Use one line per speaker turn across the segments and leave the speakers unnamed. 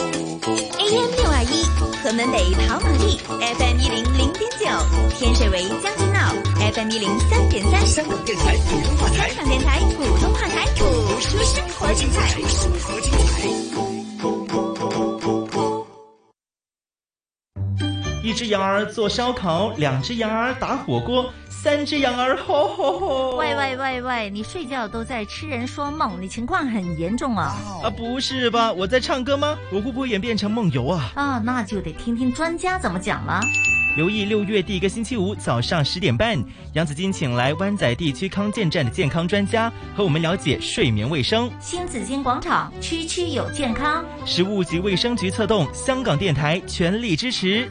AM 六二一，河门北跑马地；FM 一零零点九，天水围将军澳；FM 一零三点三，
香港电台普通话台
香港电台普通话台，谱出生活精彩。
生活精彩。
一只羊儿做烧烤，两只羊儿打火锅，三只羊儿吼吼吼。
喂喂喂喂，你睡觉都在痴人说梦，你情况很严重啊！
啊，不是吧？我在唱歌吗？我会不会演变成梦游啊？
啊，那就得听听专家怎么讲了。
留意六月第一个星期五早上十点半，杨子金请来湾仔地区康健站的健康专家，和我们了解睡眠卫生。
新紫金广场区区有健康，
食物及卫生局策动，香港电台全力支持。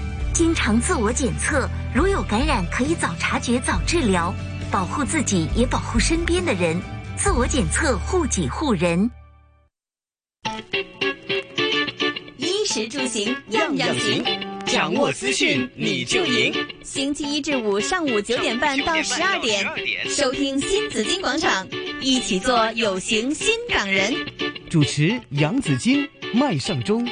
经常自我检测，如有感染可以早察觉、早治疗，保护自己也保护身边的人。自我检测护己护人。
衣食住行样样行，
掌握资讯你就赢。
星期一至五上午九点半到十二点，收听新紫金广场，一起做有型新港人。
主持杨紫金，麦尚中。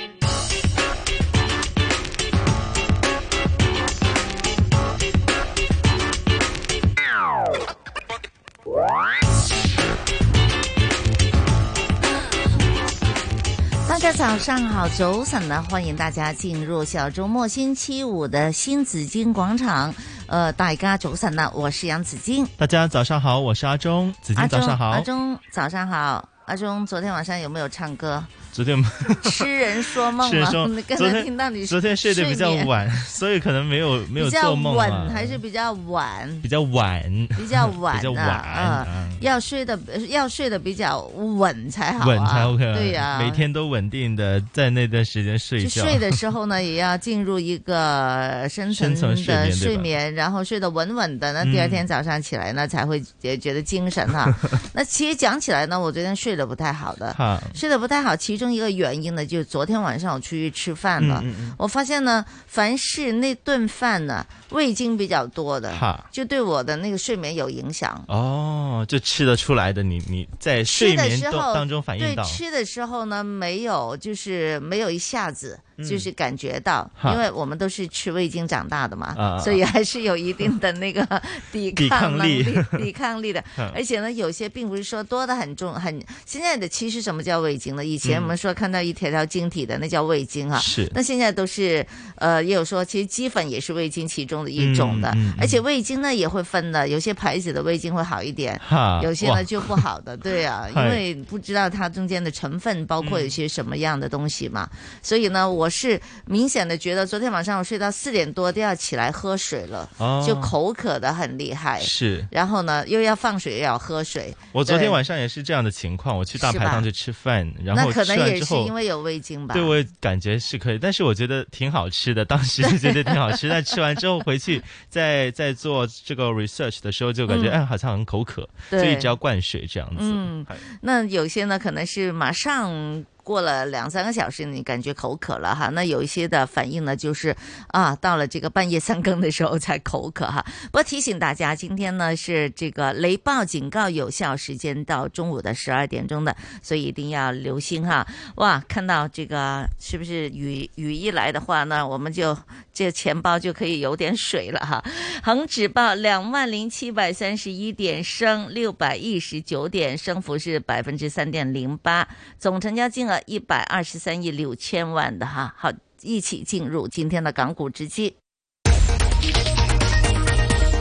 大家早上好，早晨呢，欢迎大家进入小周末星期五的新紫金广场。呃，大家早晨呢，我是杨紫金。
大家早上好，我是阿忠，子金
阿
早
忠，
上好。
阿忠早上好。阿忠，昨天晚上有没有唱歌？
昨天
痴人说 梦
是
吗？
说
你刚
昨
才
天
听到你
昨天睡得比较
眠，
晚， 所以可能没有没有
比较
做梦啊
稳还是比较晚？
比较晚，
比较晚
比较晚
啊，
啊
嗯要睡的要睡得比较稳才好啊，
稳才 OK 啊
对呀，
每天都稳定的在那段时间睡
就
觉。
睡的时候呢，也要进入一 个深层
深层睡眠对
的
吧
睡眠，然后睡得稳稳的，那
嗯
第二天早上起来呢，才会觉觉得精神 哈、那其实讲起来呢，我昨天睡得不太好的，
哈，
睡得不太好，其中一个原因呢，就是昨天晚上我出去吃饭了，
嗯嗯
我发现呢，凡是那顿饭呢，味精比较多的
哈，
就对我的那个睡眠有影响。
哦，就吃得出来的，你你在睡
吃的
眠
时
当
候
当中反映到
对，吃的时候呢，没有就是没有一下子就是感觉到，
嗯哈
因为我们都是吃味精长大的嘛，
啊啊啊
所以还是有一定的 那个抵
抵
抗
抗
能
力嗯
力、抵抗力的。 而且呢，有些并不是说多的很重，很现在的其实什么叫味精呢？以前
嗯
我们说看到一条条晶体的那叫味精啊，
是
那现在都是呃，也有说其实鸡粉也是味精其中的一种的，
嗯嗯嗯
而且味精呢也会分的，有些牌子的味精会好一点，
哈，
有些
哇
呢就不好 的，对啊，因
嗨嗯
为不知道它中间的成分包括有些什么样的东西嘛，所以呢，我是明显的觉得昨天晚上我睡到四点多都要起来喝水了，
哦
就口渴的很厉害，
是
然后呢又要放水又要喝水，
我昨天
对
晚上也是这样的情况，我去大
是
排
吧
档去吃饭，然
那
后
可
吃
能
完
也
之
是
后
因。为有味精吧，
对，我也感觉是可以，但是我觉得挺好吃的， 当时就觉得挺好吃。但吃完之后回去， 在在做这个 research 的时候，就感觉、
嗯
哎，好像很口渴，
对
所以只要灌水这样子。
嗯
嗨，
那有些呢，可能是马上过了两三个小时，你感觉口渴了哈。那有一些的反应呢，就是啊，到了这个半夜三更的时候才口渴哈。不过提醒大家，今天呢是这个雷暴警告有效时间到中午的十二点钟的，所以一定要留心哈。哇，看到这个是不是雨雨一来的话呢，我们就这钱包就可以有点水了哈。恒指报两万零七百三十一点，升六百一十九点，升幅是百分之三点零八，总成交金额一百二十三亿六千万的哈。好，一起进入今天的港股直击。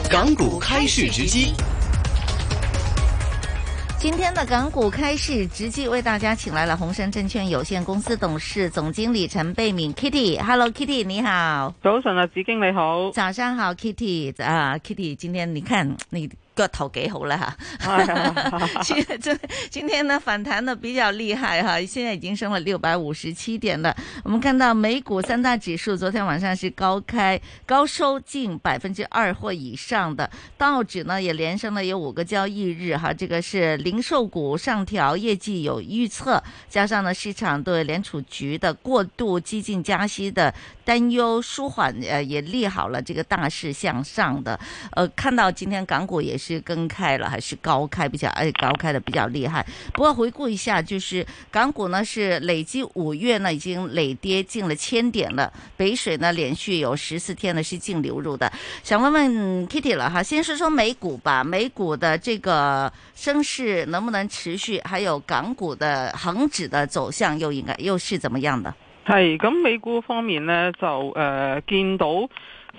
港股开市直击。
今天的港股开市直击为大家请来了红杉证券有限公司董事总经理陈贝敏 Kitty。Hello Kitty，你好。
早晨啊，子經你好。
早上好，Kitty 啊，Kitty，今天你看你个头给好了哈，
哎
今这今天呢反弹的比较厉害哈，现在已经升了六百五十七点了。我们看到美股三大指数昨天晚上是高开高收近百分之二或以上的，道指呢也连升了有五个交易日哈，这个是零售股上调，业绩有预测，加上呢市场对联储局的过度激进加息的担忧舒缓，呃也利好了这个大势向上的。呃，看到今天港股也是跟开了，还是高开比较，哎，高开的比较厉害。不过回顾一下，就是港股呢是累计五月呢已经累跌近了千点了，北水呢连续有十四天呢是净流入的。想问问 Kitty 了哈，先说说美股吧，美股的这个升势能不能持续，还有港股的恒指的走向又应该又是怎么样的？
係咁，美股方面呢，就誒、呃、見到。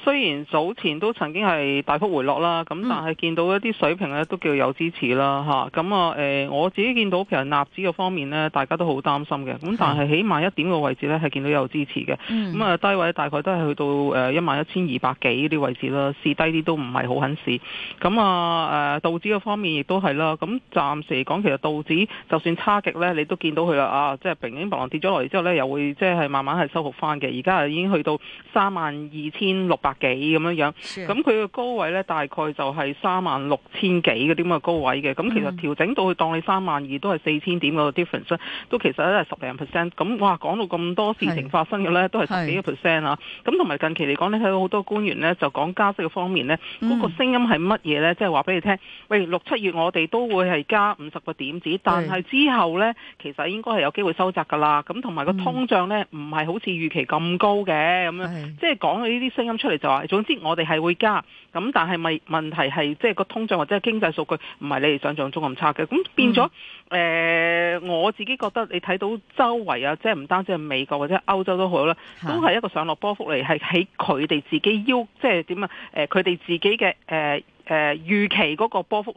雖然早前都曾經係大幅回落啦，咁但係見到一啲水平咧都叫有支持啦嚇。咁啊誒、呃我自己見到譬如納指嘅方面呢，大家都好擔心嘅。咁但係起萬一點嘅位置呢，係見到有支持嘅。咁、
嗯
啊低位大概都係去到誒一萬一千二百幾啲位置啦，試低啲都唔係好肯試。咁啊誒道指嘅方面亦都係啦。咁暫時嚟講，其實道指就算差極呢，你都見到佢啦啊，即係平平白白跌咗落嚟之後呢，又會即係慢慢係收復翻嘅。而家已經去到三萬二千六百。百幾咁樣樣，
是
咁佢嘅高位呢，大概就係三萬六千幾嗰啲咁嘅高位嘅，咁其實
嗯
調整到去當你三萬二都係四千點嗰個 difference 呢都其實都係十零 percent，咁哇講到咁多事
係
情發生嘅呢，都係十幾個 percent 啊，咁同埋近期嚟講呢，睇到好多官員呢，就講加息嘅方面呢，嗰、
嗯
個聲音係乜嘢呢？即係話俾你聽，喂六七月我哋都會係加五十個點子，但係之後呢，其實應該係有機會收窄㗎啦，咁同埋個
嗯
通脹呢，唔係好似預期咁高嘅咁樣。
係
即係講到呢啲聲音出嚟就話，總之我哋係會加，咁但係咪問題係即係個通脹或者係經濟數據唔係你哋想象中咁差嘅，咁變咗誒、呃我自己覺得你睇到周圍啊，即係唔單止係美國或者歐洲都好啦，都係一個上落波幅嚟，係喺佢哋自己要即係點啊？誒佢哋自己嘅誒誒預期嗰個波幅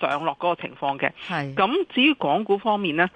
上落嗰個情況嘅。
係
咁至於港股方面呢，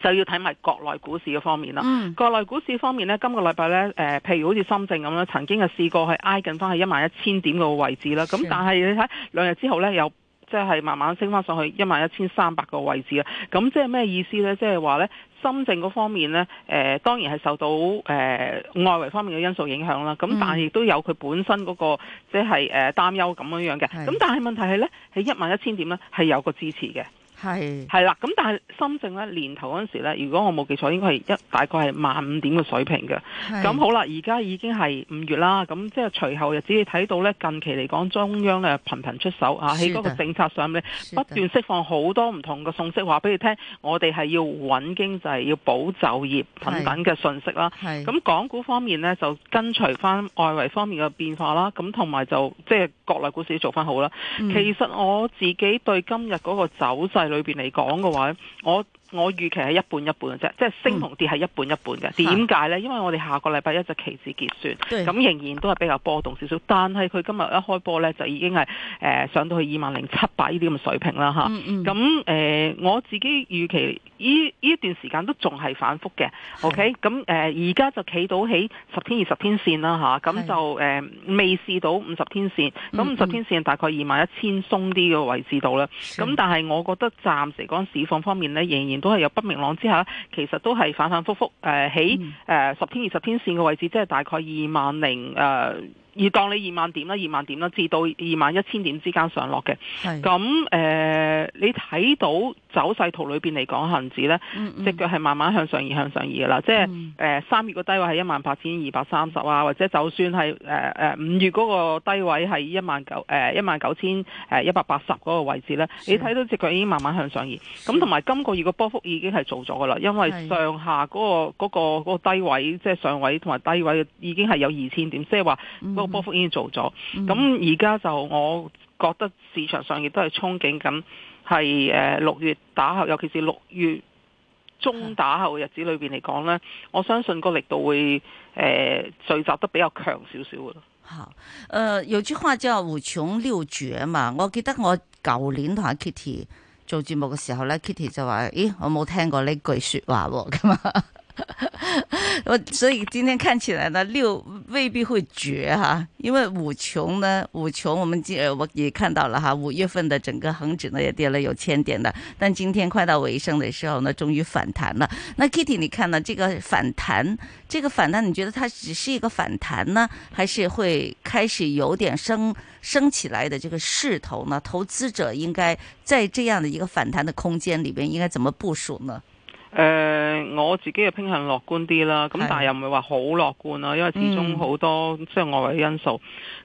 就要睇埋國內股市嘅方面啦。
嗯
國內股市方面呢，今個禮拜呢，誒、呃譬如好似深圳咁啦，曾經係試過係挨近翻去一萬一千點個位置啦。咁
是
但係你睇兩日之後呢，又即係慢慢升翻上去一萬一千三百個位置啦。咁即係咩意思呢？即係話呢，深圳嗰方面呢，誒、當然係受到誒、外圍方面嘅因素影響啦。咁
嗯
但係亦都有佢本身嗰、個即係誒擔憂咁樣樣嘅。
係
咁但係問題係呢，喺一萬一千點呢，係有個支持嘅。
係
係啦，咁但係深圳咧年頭嗰陣時咧，如果我冇記錯，應該係一大概係萬五點嘅水平嘅。
係
咁好啦，而家已經係五月啦，咁即係隨後日子你睇到咧，近期嚟講中央咧頻頻出手啊，
是
喺
的
嗰個政策上面
是
不
的
斷釋放好多唔同嘅信息，話俾你聽，我哋係要穩經濟、要保就業等等嘅信息啦。
係
咁港股方面呢，就跟隨翻外圍方面嘅變化啦，咁同埋就即係國內股市做翻好啦。
嗯
其實我自己對今日嗰個走勢裏邊嚟講嘅話，我我預期係一半一半嘅啫，即係升同跌係一半一半嘅。點解呢？因為我哋下個禮拜一就期指結
嗯對
算，咁仍然都係比較波動少少，但係佢今日一開波呢，就已經係誒、呃上到去二萬零七百呢啲咁嘅水平啦嚇。
嗯嗯
咁誒、呃我自己預期依依段時間都仲係反覆嘅，OK？咁誒而家就企到喺十天二十天線啦吓，咁、
係
就誒、呃未試到五十天線，咁
嗯
五十天線大概二萬一千鬆啲嘅位置度啦。
是
咁但係我覺得暫時講市況方面呢，仍然都係有不明朗之下，其實都係反反覆覆誒
嗯
喺誒十天二十天線嘅位置，即係大概二萬零誒。呃而當你二萬點啦，二萬點啦，至到二萬一千點之間上落嘅。
係
咁誒、呃你睇到走勢圖裏邊嚟講，恒指呢
嗯嗯
只腳係慢慢向上移向上移嘅啦，即係誒呃三月個低位係一萬八千二百三十啊，或者就算係誒誒五月嗰個低位係一萬九誒一萬九千誒一百八十嗰個位置呢，
是
你睇到只腳已經慢慢向上移，咁同埋今個月個波幅已經係做咗噶啦，因為
係
上下嗰、個嗰、個嗰個低位即係上位同埋低位已經係有二千點，即係話嗰個波幅已經做咗。咁而家就我覺得市場上亦都係憧憬緊，係誒六月打後，尤其是六月中打後嘅日子裏邊嚟講呢，我相信個力度會誒、呃聚集得比較強少少嘅咯。
好，誒、呃、有句話叫無窮六絕嘛。我記得我舊年同阿 Kitty 做節目嘅時候咧，Kitty 就話：咦，我冇聽過呢句説話喎，咁啊。我所以今天看起來呢，六未必會絕哈、因為五窮呢，五窮我們今呃我也看到了哈，五月份的整個恒指呢也跌了有千點的，但今天快到尾聲的時候呢，終於反彈了。那 Kitty，你看呢，這個反彈，這個反彈，你覺得它只是一個反彈呢，還是會開始有點升升起來的這個勢頭呢？投資者應該在這樣的一個反彈的空間裏邊，應該怎麼部署呢？
誒、呃我自己嘅傾向樂觀啲啦，咁
係
但係又唔係話好樂觀啊啦，因為始終
嗯
好多即係外圍因素。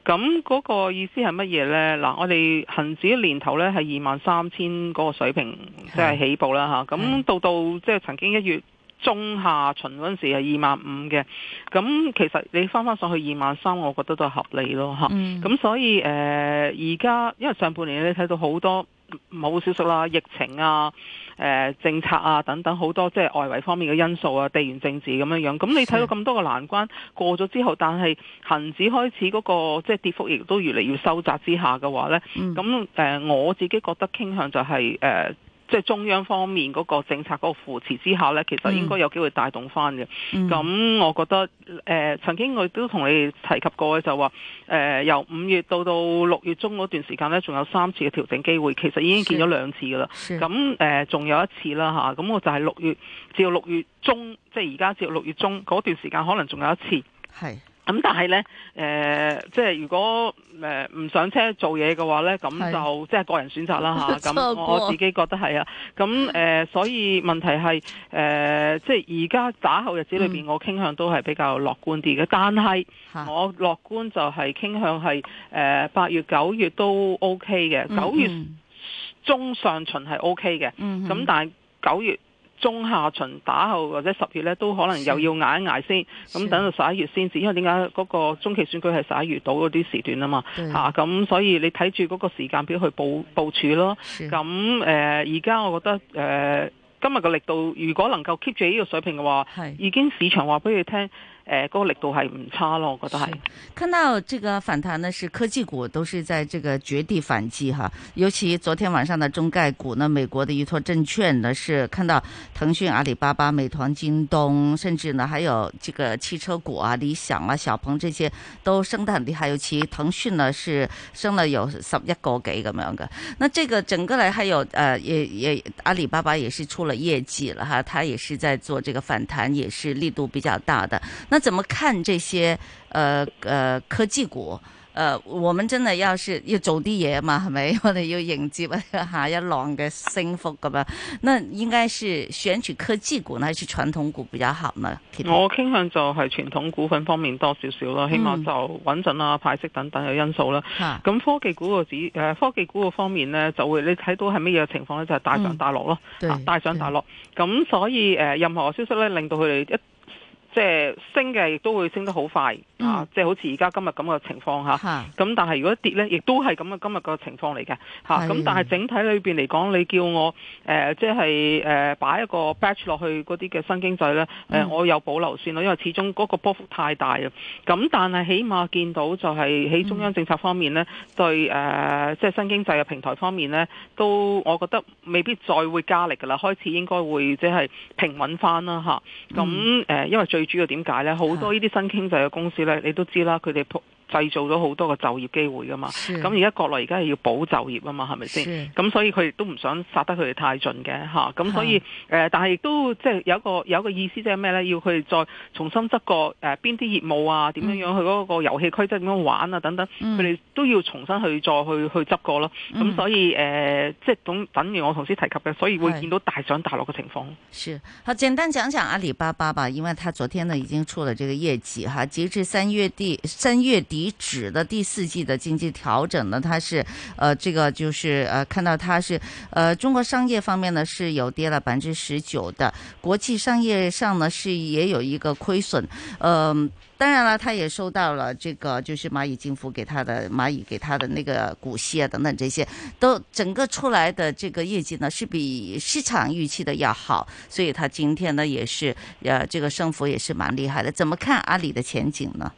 咁嗰個意思係乜嘢呢？嗱，我哋恒指年頭呢係二萬三千嗰個水平即係
係
起步啦嚇，咁
係
到到即係曾經一月。中下旬嗰陣時係二萬五嘅，咁其實你翻翻上去二萬三，我覺得都係合理咯嚇。
嗯
咁所以誒，呃而、家因為上半年你睇到好多唔好消息啦，疫情啊、誒、政策啊等等好多即係外圍方面嘅因素啊、地緣政治咁樣樣。咁你睇到咁多個難關過咗之後，但係恒指開始嗰、個即係跌幅亦都越嚟越收窄之下嘅話呢，
嗯
咁誒、呃我自己覺得傾向就係、呃即係中央方面嗰個政策嗰個扶持之下呢，其實
嗯
應該有機會帶動翻嘅。
嗯
咁、我覺得誒、呃曾經我亦都同你提及過嘅就話誒、呃由五月到到六月中嗰段時間呢，仲有三次嘅調整機會，其實已經見咗兩次㗎啦。
是
咁誒仲有一次啦吓，咁、我就係六月至到六月中，即係而家至到六月中嗰段時間，可能仲有一次。
係
咁但係呢，誒、呃即係如果誒唔、上車做嘢嘅話呢，咁
係
就即係個人選擇 啦吓。
錯
咁
過
我自己覺得係啊。咁 誒、所以問題係誒、呃即係而家打後日子裏
嗯
邊，我傾向都係比較樂觀啲嘅。但係
吓
我樂觀就係傾向係誒八月、九月都 OK 嘅，九月
嗯
中上旬係 OK 嘅。
嗯
咁但係九月中下旬打後或者十月呢，都可能又要捱一捱先，
是
咁等到十一月先至，因為點解嗰個中期選舉係十一月到嗰啲時段啊嘛，
對
嚇咁、所以你睇住嗰個時間表去部部署咯。
是
咁誒而家我覺得誒、呃今日嘅力度，如果能夠 keep 住呢個水平嘅話，
係
已經市場話俾你聽，誒、呃嗰、個力度係唔差咯，我覺得係
是。看到这个反弹呢，是科技股都是在这个绝地反击哈。尤其昨天晚上的中概股呢，美国的依托证券呢是看到腾讯、阿里巴巴、美团、京东，甚至呢还有这个汽车股啊、理想啊、小鹏这些都升得很厉害。尤其腾讯呢是升了有十一个给咁样嘅。那这个整个来还有呃也也阿里巴巴也是出了业绩了哈，它也是在做这个反弹，也是力度比较大的。那怎么看这些呃呃科技股？呃，我們真係要是要做啲嘢嘛，係咪？我哋要迎接下一浪嘅升幅咁樣。那應該是選取科技股呢，還是傳統股比較好呢？Kitty？
我傾向就係傳統股份方面多少少啦，起碼
嗯啊
就穩陣啦、派息等等嘅因素啦。
嚇
咁科技股個指誒科技股個方面呢，就會你睇到係乜嘢情況呢？就係、大上大落咯，
嗯對
啊大上大
對
落。咁所以誒、呃任何消息呢，令到佢哋一即係升嘅，亦都會升得好快、啊
嗯！
即係好似而家今日咁嘅情況下。
嚇
咁但係如果跌呢，亦都係咁嘅今日個情況嚟嘅嚇。
係
咁但係整體裏邊嚟講，你叫我誒、呃即係誒擺一個 batch 落去嗰啲嘅新經濟呢，誒、呃
嗯
我有保留先咯，因為始終嗰個波幅太大啊。咁但係起碼見到就係喺中央政策方面呢，對誒、呃即係新經濟嘅平台方面呢，都我覺得未必再會加力㗎啦，開始應該會即係平穩翻啦嚇。咁
嗯
誒、呃因為最主要點解呢？好多呢啲新經濟嘅公司呢，你都知啦，佢哋鋪製造咗好多個就業機會噶嘛。
是
咁而家國內而家係要保就業啊嘛，係咪先？
是
咁所以佢亦都唔想殺得佢哋太盡嘅嚇。咁所以誒、呃但係亦都即係有一個有一個意思，即係咩呢？要佢哋再重新執過誒邊啲業務啊，點樣樣去嗰個遊戲規則點樣玩啊等等，
嗯
佢哋、都要重新去再去去執過咯。咁、
嗯
所以誒、呃即係等等於我頭先提及嘅，所以
係
會見到大上大落嘅情況。
是好，簡單講講阿里巴巴吧，因為它昨天呢已經出了這個業績哈，截至三月底三月底止的第四季的經濟調整呢，它是呃這個就是呃看到它是呃中國商業方面呢是有跌了百分之十九的，國際商業上呢是也有一個虧損，嗯、當然了，它也收到了這個就是螞蟻金服給它的螞蟻給它的那個股息啊等等這些，都整個出來的這個業績呢，是比市場預期的要好，所以它今天呢也是，呃，這個升幅也是蠻厲害的。怎麼看阿里的前景呢？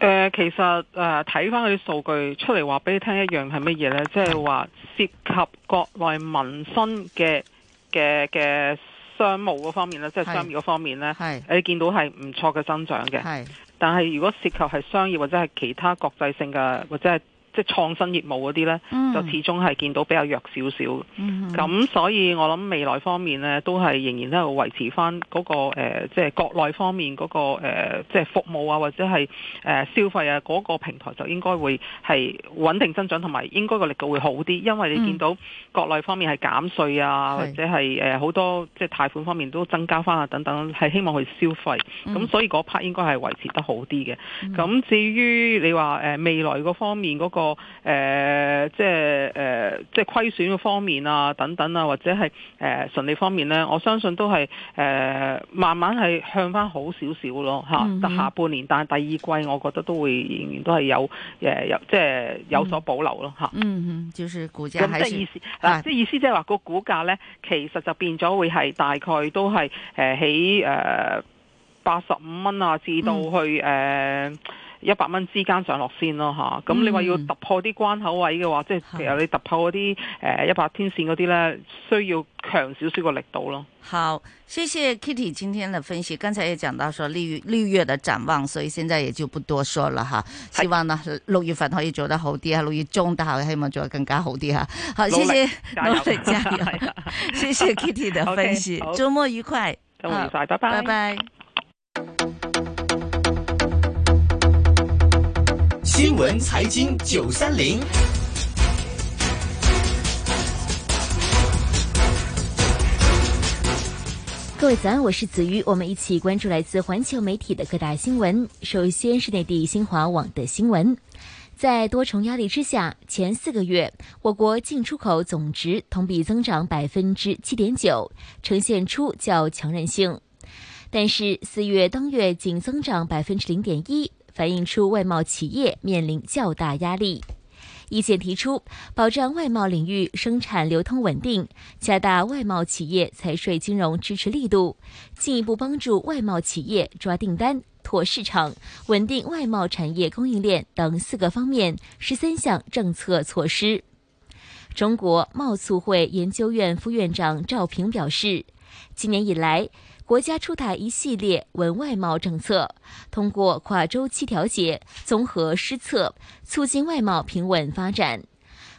誒、誒、其實誒睇翻佢啲數據出嚟話俾你聽一樣係乜嘢呢？即係話涉及國內民生嘅嘅嘅商務嗰方面呢，即係
係
商業嗰方面呢，
係
你見到係唔錯嘅增長嘅。
係
但係如果涉及係商業或者係其他國際性嘅或者係即係創新業務嗰啲呢，
嗯
就始終係見到比較弱少少。
嗯哼
咁所以我諗未來方面呢，都係仍然都係維持翻嗰、個呃即係國內方面嗰、個呃即係服務啊，或者係呃消費啊嗰、個平台就應該會係穩定增長，同埋應該個力度會好啲，因為你
嗯
見到國內方面係減稅啊，
係
或者係呃好多即係貸款方面都增加翻啊等等，係希望去消費，咁、
嗯
所以嗰 part 應該係維持得好啲嘅。咁至於你話誒、呃未來嗰方面嗰、個、呃、即係誒、呃即係虧損嗰方面啊等等啊，或者係誒、呃、順利方面咧，我相信都係誒、呃慢慢係向翻好少少咯嚇。
嗯哼
但下半年，但係第二季我覺得都會仍然都係有誒有即係有所保留咯嚇。
嗯哼，就是股價
咁
還
即係意
是
思
啊
嗱，即係意思即係話個股價咧，其實就變咗會係大概都係誒喺誒八十五蚊啊，至到
嗯
去誒一百蚊之間上落先咯吓，咁、你話要
嗯
突破啲關口位嘅話，即係
係
其實你突破嗰啲呃誒一百天線嗰啲咧，需要強少少個力度咯。
好。謝謝 Kitty 今天的分析，剛才也講到說六月六月的展望，所以現在也就不多說了哈。
係
希望呢六月份可以做得好啲啊，六月中都好，希望做得更加好啲哈。好，謝
努力
謝，
加油
努力加油
係啊
謝謝 Kitty 的分析
OK，好，
周末愉快，
咁唔
好
該晒，拜
拜拜。
新闻财经九三零，
各位早安，我是子瑜，我们一起关注来自环球媒体的各大新闻。首先是内地新华网的新闻。在多重压力之下，前四个月我国进出口总值同比增长百分之七点九，呈现出较强韧性。但是四月当月仅增长百分之零点一，反映出外贸企业面临较大压力。意见提出，保障外贸领域生产流通稳定，加大外贸企业财税金融支持力度，进一步帮助外贸企业抓订单、拓市场、稳定外贸产业供应链等四个方面十三项政策措施。中国贸促会研究院副院长赵平表示，今年以来，国家出台一系列稳外贸政策，通过跨周期调节、综合施策，促进外贸平稳发展。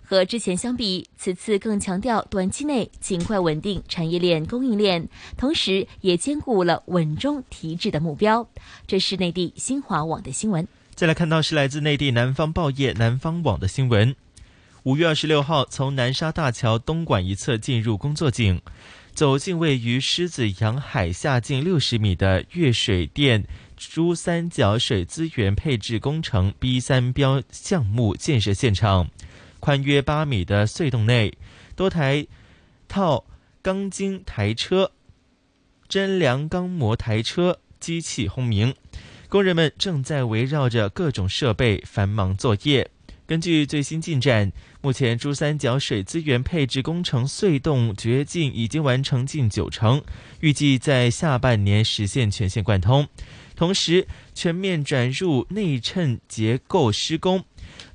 和之前相比，此次更强调短期内尽快稳定产业链供应链，同时也兼顾了稳中提质的目标。这是内地新华网的新闻。
再来看到是来自内地南方报业南方网的新闻。五月二十六号，从南沙大桥东莞一侧进入工作井，走进位于狮子洋海下近六十米的粤水电珠三角水资源配置工程 B 三标项目建设现场，宽约八米的隧洞内，多台套钢筋台车、真梁钢模台车机器轰鸣。工人们正在围绕着各种设备繁忙作业。根据最新进展，目前珠三角水资源配置工程隧洞掘进已经完成近九成，预计在下半年实现全线贯通。同时，全面转入内衬结构施工，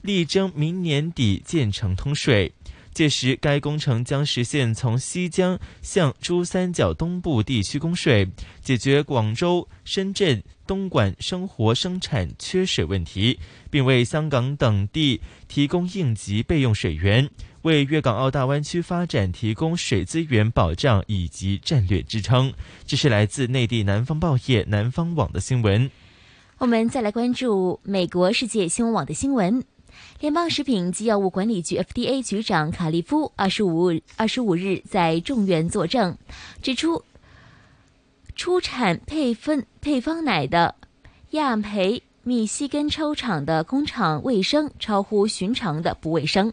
力争明年底建成通水。届时，该工程将实现从西江向珠三角东部地区供水，解决广州、深圳、东莞生活生产缺水问题，并为香港等地提供应急备用水源，为粤港澳大湾区发展提供水资源保障以及战略支撑。这是来自内地南方报业南方网的新闻。
我们再来关注美国世界新闻网的新闻。联邦食品及药物管理局 （FDA） 局长卡利夫二十五二十五日在众院作证，指出出产配分配方奶的亚培密西根州厂的工厂卫生超乎寻常的不卫生。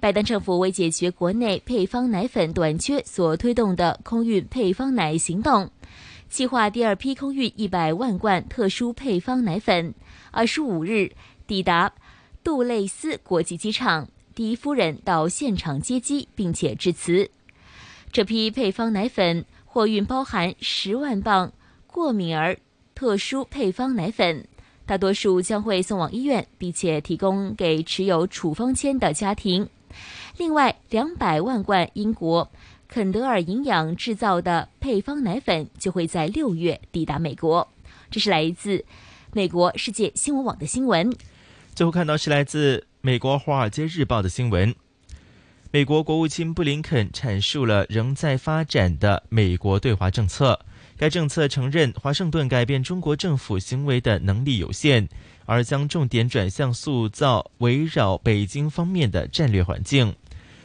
拜登政府为解决国内配方奶粉短缺所推动的空运配方奶行动，计划第二批空运一百万罐特殊配方奶粉，二十五日抵达杜蕾斯国际机场，第一夫人到现场接机，并且致辞。这批配方奶粉货运包含十万磅过敏儿特殊配方奶粉、大多数将会送往医院，并且提供给持有处方签的家庭。另外，两百万罐英国肯德尔营养制造的配方奶粉就会在六月抵达美国。这是来自美国世界新闻网的新闻。
最后看到是来自美国《华尔街日报》的新闻。美国国务卿布林肯阐述了仍在发展的美国对华政策。该政策承认华盛顿改变中国政府行为的能力有限，而将重点转向塑造围绕北京方面的战略环境。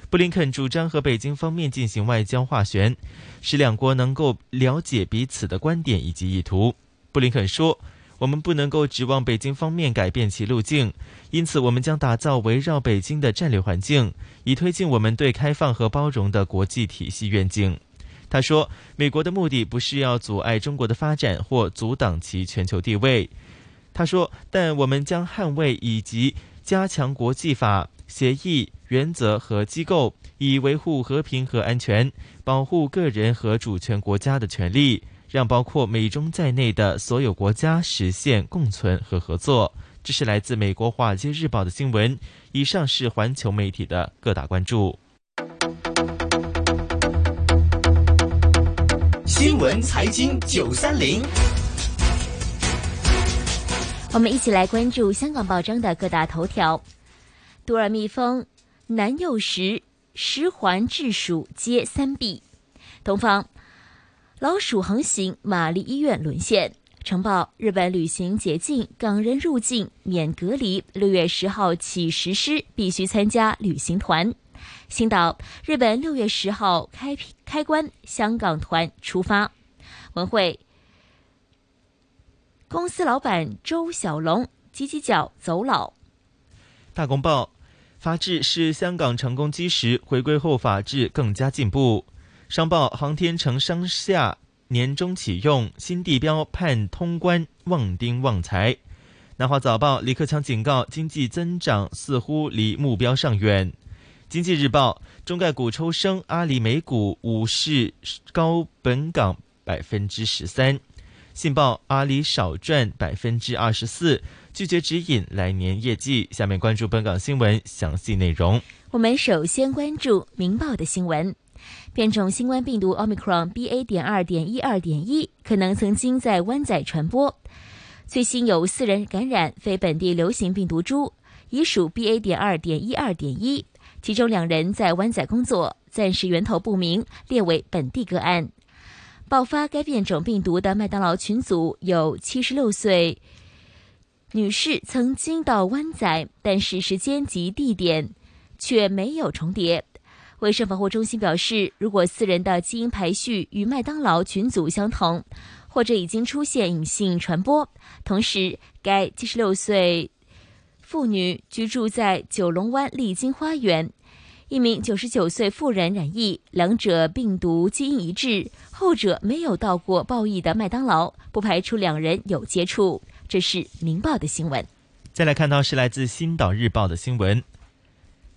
布林肯主张和北京方面进行外交斡旋，使两国能够了解彼此的观点以及意图。布林肯说：“我们不能够指望北京方面改变其路径，因此我们将打造围绕北京的战略环境，以推进我们对开放和包容的国际体系愿景。”他说，美国的目的不是要阻碍中国的发展或阻挡其全球地位。他说，但我们将捍卫以及加强国际法、协议、原则和机构，以维护和平和安全，保护个人和主权国家的权利，让包括美中在内的所有国家实现共存和合作。这是来自美国《华尔街日报》的新闻。以上是环球媒体的各大关注。
新闻财经九三零，
我们一起来关注香港报章的各大头条：独耳蜜蜂南幼时十环治鼠皆三弊；东方老鼠横行，玛丽医院沦陷。城报：日本旅行解禁，港人入境免隔离，六月十号起实施，必须参加旅行团。星岛：日本六月十号开辟开关，香港团出发。文汇：公司老板周小龙挤挤脚走佬。
大公报：法治是香港成功基石，回归后法治更加进步。商报：航天城商厦年终启用，新地标盼通关，旺丁旺财。南华早报：李克强警告，经济增长似乎离目标尚远。经济日报：中概股抽升，阿里每股五市高本港百分之十三。信报：阿里少赚百分之二十四，拒绝指引来年业绩。下面关注本港新闻详细内容。
我们首先关注《明报》的新闻。变种新冠病毒 Omicron BA. 点二点一二点一可能曾经在湾仔传播，最新有四人感染非本地流行病毒株，已属 BA. 点二点一二点一，其中两人在湾仔工作，暂时源头不明，列为本地个案。爆发该变种病毒的麦当劳群组有七十六岁女士曾经到湾仔，但是时间及地点却没有重叠。卫生防护中心表示，如果四人的基因排序与麦当劳群组相同，或者已经出现隐性传播，同时该七十六岁妇女居住在九龙湾丽晶花园，一名九十九岁妇人染疫，两者病毒基因一致，后者没有到过报疫的麦当劳，不排除两人有接触。这是《明报》的新闻。
再来看到是来自《新岛日报》的新闻。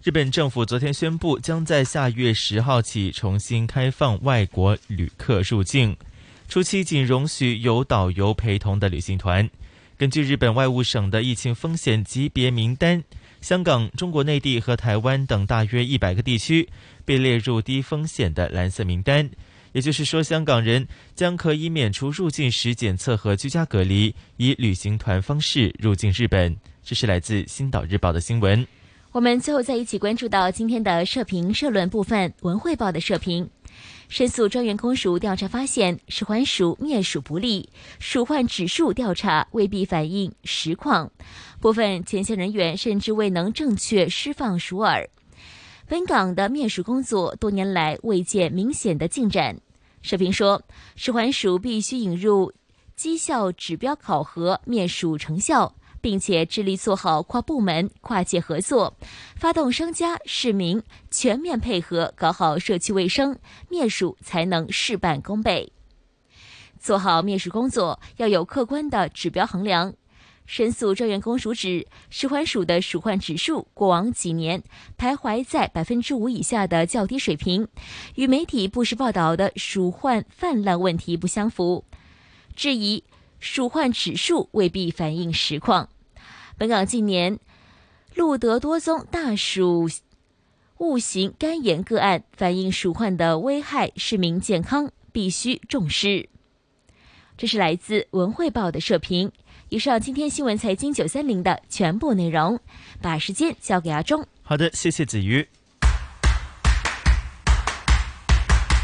日本政府昨天宣布，将在下月十号起重新开放外国旅客入境，初期仅容许有导游陪同的旅行团。根据日本外务省的疫情风险级别名单，香港、中国内地和台湾等大约一百个地区被列入低风险的蓝色名单。也就是说，香港人将可以免除入境时检测和居家隔离，以旅行团方式入境日本。这是来自《新岛日报》的新闻。
我们最后再一起关注到今天的社评社论部分，《文汇报》的社评。申诉专员公署调查发现，食环署灭鼠不力，鼠患指数调查未必反映实况，部分前线人员甚至未能正确释放鼠饵。本港的灭鼠工作多年来未见明显的进展。社评说，食环署必须引入绩效指标考核灭鼠成效。并且致力做好跨部门、跨界合作，发动商家、市民全面配合，搞好社区卫生，灭鼠才能事半功倍。做好灭鼠工作要有客观的指标衡量。申诉专员公署指，食环署的鼠患指数过往几年徘徊在百分之五以下的较低水平，与媒体不时报道的鼠患泛滥问题不相符，质疑。鼠患指数未必反映实况。本港近年录得多宗大鼠戊型肝炎个案，反映鼠患的危害市民健康，必须重视。这是来自《文汇报》的社评。以上今天新闻财经九三零的全部内容，把时间交给阿忠。
好的，谢谢子瑜。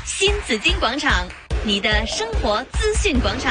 新紫金广场，你的生活资讯广场。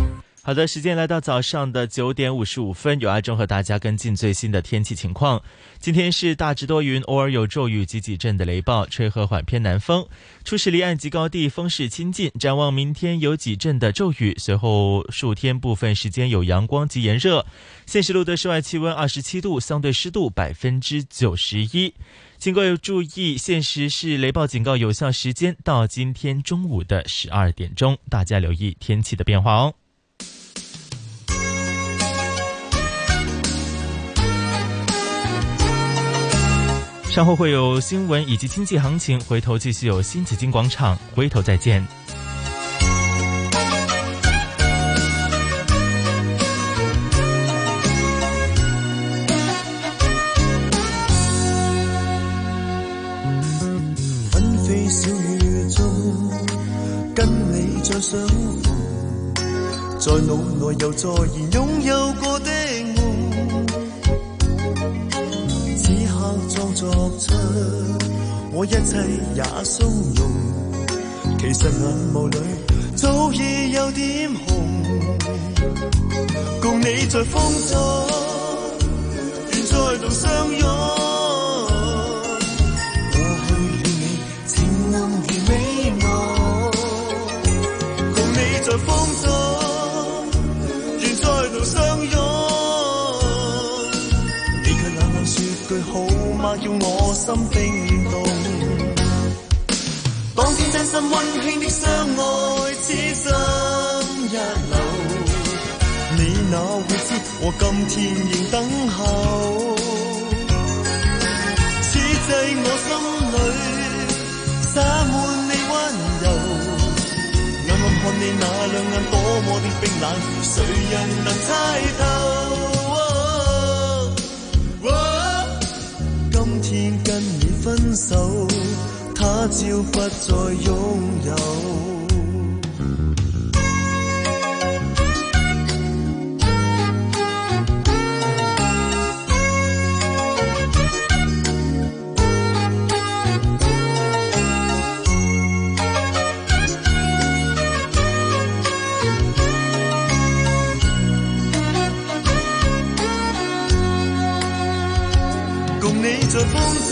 好的，时间来到早上的九点五十五分，有阿忠和大家跟进最新的天气情况。今天是大致多云，偶尔有骤雨及几阵的雷暴，吹和缓偏南风。初时离岸及高地风势清劲，展望明天有几阵的骤雨，随后数天部分时间有阳光及炎热。现时录得室外气温二十七度，相对湿度百分之九十一。请各位注意，现时是雷暴警告有效时间到今天中午的十二点钟，大家留意天气的变化哦。稍后会有新闻以及经济行情，回头继续有新紫金广场，回头再见。
纷飞小雨中，跟你再相逢，在腦內又再現擁有過的夢。此刻裝作出我一切也鬆容，其實眼霧裏早已有點紅。共你在風中，願再度相擁。過去與你漸濃如美夢，共你在風中，願再度相擁。你卻冷冷說句好嗎，叫我心冰凍。當天真心溫馨的相愛，此生一流。你哪會知我今天仍等候？此際我心裏灑滿你溫柔，暗暗看你那兩眼多麼的冰冷，誰人能猜透？哦哦今天跟你分手，他朝不再擁有。共你在風中，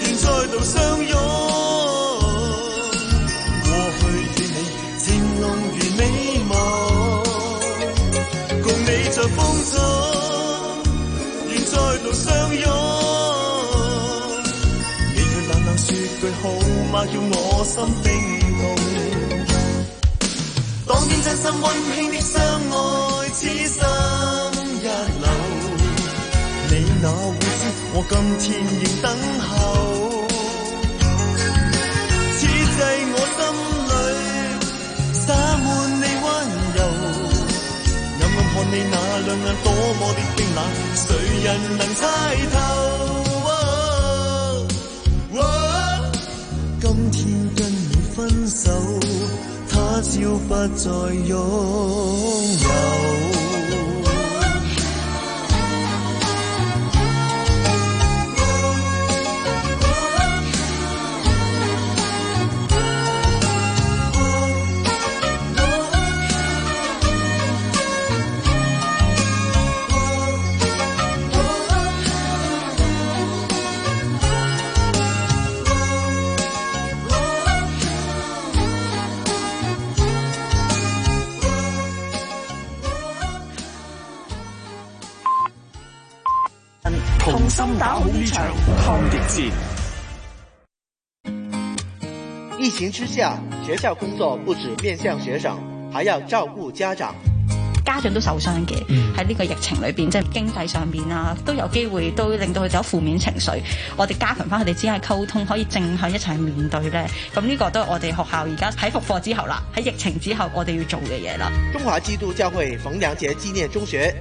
願再度相擁。過去與你漸濃如美夢，共你在風中，願再度相擁。你卻冷冷說句好嗎，叫我心冰凍。當天真心溫馨的相愛，此生一流。你哪會知我今天仍等候？此際我心裏灑滿你溫柔，暗暗看你那兩眼多麼的冰冷，誰人能猜透？哦哦今天跟你分手，他朝不再擁有。
同心打好呢場抗疫戰。
疫情之下，學校工作不止面向學生，還要照顧家長。
家長都受傷嘅，喺呢個疫情裏邊，即係經濟上邊啊，都有機會都令到佢哋有負面情緒。我哋加強翻佢哋之間嘅溝通，可以正向一齊面對咧。咁呢個都係我哋學校而家喺復課之後啦，喺疫情之後我哋要做嘅嘢啦。
中華基督教會馮良傑紀念中學，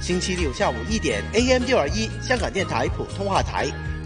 星期六下午一點，AM 六二一香港電台普通話台，《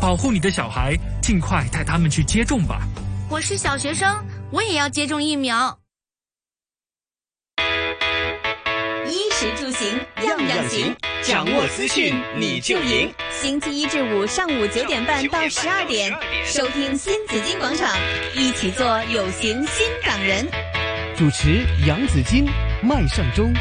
保護你的小孩，盡快帶他們去接種吧。
我是小學生，我也要接種疫苗。
衣食住行樣樣行，
掌握資訊你就贏。
星期一至五上午九點半到十二點，收聽新紫荊廣場，一起做有型新港人。
主持楊子金、麥尚中。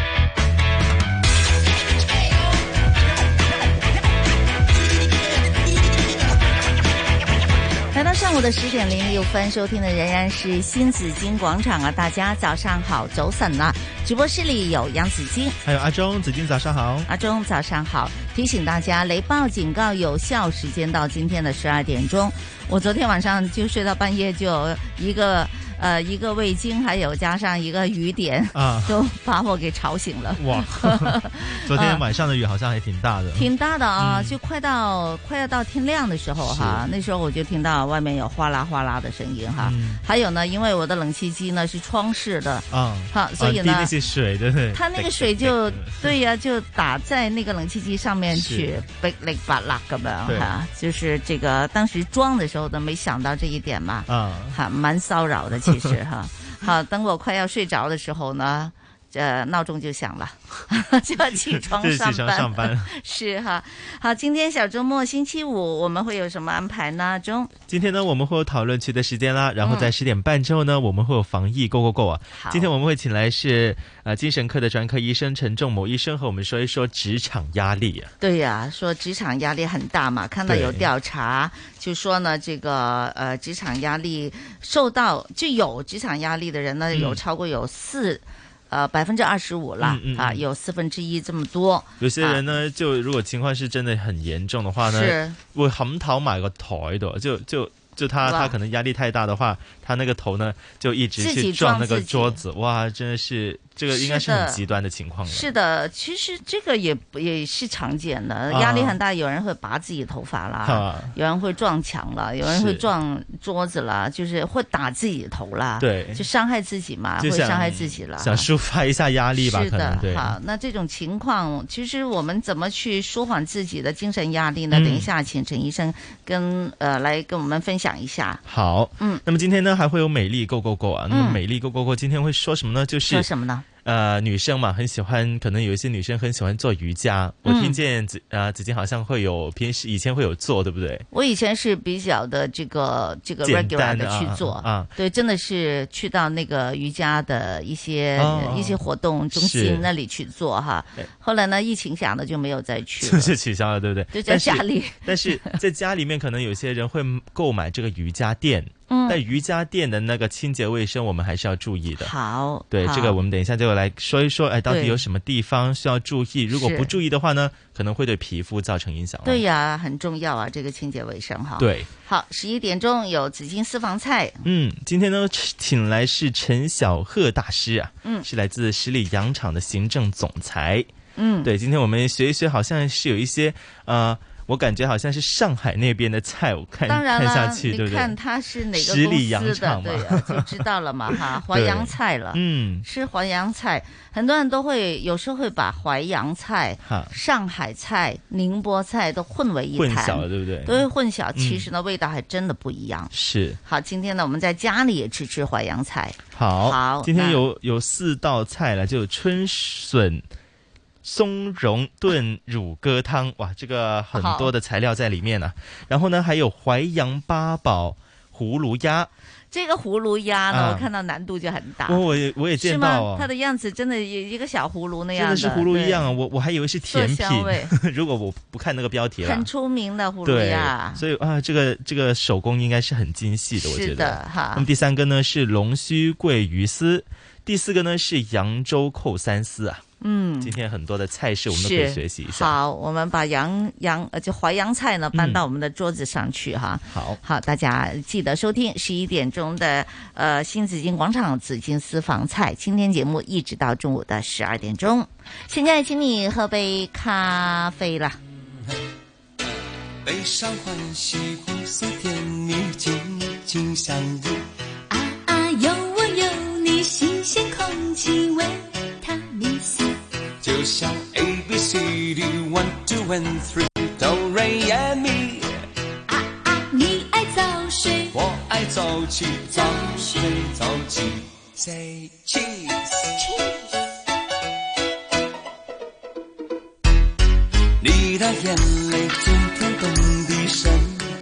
來到上午的十點零六分，收聽的仍然是新紫荊廣場啊！大家早上好，早晨啦！直播室裏有楊子矜，
還有阿中，子矜早上好，
阿中早上好。提醒大家，雷暴警告有效時間到今天的十二點鐘。我昨天晚上就睡到半夜，就一個呃一個味精，還有加上一個雨點啊，都把我給吵醒了。
哇！ 昨天晚上的嗯雨好像還挺大的，
嗯挺大的啊，就快到快要到天亮的時候哈，那時候我就聽到。外面有嘩啦嘩啦的聲音哈，
嗯
還有呢，因為我的冷氣機呢是窗式的啊，好，所以呢，
那些水對不對？
它那個水就對呀，就打在那個冷氣機上面去，噼里啪啦咁樣哈，就是這個當時裝的時候都沒想到這一點嘛，啊，還蠻騷擾的其實 哈。好，等我快要睡着的時候呢，呃，鬧鐘就響了， 就要起床 上班。
上班
是哈，好，今天小周末星期五我們會有什麼安排呢？中
今天呢，我們會有討論區的時間
嗯
啦，然後在十點半之後呢，嗯、我們會有防疫 Go Go Go 啊。今天我們會請來是呃精神科的專科醫生陳仲謀醫生和我們說一說職場壓力啊。
對呀、啊，說職場壓力很大嘛，看到有調查就說呢，這個呃職場壓力受到就有職場壓力的人呢，有超過有四。嗯呃，百分之二十五了、嗯嗯、啊，有四分之一這麼多。
有些人呢，啊、就如果情況是真的很嚴重的話呢，會冚頭埋個台度，就就就他他可能壓力太大的話，他那個頭呢就一直去撞那個桌子，哇，真的是這個應該是很極端的情況了。
是的，其實這個也也是常見的，壓力很大，有人會拔自己頭髮啦，啊、 有人會撞牆啦，有人會撞桌子啦，就是會打自己頭啦，
對，
就傷害自己嘛，會傷啊害自己了。
想抒發一下壓力吧，
是的，
對
好，那這種情況，其實我們怎麼去舒緩自己的精神壓力呢？嗯、等一下，請陳醫生跟呃來跟我們分享一下。
好，嗯，那麼今天呢？還會有美麗 Go Go Go 啊！那麼美麗 Go Go Go 今天會說什麼呢？就是
說嗯什麼呢？
呃，女生嘛，很喜歡，可能有一些女生很喜歡做瑜伽。我聽見子啊、嗯呃、子矜好像會有平時以前會有做，對不對？
我以前是比較的這個這個 regular 的去做啊，啊對，真的是去到那個瑜伽的一些、啊、
哦
一些活動中心那裡去做哈。後來呢，疫情下呢就沒有再去，
哎就是取消了，對不對？
就在家裡，
但是在家裡面可能有些人會購買這個瑜伽墊。嗯，但瑜伽墊的那個清潔衛生，我們還是要注意的。
好，
對
好
這個，我們等一下就來說一說，哎，到底有什麼地方需要注意？如果不注意的話呢，可能會對皮膚造成影響。
對呀、啊，很重要啊，這個清潔衛生哈。
對，
好，十一點鐘有紫荊私房菜。
嗯，今天呢，請來是陳曉鶴大師啊，嗯，是來自十里洋場的行政總裁。嗯，對，今天我們學一學，好像是有一些呃。我感覺好像是上海那邊的菜，我看
當然
看下去，對不對？
你看它是哪個公司的，十里洋場對呀、啊，就知道了嘛 哈，淮揚菜了，嗯，吃淮揚菜，很多人都會有時候會把淮揚菜、上海菜、寧波菜都混為一談，
混淆了，嗯對不對？
都會混淆，其實呢，味道還真的不一樣。嗯、
是。
好，今天呢，我們在家裡也吃吃淮揚菜。
好，
好，
今天有有四道菜了，就有春筍。松茸炖乳鸽汤，哇，这个很多的材料在里面呢、啊然后呢，还有淮扬八宝葫芦鸭，
这个葫芦鸭呢，
啊哦
我看到难度就很大，
我我也我也
是
见
吗
到啊
它。的样子真的一一个小葫芦那
真
样
的是葫芦一
对
样啊，我我还以为是甜
色香 味
品，如果我不看那个标题了
很，出名的葫芦
对
鸭，，
所以啊，这个这个手工应该是很精细的，我觉
是
得
的。哈
那么。第三个呢是龙须桂鱼丝，第四个呢是扬州扣三丝啊。
嗯
今天很多的菜式我们都可以
是
学习一下。
好，我们把洋洋呃就淮扬菜呢搬到我们的桌子上去哈。
嗯好，
好，大家记得收听十一点钟的呃新紫金广场紫金私房菜，今天节目一直到中午的十二点钟。现在请你喝杯咖啡了。
悲伤、欢喜、苦涩、甜蜜，紧紧相依。
啊，有我有你，新鲜空气维他命 C。
就像 A B C D one two and three，哆瑞耶咪，
啊你爱早睡，
我爱早起，早睡早起。Say cheese，cheese。你的眼泪总感动的神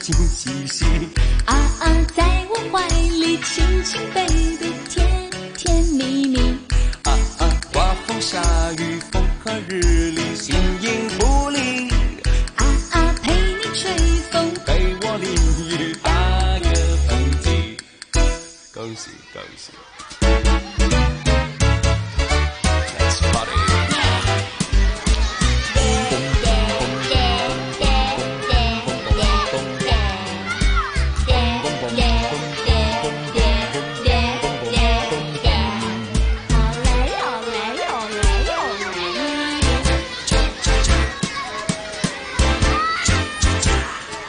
经兮兮，
啊啊，在我怀里亲亲 baby，甜甜蜜蜜。
刮风下雨，风和日丽，形影不离。
啊啊，陪你吹风，
被我淋雨打个喷嚏，恭喜恭喜。Let's party！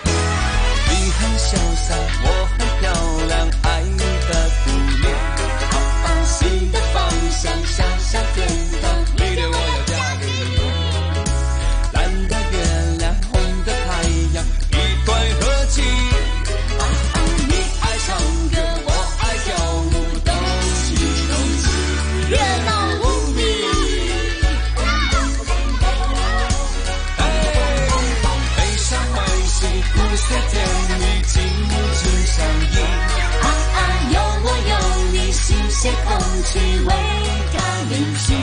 你很潇洒，我很漂亮，爱的鼓励。啊啊，新的方向，下下天堂，你对我要嫁给你。蓝的月亮，红的太阳，一对和气。啊啊，你爱唱歌，我爱跳舞，东西东西，热闹无比。悲伤、欢喜、苦涩、甜蜜，紧紧相依。
啊啊，有我有你，新鲜空气维他命 C。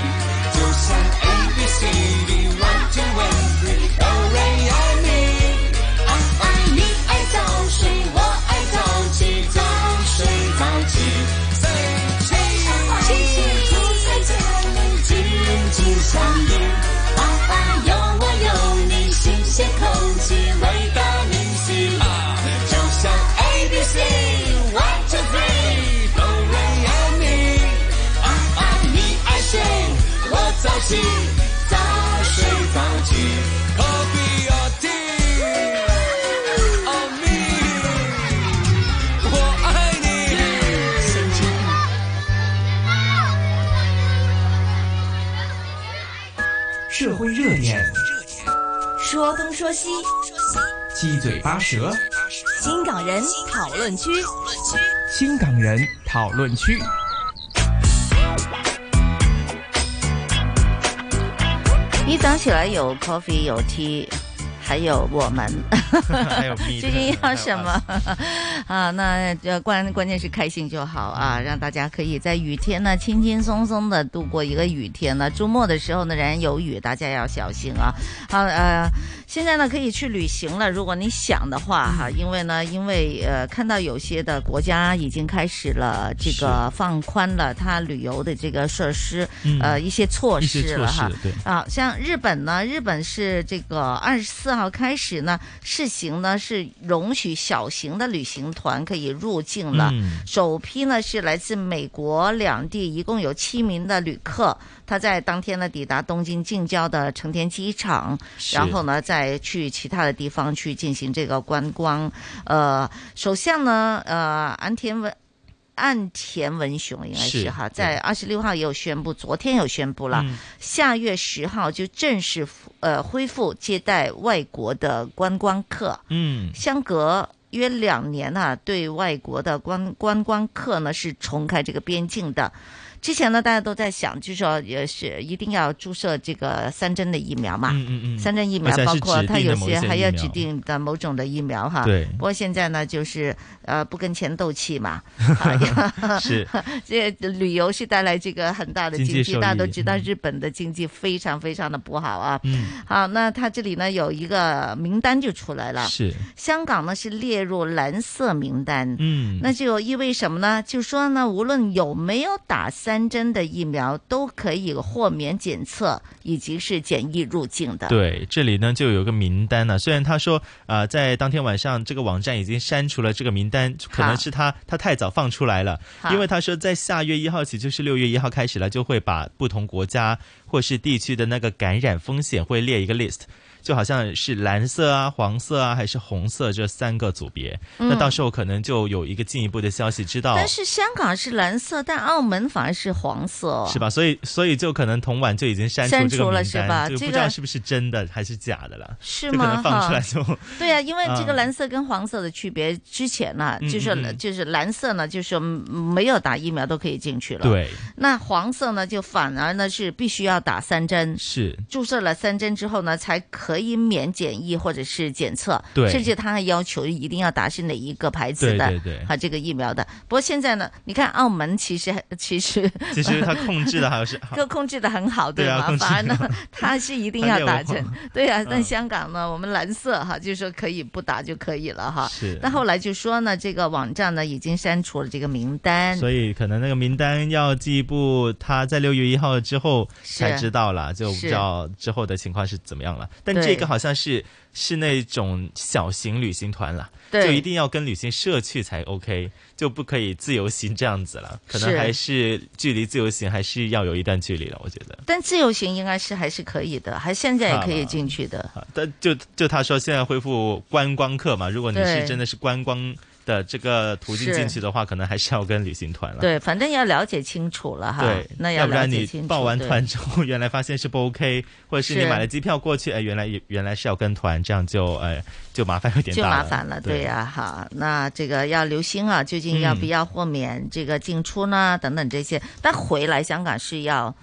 就像 A B C D one two and three，哆瑞咪咪。
啊啊，你爱早睡，我爱早起，早睡早起。清清苦涩甜蜜，紧紧相依。啊啊，有我有你，新鲜空气，维他命 C。
就像 A B C one two three，哆瑞咪咪。啊啊，你爱睡，我早起，早睡早起，何必要听？哦咪，我爱你。神经。
社会热点，
说东说西，
七嘴八舌，
新港人讨论区。
新港人讨论区。
一早起来有 coffee 有 tea，还有我 们，
还有 me
究竟
还
要
有
什么 啊？那呃关关键是开心就好啊，让大家可以在雨天呢轻轻松松的度过一个雨天呢。周末的时候呢，仍然有雨，大家要小心啊。好呃，现在呢可以去旅行了，如果你想的话哈，因为呢，因为呃看到有些的国家已经开始了这个放宽了它旅游的这个设施，
嗯
呃一些措
一些
施
措
了哈
施。对
啊，像日本呢，日本是这个二十四号开始呢，试行呢是容许小型的旅行团可以入境了。
嗯
首批呢是来自美国两地，一共有七名的旅客，他在当天呢抵达东京近郊的成田机场，
是
然后呢再去其他的地方去进行这个观光。呃，首相呢，呃，安田文。岸田文雄应该是
是
哈，在二十六号也有宣布，昨天有宣布了，
嗯
下月十号就正式复呃恢复接待外国的观光客。
嗯，
相隔约两年啊，对外国的观观光客呢是重开这个边境的。之前呢，大家都在想，就是说也是一定要注射这个三针的疫苗嘛，
嗯嗯嗯
三针疫苗
而且还
包
是
括
指
它
定
有
的某
些
些
还
疫
要
苗
指定的某种的疫苗哈。
对
不过现在呢，就是呃不跟钱斗气嘛，
是
这旅游是带来这个很大的
经济
经济，
收益
大家都知道日本的经济非常非常的不好啊。
嗯，
好，那它这里呢有一个名单就出来了，
是
香港呢是列入蓝色名单，
嗯
那就意味什么呢？就说呢，无论有没有打三针的疫苗，都可以豁免检测以及是检疫入境的。，
对，这里呢就有个名单呢、虽然他说，呃，在当天晚上这个网站已经删除了这个名单，可能是他他太早放出来了，
好
因为他说在下月一号起，就是六月一号开始了，就会把不同国家或是地区的那个感染风险会列一个 list。就好像是蓝色啊、黄色啊，还是红色这三个组别，
嗯
那到时候可能就有一个进一步的消息知道，
但是香港是蓝色，但澳门反而是黄色哦，
是吧？所以所以就可能同晚就已经删
删
这个
除
名
了
单，
是吧
就
这
不知
个
道是不是真的还是假的了，
是
就可
吗
能放
哈
出来就
对啊，因为这个
嗯
蓝色跟黄色的区别，之前呢、
嗯
就是、
嗯嗯
就是蓝色呢，就是没有打疫苗都可以进去了。
对，
那黄色呢，就反而呢是必须要打三针，
是
注射了三针之后呢，才可以免检疫或者是检测，
对
甚至他还要求一定要打是哪一个牌子的，
对对对
啊这个疫苗的。不过现在呢，你看澳门其实其实
其实它控制的好像 是
就控制的很好，
对啊
吗？
控制得
反而呢
很，
他是一定
很
要
有
打
用
针，对啊。
嗯
但香港呢，我们蓝色哈，就是说可以不打就可以了哈。
是
那后来就说呢，这个网站呢已经删除了这个名单，
所以可能那个名单要进一步，他在六月一号之后才知道了，就不知道之后的情况是怎么样了。但
对
这个好像是是那种小型旅行团了，
对
就一定要跟旅行社去才 OK，就不可以自由行这样子了。可能
是
还是距离自由行还是要有一段距离了，我觉得。
但自由行应该是还是可以的，还现在也可以
啊
进去的。
但就就他说现在恢复观光客嘛，如果你
对
是真的是观光的这个途径
是
进去的话，可能还是要跟旅行团了。
对，反正要了解清楚了哈。
对，
啊那
要不
了
然
解
你
清楚。
报完
对
团之后， 原来发现是不 OK，或者是你
是
买了机票过去，哎，原来原来是要跟团，这样就哎就麻烦有点
就
大
麻烦了，
对
对呀、哈。那这个要留心啊，究竟要不
嗯
要豁免这个进出呢？等等这些。但回来香港是要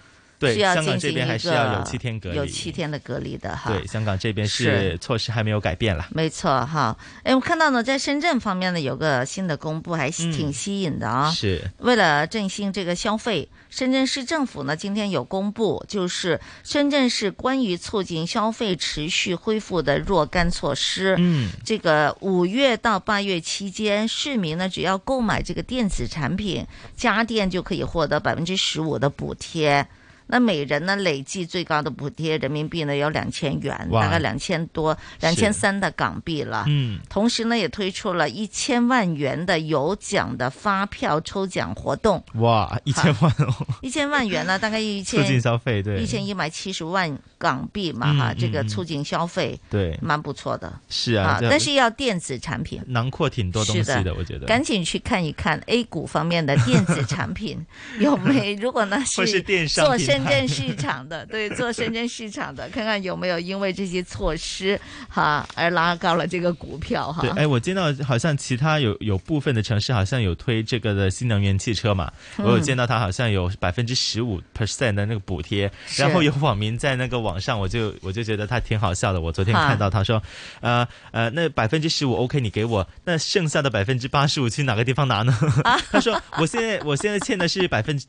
对
是要
香港
进
这
行
边
一
还是要有
个
7天隔
有
离
七天的隔离的哈。
对，香港这边
是
是措施还没有改变啦。
没错哈，哎，我看到呢，在深圳方面呢，有个新的公布，还是挺吸引的啊。
嗯是
为了振兴这个消费，深圳市政府呢今天有公布，就是深圳市关于促进消费持续恢复的若干措施。
嗯
这个五月到八月期间，市民呢只要购买这个电子产品，家电就可以获得百分之十五的补贴。那每人呢累计最高的补贴人民币呢有两千元，
哇
大概两千多、两千三的港币了。
嗯
同时呢，也推出了一千万元的有奖的发票抽奖活动，
哇，一千万哦，
一千 万元呢，大概一
促
千
进消费，对，
一千一百七十万港币嘛，哈，
嗯
这个
嗯嗯
促进消费，
对
蛮不错的。
是啊这
但是要电子产品。
囊括挺多东
是
西
的，
我觉得。
赶紧去看一看 A 股方面的电子 产品有没如果呢
或是电商
做
平
深
台
圳市场的， 对，做深圳市场的，看看有没有因为这些措施哈而拉高了这个股票哈。
对，哎，我见到好像其他有有部分的城市好像有推这个的新能源汽车嘛，
嗯
我有见到它好像有百分之十五 percent 的那个补贴，
是
然后有网民在那个网上，我就我就觉得他挺好笑的。我昨天
哈
看到他说，呃呃，那百分之十五 OK 你给我，那剩下的百分之八十五去哪个地方拿呢？
啊
他说我现在我现在欠的是百分之。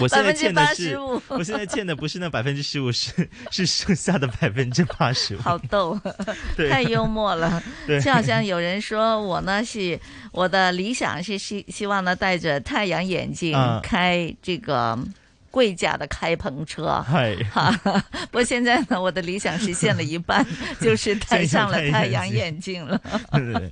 我现在欠的是，
85%
我现在欠的不是那百分之十五，是是剩下的百分之八十五。
好逗，
对
太幽默了
对。
就好像有人说我呢是我的理想是希希望呢戴着太阳眼镜
嗯
开这个贵价的开篷车。
系
哈，不过现在呢，我的理想实现了一半，就是戴上了太阳眼镜了。
对对对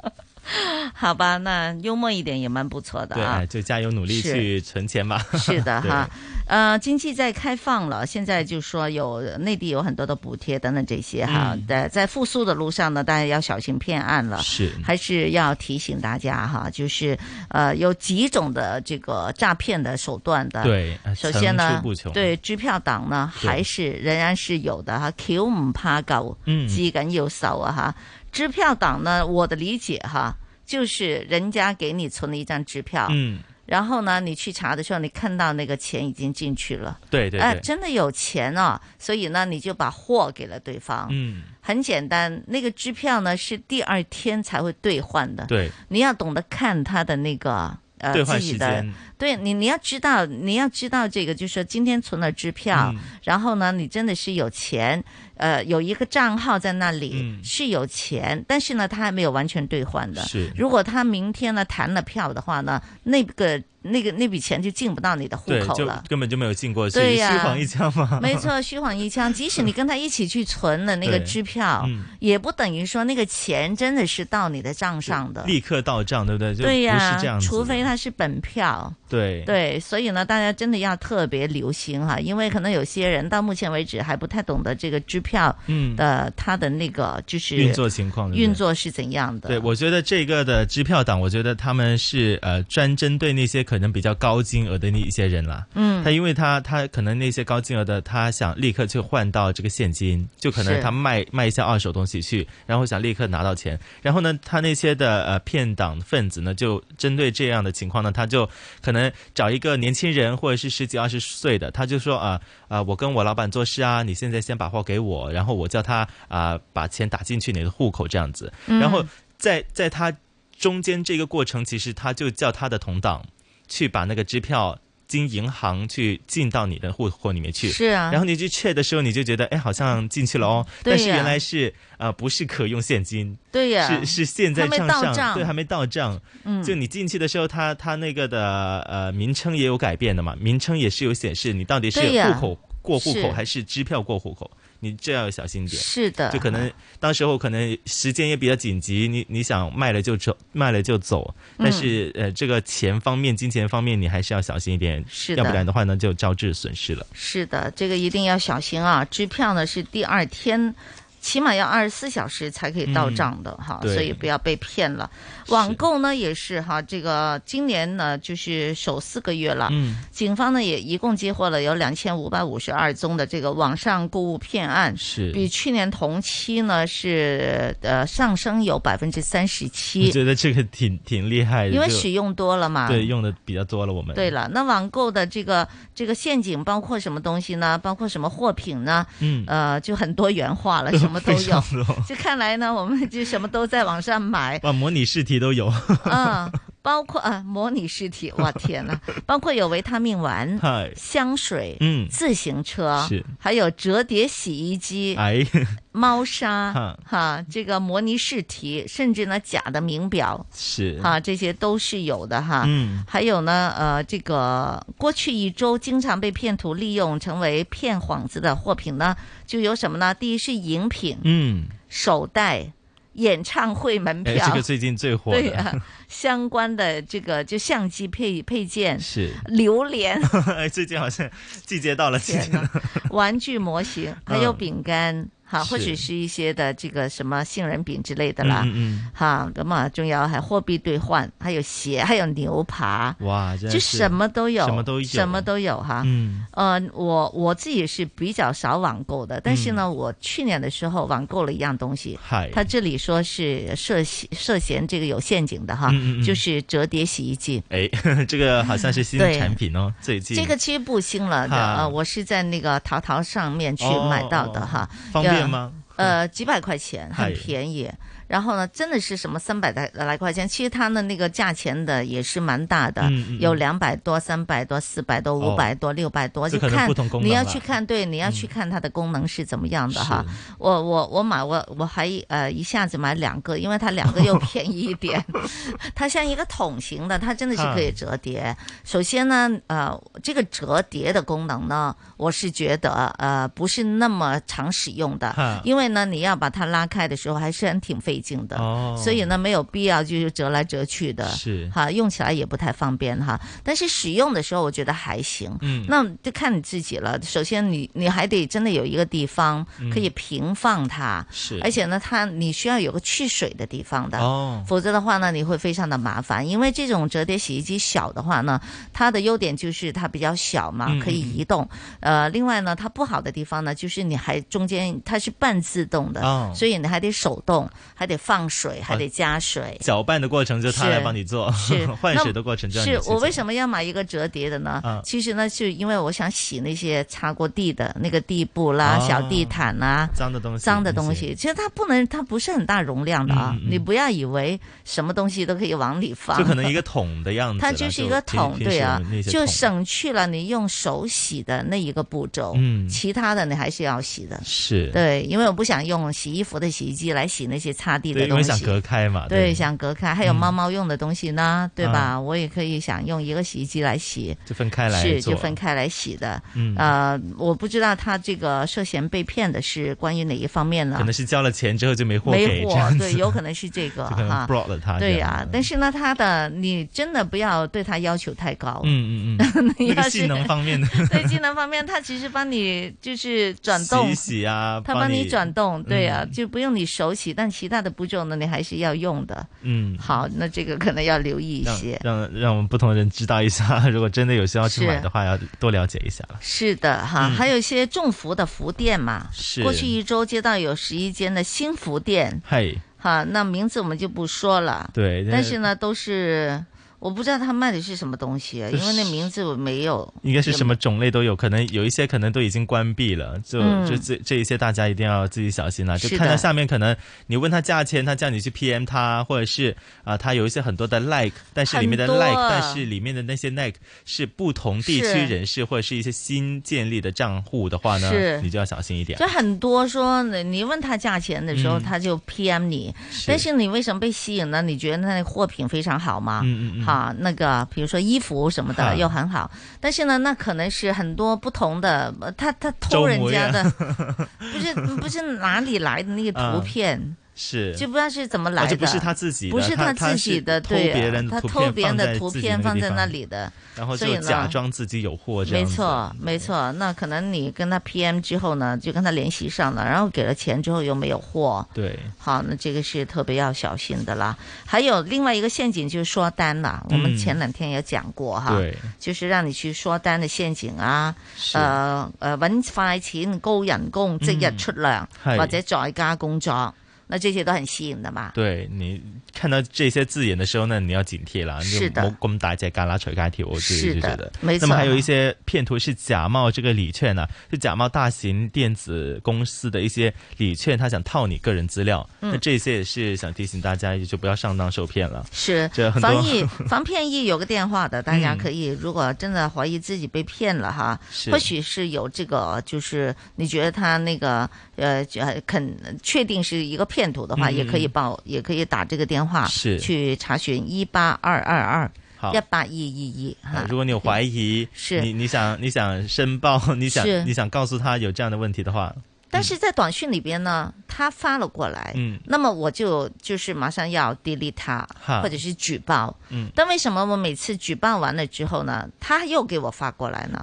好吧，那幽默一点也蛮不错的
对，
啊
哎。就加油努力
是
去存钱吧。
是的
对
哈，呃，经济在开放了，现在就说有内地有很多的补贴等等这些哈
嗯，
在、在复苏的路上呢，大家要小心骗案了，
是
还是要提醒大家哈，就是呃有几种的这个诈骗的手段的，
对呃
首先
层
呢
出不穷，
对支票党呢
对
还是仍然是有的哈，橋唔怕狗，
嗯
只緊要手啊哈，支票党呢，我的理解哈，就是人家给你存了一张支票，
嗯
然后呢，你去查的时候，你看到那个钱已经进去了，
对对
哎、
对
真的有钱啊，所以呢，你就把货给了对方，
嗯，
很简单，那个支票呢是第二天才会兑换的，
对，
你要懂得看它的那个呃
兑
自
换
己
时
的
间，
对你你要知道你要知道这个，就是说今天存了支票，
嗯
然后呢，你真的是有钱，呃，有一个账号在那里、
嗯
是有钱，但是呢，它还没有完全兑换的。
是
如果他明天呢弹了票的话呢，那个那个那笔钱就进不到你的户
对，
口
就
了。
根本就没有进过去，
对呀
虚晃一枪嘛，
没，错，虚晃一枪。即使你跟他一起去存了那个
对
支票，
嗯
也不等于说那个钱真的是到你的账上 的。
立刻到账，对不对？就
对
不
呀、
是这样子的，
除非它是本票。
对
对，所以呢，大家真的要特别留心哈，因为可能有些人到目前为止还不太懂得这个支票
嗯
的它的那个就是
运作情况对不对
运作是怎样的。
对，我觉得这个的支票党，我觉得他们是呃专针对那些可能比较高金额的那一些人啦。
嗯
他因为他他可能那些高金额的，他想立刻去换到这个现金，就可能
是
他卖卖一些二手东西去，然后想立刻拿到钱。然后呢，他那些的呃骗党分子呢，就针对这样的情况呢，他就可能找一个年轻人或者是十几二十岁的，他就说啊啊、我跟我老板做事啊，你现在先把货给我，然后我叫他啊、把钱打进去你的户口这样子，
嗯
然后。在在他中间这个过程，其实他就叫他的同党去把那个支票经银行去进到你的户口里面去。
是啊嗯
然后你去 check 的时候，你就觉得哎，好像进去了哦，
对呀
但是原来是呃不是可用现金，
对呀
是是现在账
还没到
上，
账
对，还没到账。
嗯
就你进去的时候，他他那个的呃名称也有改变的嘛，名称也是有显示你到底是
对呀
户口过户口
是
还是支票过户口。你这要小心点，
是的
就可能当时候可能时间也比较紧急，你你想卖了就走，卖了就走，
嗯
但是、呃，这个钱方面、金钱方面，你还是要小心一点，
是的
要不然的话呢，就招致损失了。
是的，这个一定要小心啊！支票呢是第二天，起码要二十四小时才可以到账的、
嗯
哈，
对
所以不要被骗了。网购呢也是哈，这个今年呢就是首四个月了，
嗯
警方呢也一共接获了有两千五百五十二宗的这个网上购物骗案，
是
比去年同期呢是呃上升有百分之三十
我
七，
觉得这个挺挺厉害的，
因为
就
使用多了嘛，
对用的比较多了，我们
对了，那网购的这个这个陷阱包括什么东西呢？包括什么货品呢？
嗯
呃，就很多元 化了，什么都
非常
有。
多，
就看来呢，我们就什么都在网上买
哇，模拟试题都有，
嗯，包括啊模拟尸体，我天 呐，包括有维他命丸
嗨、
香水、
嗯
自行车
是，
还有折叠洗衣机，
哎，
猫砂
哈
哈，这个模拟试题，甚至呢假的名表
是
哈，这啊些都是有的哈。
嗯
还有呢，呃，这个过去一周经常被骗徒利用成为骗幌子的货品呢，就有什么呢？第一是饮品、
嗯，
手袋、演唱会门
哎，
票，
这个最近最火的，
对啊，相关的这个就相机配配件
是
榴莲、
哎，最近好像季节到了，季节到了
玩具模型，还有
嗯
饼干，哈，或
是
许是一些的这个什么杏仁饼之类的啦，
嗯嗯
哈，咁啊，仲有还货币兑换，还有鞋，还有牛扒，
嗯哇，真的
就是什么都有，
什么都有，
什么都有哈。
嗯，
呃，我我自己是比较少网购的，但是呢，我去年的时候网购了一样东西
嗯嗨，
它这里说是涉嫌涉嫌这个有陷阱的哈，
嗯嗯嗯
就是折叠洗衣机。
哎， 这个好像是新
对
产品哦，最近
这个其实不新了的，
哈哦
呃，我是在那个淘淘上面去买到的哈，
方
要
便吗？
呃，几百块钱，很
嗨
便宜。然后呢，真的是什么三百来来块钱，其实它的那个价钱的也是蛮大的，
嗯嗯嗯
有两百多、三百多、四百多、
哦
五百多、六百多，
这
就
可能
看
不同功能嗯
你要
吧
去看，对，你要去看它的功能是怎么样的哈。我我我买我我还呃一下子买两个，因为它两个
哦
又便宜一点， 它像一个桶型的，它真的是可以
啊
折叠。首先呢，呃，这个折叠的功能呢，我是觉得呃不是那么常使用的，
啊
因为呢，你要把它拉开的时候还是很挺费劲的，
哦
所以呢，没有必要就是折来折去的，
是
哈，用起来也不太方便哈。但是使用的时候，我觉得还行，
嗯
那就看你自己了。首先你，你还得真的有一个地方
嗯
可以平放它，
是
而且呢，它你需要有个去水的地方的，
哦
否则的话呢，你会非常的麻烦。因为这种折叠洗衣机小的话呢，它的优点就是它比较小嘛
嗯，
可以
嗯嗯
移动。呃，另外呢，它不好的地方呢，就是你还中间它是半自动的，
哦呃
所以你还得手动，还得放水，还得加水。
搅拌的过程就他来帮你做，
是
换水的过程就让你
是
去做
我为什么要买一个折叠的呢？
啊
其实呢，是因为我想洗那些擦过地的那个地布啦、
哦
小地毯啦、
脏的东西，
脏的东西。其实它不能，它不是很大容量的啊！
嗯嗯嗯
你不要以为什么东西都可以往里放，
就可能一个桶的样子啦，
它就是一个
平
桶，
平
对
时我
啊
们那，些
就
桶
省去了你用手洗的那一个步骤，
嗯
其他的你还是要洗的，
是
对，因为我不想用洗衣服的洗衣机来洗那些擦地
对，
的
因为
东
想
西。
隔开嘛，
对，
不
想隔开，还有猫猫用的东西呢，对吧？
嗯啊
我也可以想用一个洗衣机来洗，
就分开来
是
做
就分开来洗的。
嗯
呃，我不知道他这个涉嫌被骗的是关于哪一方面呢？
可能是交了钱之后就没货
没
给，
火
这样，子
对，有可能是这个
就可能
哈
block 了他
对
这样
呀、但是呢，他的你真的不要对他要求太 高。，
嗯嗯嗯
你
那
要
个
是
性能方面的
对技能方面，他其实帮你就是 转
洗
动
一。洗啊，
他
帮
帮你转动，对呀、
嗯
就不用你手洗，但其他的步骤呢，你还是要用的。
嗯，
好，那这个可能要留意一
让
些。
让让我们不同人知道一下， 如果真的有需要去
是
买的话，要多了解一下了。
是的，哈，
嗯
还有一些中福的福店嘛，
是
过去一周接到有十一间的新福店，
嘿，
哈，那名字我们就不说了。
对，
但是，呢，都是我不知道他卖的是什么东西，啊因为那名字我没有。
应该是什么种类都有，可能有一些可能都已经关闭了，就、
嗯
就这这一些大家一定要自己小心了。就是
的
看到下面可能你问他价钱，他叫你去 PM 他，或者是啊、他有一些很多的 like，但是里面的
很多啊
like，但是里面的那些 like 是不同地区
是
人士或者是一些新建立的账户的话呢
是，
你就要小心一点
就。很多说你你问他价钱的时候，
嗯
他就 PM 你，但是你为什么被吸引呢？你觉得他那货品非常好吗？
嗯嗯嗯
好，那个比如说衣服什么
哈
的又很好，但是呢，那可能是很多不同的，呃他他
周
偷
末
人家
呀
的，不是不是哪里来的那个图
嗯
片。
是，
就不知道是怎么来
啊
的，
这不是他自己的
不是
他
自己的，
他是偷
对啊
别人的
他
图片
偷别人
放
的
在
图
自己
片
那个
放
地
在
方
那里的，
然后
所
就
以呢
假装自己有货这样
没
子。
错，没错。那可能你跟他 PM 之后呢，就跟他联系上了，然后给了钱之后又没有货，
对，
好，那这个是特别要小心的啦。还有另外一个陷阱就是刷单啦，我们
嗯
前两天也讲过哈，
对
就是让你去刷單嘅陷阱啊，
是嗯
誒誒揾快錢、高人工、即日出糧、
係
或者在家工作，那這些都很吸引的嘛。
对你看到这些字眼的时候呢，你要警惕啦。
是的
就冇咁大只旮旯除街跳，我自己就觉
是
得
的。没错
那么还有一些骗徒是假冒这个礼券呢、就假冒大型电子公司的一些礼券，他想套你个人资料。
嗯
那这些也是想提醒大家，就不要上当受骗了。
是
这很多嗯
防 疫防骗疫有个电话的，大家可以如果真的怀疑自己被骗了哈，
是
或许是有这个，就是你觉得他那个呃就肯确定是一个骗徒的话，
嗯嗯
也可以报，也可以打这个电话
是
去查询一八二二二
好
一八一一一哈
啊。如果你有怀疑，
是
你你想你想申报，你想
是
你想告诉他有这样的问题的话，
但是在短讯里边呢，他发了过来，
嗯
那么我就就是马上要 delete 他
哈，
或者是举报，
嗯
但为什么我每次举报完了之后呢，他又给我发过来呢？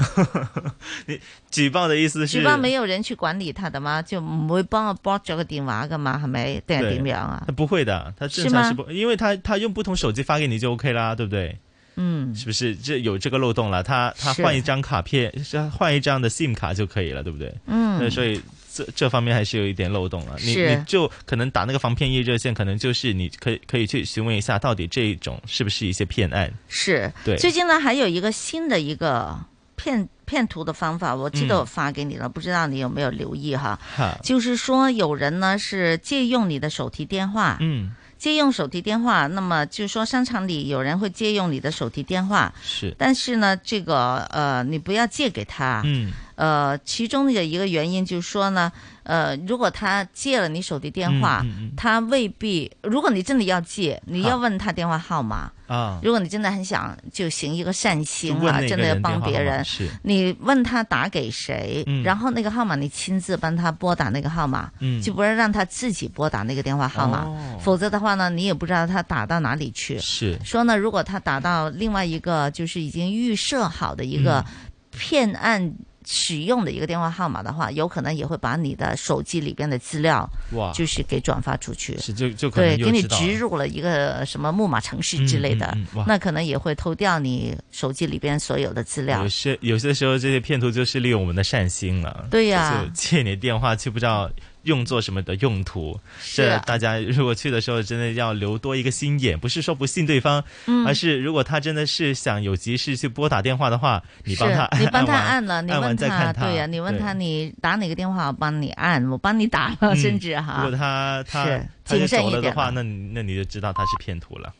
举报的意思是
举报没有人去管理他的吗？就唔會幫我 block 咗個電話噶嘛，係咪？定係
对
點樣啊
他？不会的，他正
是
常
吗
是不，因为他他用不同手机发给你就 OK 啦，对不对？
嗯，
是不是这有这个漏洞了？他他
是
换一张卡片，是换一张的 SIM 卡就可以了，对不对？
嗯
那所以这这方面还是有一点漏洞了。你
是
你就可能打那个防骗易热线，可能就是你可以可以去询问一下，到底这一种是不是一些骗案？
是。
对，
最近呢，还有一個新的一個騙騙徒的方法，我記得我發給你
嗯
了，不知道你有沒有留意哈？
哈，
就是說有人呢是借用你的手提電話，
嗯，
借用手提電話，那麼就是說商場裡有人會借用你的手提電話，
是，
但是呢，這個呃你不要借給他，
嗯
呃，其中的一个原因就是说呢，呃，如果他借了你手机电话，
嗯嗯嗯
他未必，如果你真的要借，你
好
要问他电话号码。
啊，
如果你真的很想就行一个善心
就问
啊，
那
真
个
的要
人
帮
电话
别
号码
人
是，
你问他打给谁，
嗯
然后那个号码你亲自帮他拨打那个号码，
嗯
就不是让他自己拨打那个电话号码，
哦
否则的话呢，你也不知道他打到哪里去。
是
说呢，如果他打到另外一个就是已经预设好的一
嗯
个骗案使用的一个电话号码的话，有可能也会把你的手机里边的资料
哇
就是给转发出去，
是就就可能
对，
又
给你
知道
植
了
入了一个什么木马程式之类的，
嗯嗯嗯哇
那可能也会偷掉你手机里边所有的资料
有。些有些时候，这些骗徒就是利用我们的善心了。
对呀
就借你电话去，不知道用作什么的用途。
是
这
啊
大家如果去的时候，真的要留多一个心眼，不是说不信对方，
嗯
而是如果他真的是想有急事去拨打电话的话，你
是
帮他，
你帮他
按
按了，
完
你
按完
问
再看
对呀、你问他你打哪个电话，我帮你按，我帮你打了，
嗯
甚至哈。
如果他他
是
他就
谨慎
走
一
了的
点
话，
了。
那你那你就知道他是骗徒了。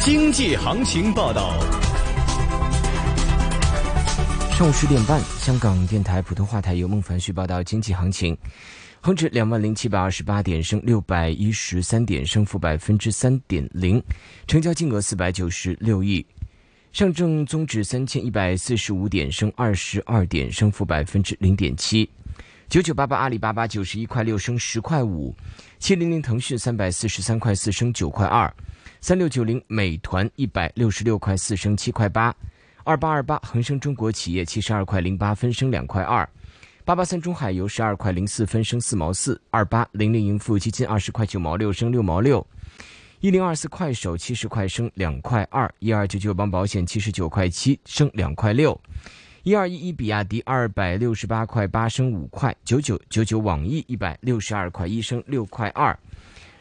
经济行情报道。
上午十点半，香港电台普通话台由孟凡旭报道经济行情。恒指两万零七百二十八点升六百一十三点，升幅百分之三点零，成交金额四百九十六亿。上证综指三千一百四十五点升二十二点，升幅百分之零点七。九九八八阿里巴巴九十一块六升十块五，七零零腾讯三百四十三块四升九块二，三六九零美团一百六十六块四升七块八，二八二八恒生中国企业七十二块零八分升两块二，八八三中海油十二块零四分升四毛四，二八零零盈富基金二十块九毛六升六毛六。一零二四快手七十块升两块二，一二九九邦保险七十九块七升两块六，一二一一比亚迪二百六十八块八升五块，九九九九网易一百六十二块一升六块二，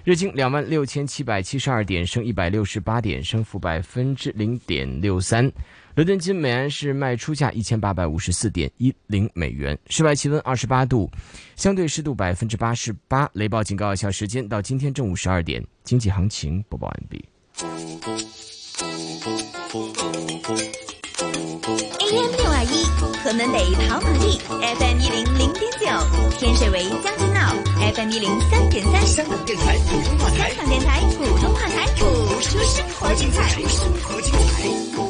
日经两万六千七百七十二点升一百六十八点，升幅百分之零点六三。伦敦金美元是卖出价一千八百五十四点一零美元，室外气温二十八度，相对湿度百分之八十八，雷暴警告有效时间到今天正午十二点。经济行情播报完毕。
AM 六二一，河门北跑马地；FM 一零零点九，天水围将军澳；FM 一零三点三，香港电台普通话台。香港电台普通话台，谱出生活精彩。生活精彩。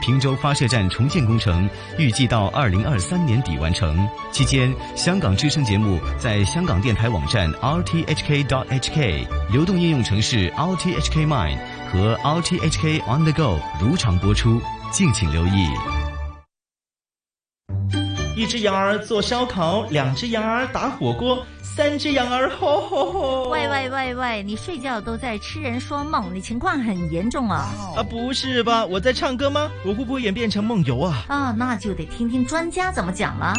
平洲发射站重建工程预计到二零二三年底完成。期间，香港之声节目在香港电台网站 rthk.hk、流动应用程式 rthk Mind 和 rthk On the Go 如常播出，敬请留意。
一只羊儿做烧烤，两只羊儿打火锅，三只羊儿吼吼吼。
喂喂喂喂，你睡觉都在痴人说梦，你情况很严重啊！
啊，不是吧？我在唱歌吗？我会不会演变成梦游啊？
啊，那就得听听专家怎么讲了。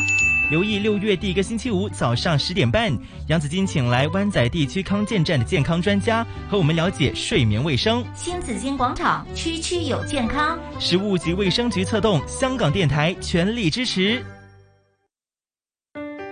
留意六月第一个星期五早上十点半，杨紫金请来湾仔地区康健站的健康专家，和我们了解睡眠卫生。
新紫金广场区区有健康，
食物及卫生局策动，香港电台全力支持。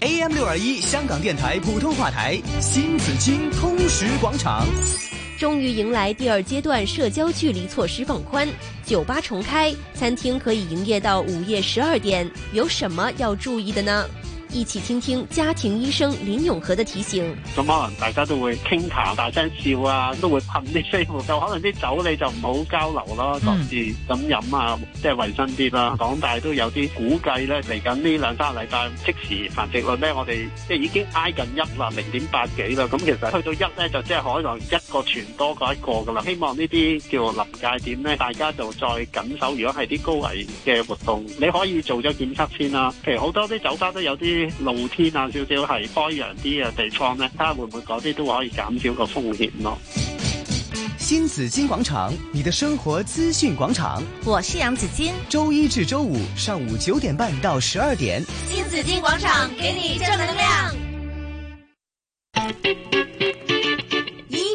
AM 六二一香港电台普通话台新紫金通识广场。
终于迎来第二阶段社交距离措施放宽，酒吧重开，餐厅可以营业到午夜十二点。有什么要注意的呢？一起听听家庭医生林永和的提醒。
咁可能大家都會傾談、大聲笑啊，都會噴啲飛沫，就可能啲酒你就唔好交流啦，各自咁飲啊，即係衞生啲啦。港大都有啲估計咧，嚟緊呢兩三個禮拜即時繁殖率咧，我哋即係已經挨近一啦，零點八幾啦。咁其實去到一咧，就即係可能一個傳多過一個噶啦。希望呢啲叫臨界點咧，大家就再緊守。如果係啲高危嘅活動，你可以做咗檢測先啦。譬如好多啲酒吧都有啲露天啊，少少係開揚啲嘅地方咧，睇下會唔會嗰啲都可以減少個風險咯。
新紫金广场，你的生活资讯广场。
我是杨紫金。
周一至周五上午九点半到十二点，
新紫金广场给你正能量。
衣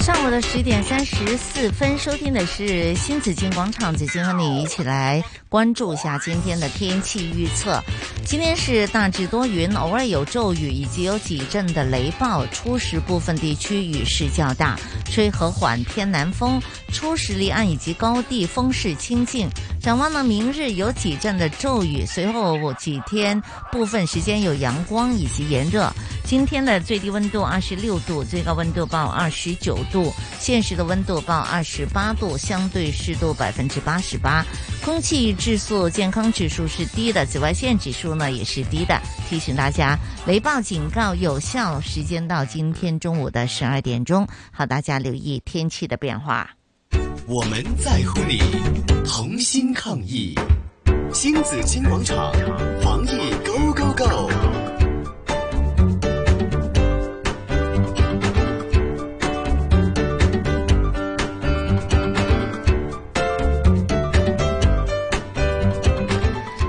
上午的十点三十四分，收听的是新紫金广场，紫金和你一起来关注一下今天的天气预测。今天是大致多云，偶尔有骤雨，以及有几阵的雷暴。初时部分地区雨势较大，吹和缓偏南风。初时离岸以及高地风势清劲。展望呢，明日有几阵的骤雨，随后几天部分时间有阳光以及炎热。今天的最低温度二十六度，最高温度报二十九度。度，现实的温度报二十八度，相对湿度百分之八十八，空气质素健康指数是低的，紫外线指数呢也是低的。提醒大家，雷暴警告有效时间到今天中午的十二点钟，好，大家留意天气的变化。
我们在乎你，同心抗疫。新紫金广场，防疫 Go Go Go！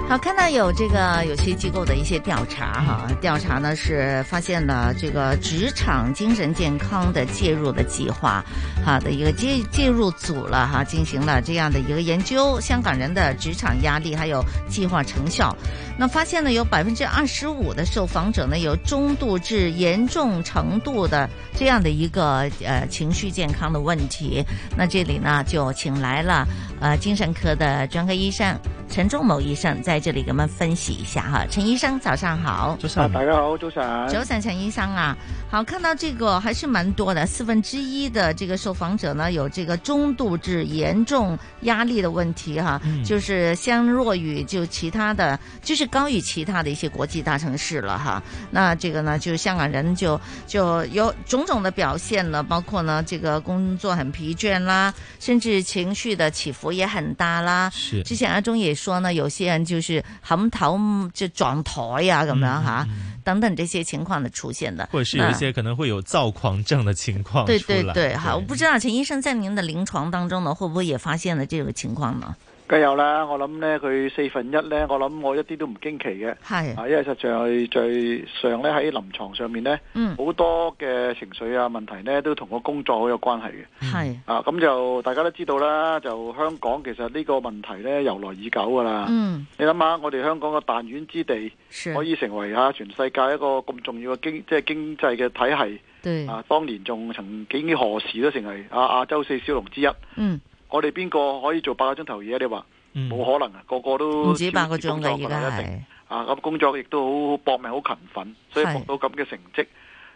好，看到有这个有些机构的一些调查哈，调查呢是发现了这个职场精神健康的介入的计划，哈的一个介介入组了哈，进行了这样的一个研究，香港人的职场压力还有计划成效。那发现呢，有百分之二十五的受访者呢有中度至严重程度的这样的一个呃情绪健康的问题。那这里呢就请来了呃精神科的专科医生陈仲谋医生。在这里给我们分析一下哈，陈医生早上好，
啊早上
啊大家好，早晨，
早晨陈医生啊，好，看到这个还是蛮多的，四分之一的这个受访者呢有这个中度至严重压力的问题哈，嗯、就是相若于就其他的，就是高于其他的一些国际大城市了哈，那这个呢就是香港人就就有种种的表现了，包括呢这个工作很疲倦啦，甚至情绪的起伏也很大啦，
是，
之前阿忠也说呢，有些人就。就是含头就撞台啊，
嗯
咁样哈，等等这些情况的出现的，
或者是有一些可能会有躁狂症的情况。
对对对，哈，我不知道陈医生在您的临床当中呢，会不会也发现了这个情况呢？
梗有啦，我諗咧佢四分一咧，我諗我一啲都唔驚奇嘅。
係
啊，因為實上係最上咧喺臨床上面咧，
嗯，
好多嘅情緒啊問題咧都同個工作好有關係嘅。
係
啊，咁就大家都知道啦，就香港其實呢個問題咧由來已久噶啦。
嗯，
你諗下，我哋香港個彈丸之地
是
可以成為嚇全世界一個咁重要嘅經即係經濟嘅體系。
對
啊，當年仲曾幾何時都成為啊亞洲四小龍之一。
嗯。
我哋邊個可以做八個鐘頭嘢？你話
嗯
冇可能啊！個個都
唔止八個鐘
超
嘅，
時工作㗎
而
啦
家
一定
係
啊！咁工作亦都好搏命、好勤奮，所以
係
搏到咁嘅成績。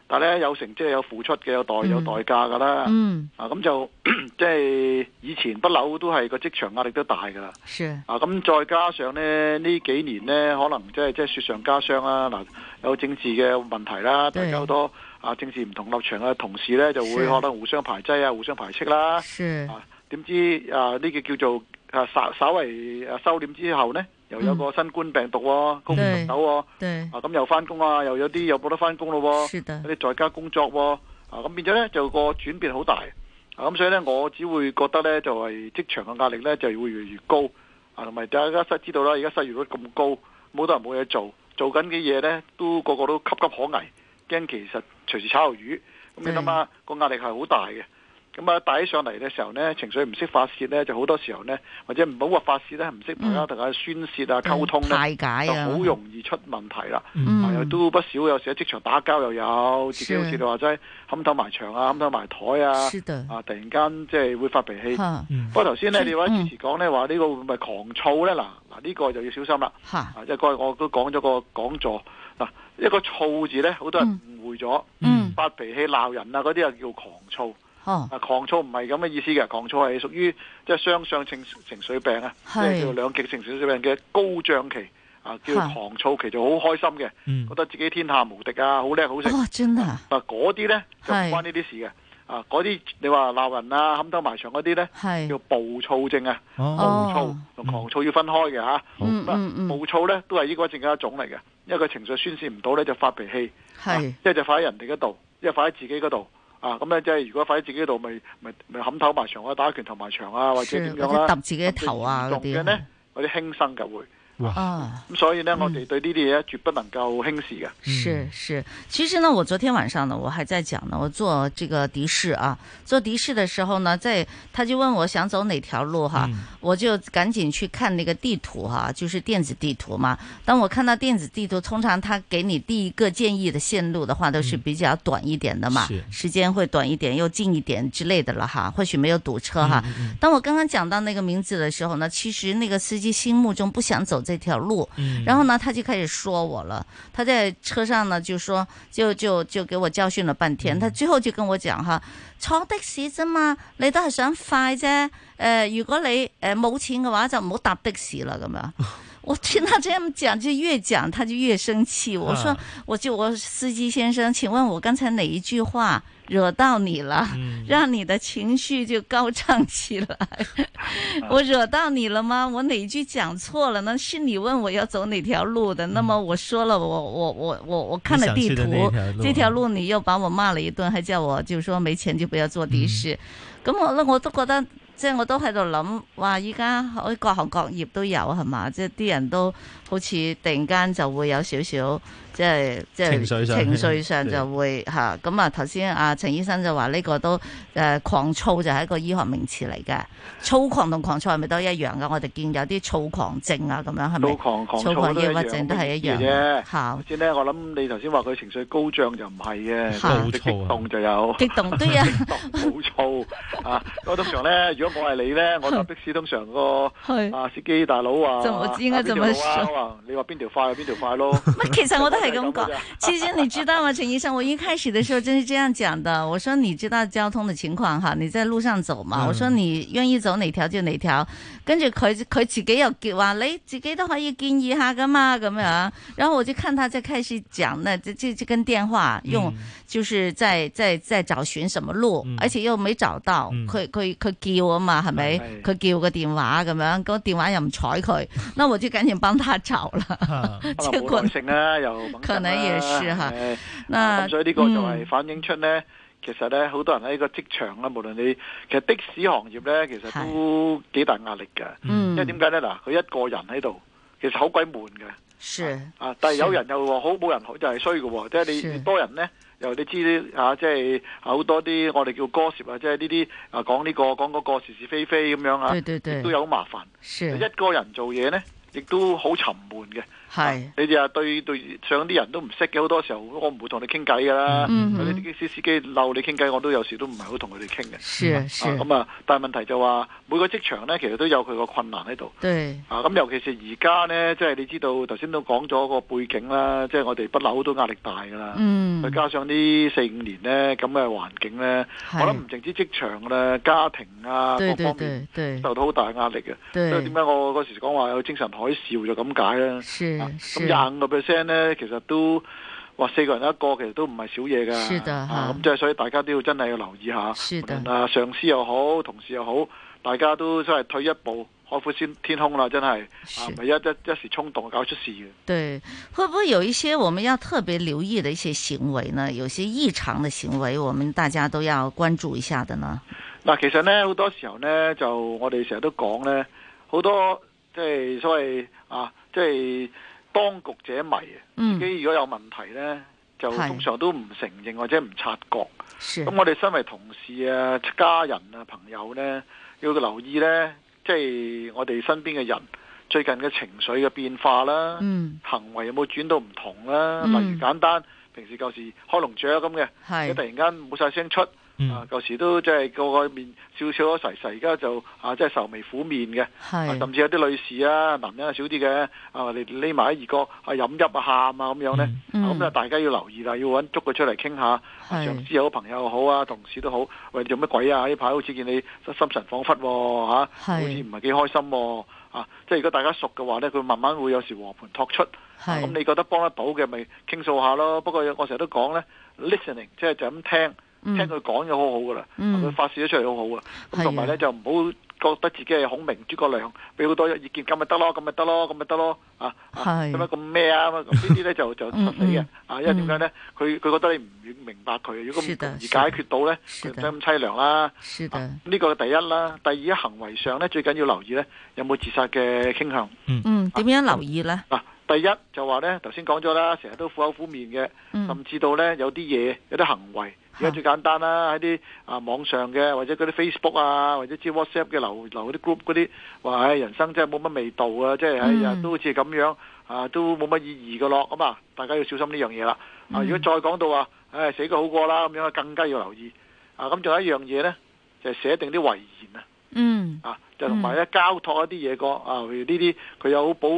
但係咧有成績係有付出嘅，有代
嗯
有代價㗎啦。
嗯
啊咁就 即係以前不嬲都係個職場壓力都大㗎啦。
是
啊，咁再加上咧呢幾年咧，可能即係即係雪上加霜啦。嗱，有政治嘅問題啦，大
對
家好多啊政治唔同立場嘅同事咧，就會
是
可能互相排擠啊、互相排斥啦。
是
點知啊呢、個叫做啊稍稍為啊收斂之後呢，又有
嗯
個新冠病毒喎、高唔
對
手喎，
對
啊咁又翻工啊，又有啲又冇得翻工咯喎，
是的
有啲在家工作喎、啊咁變咗呢，就個轉變好大，啊咁所以呢，我只會覺得呢，就係、職場嘅壓力呢，就會越嚟越高，啊同埋大家失知道啦，而家失業率咁高，冇多人冇嘢做，做緊嘅嘢呢，都個個都岌岌可危，驚其實隨時炒魷魚，咁你
對
諗下個壓力係好大嘅。咁啊，帶起上嚟嘅時候呢，情緒唔識發泄呢，就好多時候呢，或者唔好話發泄呢，唔識大家
嗯
大家宣泄啊、溝通呢，
排解
就
啊
好容易出問題啦。
嗯
啊又都不少，有時喺職場打交又有，自己好似
是
你話齋冚頭埋牆啊、冚頭埋台啊
是的，
啊突然間即係會發脾氣
哈。
不過頭先呢，
嗯
你話主持講呢話呢個會唔會狂躁呢？嗱嗱呢個就要小心啦。
哈，
啊，一個我都講咗個講座嗱，一個躁字呢，好多人誤會咗，
嗯，
發脾氣鬧人啊嗰啲啊叫狂躁。
哦，
啊，狂躁唔係咁嘅意思嘅，狂躁係屬於即係雙相情情緒病啊，即
係
係叫兩極情緒病嘅高漲期啊，叫
嚇
狂躁期就好開心嘅，
嗯
覺得自己天下無敵啊，好叻好食。
哦，真的啊，
嗱嗰啲呢就唔
係
關呢啲事嘅，啊嗰啲你話鬧人啊、冚兜埋牆嗰啲呢，
係
叫暴躁症啊，暴躁
哦
同狂躁要分開嘅嚇。
嗯
咁啊
嗯嗯
暴躁呢
嗯
都係抑鬱症嘅一種嚟嘅，因為佢情緒宣泄唔到呢，就發脾氣。
係
一就發喺人哋嗰度，因為擺喺自己嗰度。啊，咁咧即係如果擺喺自己度，咪咪咪冚頭埋牆啊，打拳頭埋牆啊，或者點樣啦，
或者揼自己頭啊
咁最嚴重嘅
嗰啲
咧，嗰啲輕生嘅會。
啊，
咁所以咧，我哋對呢啲嘢咧絕不能夠輕視嘅。
嗯
是是，其实呢，我昨天晚上呢，我还在讲呢，我坐这个的士啊，坐的士的时候呢，在他就问我想走哪条路哈，
嗯
我就赶紧去看那个地图哈，就是电子地图嘛。当我看到电子地图，通常他给你第一个建议的线路的话，都是比较短一点的嘛，
嗯是
时间会短一点，又近一点之类的了哈，或许没有堵车哈。
嗯嗯嗯
当我刚刚讲到那个名字的时候呢，其实那个司机心目中不想走这条路，
嗯
然后呢，他就开始说我了。他在车上呢，就说就就就给我教训了半
嗯
天。他最后就跟我讲哈，坐的士啫嘛，你都係想快啫。誒、如果你誒冇、錢嘅話，就唔好搭的士啦 咁樣。我听他这样讲，就越讲他就越生气。我说
啊，
我就我司机先生，请问我刚才哪一句话惹到你了，
嗯
让你的情绪就高涨起来？ 我惹到你了吗？我哪一句讲错了呢？是你问我要走哪条路的，那么我说了，我我我我我看了
嗯
地
你想去的
图
那条，路
这条路你又把我骂了一顿，还叫我就说没錢就不要坐的士。
嗯
咁、我咧我都覺得。即係我都喺度諗，哇！依家可以各行各業都有係嘛？即係啲人都好似突然間就會有少少即係即係
情緒上
情緒上就會嚇咁啊！頭先啊陳醫生就話呢個都誒、呃狂躁就係一個醫學名詞嚟嘅，躁狂同狂躁係咪都一樣噶？我哋見有啲躁狂症啊咁樣係咪？
躁狂狂
躁
躁
狂
都
抑鬱症都係一樣
嘅
嚇。
啫。先咧，我諗你頭先話佢情緒高漲就唔係嘅，
嚇
佢激動就有。
激動都 有
好躁啊！我通常咧，如果我係你咧，我搭的士通常個
係
啊司機大佬話，
就我知應該
啊邊條
咁
路
樣
啊
說
我話你話邊條快就邊條快咯。
其實我都係 咁講。其實你知道嗎，陳醫生？我一開始的時候真是這樣講的。我說你知道交通的情況哈，你在路上走嘛。
嗯
我說你願意走哪條就哪條。跟住佢佢自己又叫話你自己都可以建議下噶嘛咁樣。然後我就看他在開始講呢，這這這跟電話用，就是在在在找尋什麼路，而且又沒找到。佢佢佢叫啊嘛，係咪？佢叫個電話咁樣，個電話又唔睬佢，那我就趕緊幫他找啦。
可能冇耐性啦，又猛震啦
可能也是哈
係
那嗯
咁所以呢個就係反映出咧，其實咧好多人喺個職場啦，無論你其實的士行業咧，其實都幾大壓力嘅。
嗯
因為點解咧？嗱，佢一個人喺度，其實好鬼悶嘅。
是
啊，但係有人又話好冇人好就係衰嘅喎，即係你
是
你多人咧。又你知啊，即係好多啲我哋叫 gossip 啊，即係呢啲啊講呢個講嗰個是是非非咁樣啊，
對對對
亦都有好麻煩。
是
一個人做嘢咧，亦都好沉悶嘅。
係。
你哋啊對對上啲人都唔識嘅，好多時候我唔會同你傾偈㗎啦。
嗯
有啲的士司機鬧你傾偈，我都有時都唔係好同佢哋傾嘅。
是
啊
是
咁啊，但係問題就話每個職場咧，其實都有佢個困難喺度。
對，
啊，咁尤其是而家呢，即係你知道頭先都講咗個背景啦，即係我哋不嬲都壓力大㗎啦。
嗯
再加上呢四五年呢咁嘅環境呢，我
係
諗唔淨止職場啦，家庭啊
對
各
對
方面啊
對對
受到好大壓力嘅。所
對
以點解我嗰時講話有精神海嘯就咁解啦。
是
啊
是
咁廿五個 percent 呢，其實都。哇！四個人一個其實都唔係少嘢㗎，
是的
啊
哈
咁即係所以大家都要真係要留意下，
是的
無論啊上司又好，同事又好，大家都真係退一步，海闊先天空啦，真係啊，唔係一一一時衝動搞出事嘅。
对，会不会有一些我们要特别留意的一些行为呢？有些异常的行为，我们大家都要关注一下的呢？
嗱，其實咧好多時候咧，就我哋成日都講咧，好多即係所謂啊，即係當局者迷啊，
嗯
自己如果有問題咧，就
係
通常都唔承認或者唔察覺。
是
咁我哋身為同事啊、家人啊、朋友咧，要留意咧，即係我哋身邊嘅人最近嘅情緒嘅變化啦，
嗯
行為有冇轉到唔同啦？
嗯
例如簡單，平時舊時開籠雀咁嘅，而
係
家突然間冇晒聲出。啊！舊時都即係個個面笑笑咗齊齊，而家就啊，即係愁眉苦面嘅。啊
係
甚至有啲女士啊，男人啊少啲嘅，啊你匿埋喺二角啊飲泣啊喊啊咁樣咧，
嗯
啊咁啊大家要留意啦，要揾捉佢出嚟傾下，啊
係
上司又好，朋友又好啊，同事都好，喂你做乜鬼啊？呢排好似見你心神恍惚喎、啊
係
好似唔係幾開心喎、啊即係如果大家熟嘅話咧，佢慢慢會有時和盤托出。啊
係
咁你覺得幫得到嘅，咪傾訴下咯。不過我成日都講咧，listening 即係就咁聽，
嗯
聽佢講嘢好好噶啦，
嗯
佢發泄咗出嚟好好啊。咁同埋咧就唔好覺得自己係孔明諸葛亮，俾好多意見，咁咪得咯，咁咪得咯，咁咪得咯，啊，啊
係
咁樣咁咩啊？咁呢啲咧就就失死嘅
嗯，
啊，因為點解咧？佢佢覺得你唔明白佢，如果唔
是的
容易
是
解
的
決到咧，佢
是
唔
的
使咁凄涼啦。
是的，
呢個第一啦，第二喺行為上咧，最緊要留意咧，有冇自殺嘅傾向。
嗯，
啊
點樣留意咧？
嗱，第一就話咧，頭先講咗啦，成日都苦口苦面嘅，
嗯
甚至到咧有啲嘢有啲行為，而家最簡單啦，喺啲啊網上嘅或者嗰啲 Facebook 啊，或者知 WhatsApp 嘅流流嗰啲 group 嗰啲，話唉人生真係冇乜味道啊，即係唉呀
嗯
都好似咁樣啊，都冇乜意義嘅咯，咁啊，大家要小心呢樣嘢啦。啊，
嗯
如果再講到話唉死過好過啦咁樣，更加要留意。啊，咁仲有一樣嘢咧，就係、寫定啲遺言啊。
嗯
啊，就同埋咧交託一啲嘢個啊，譬如呢啲佢有保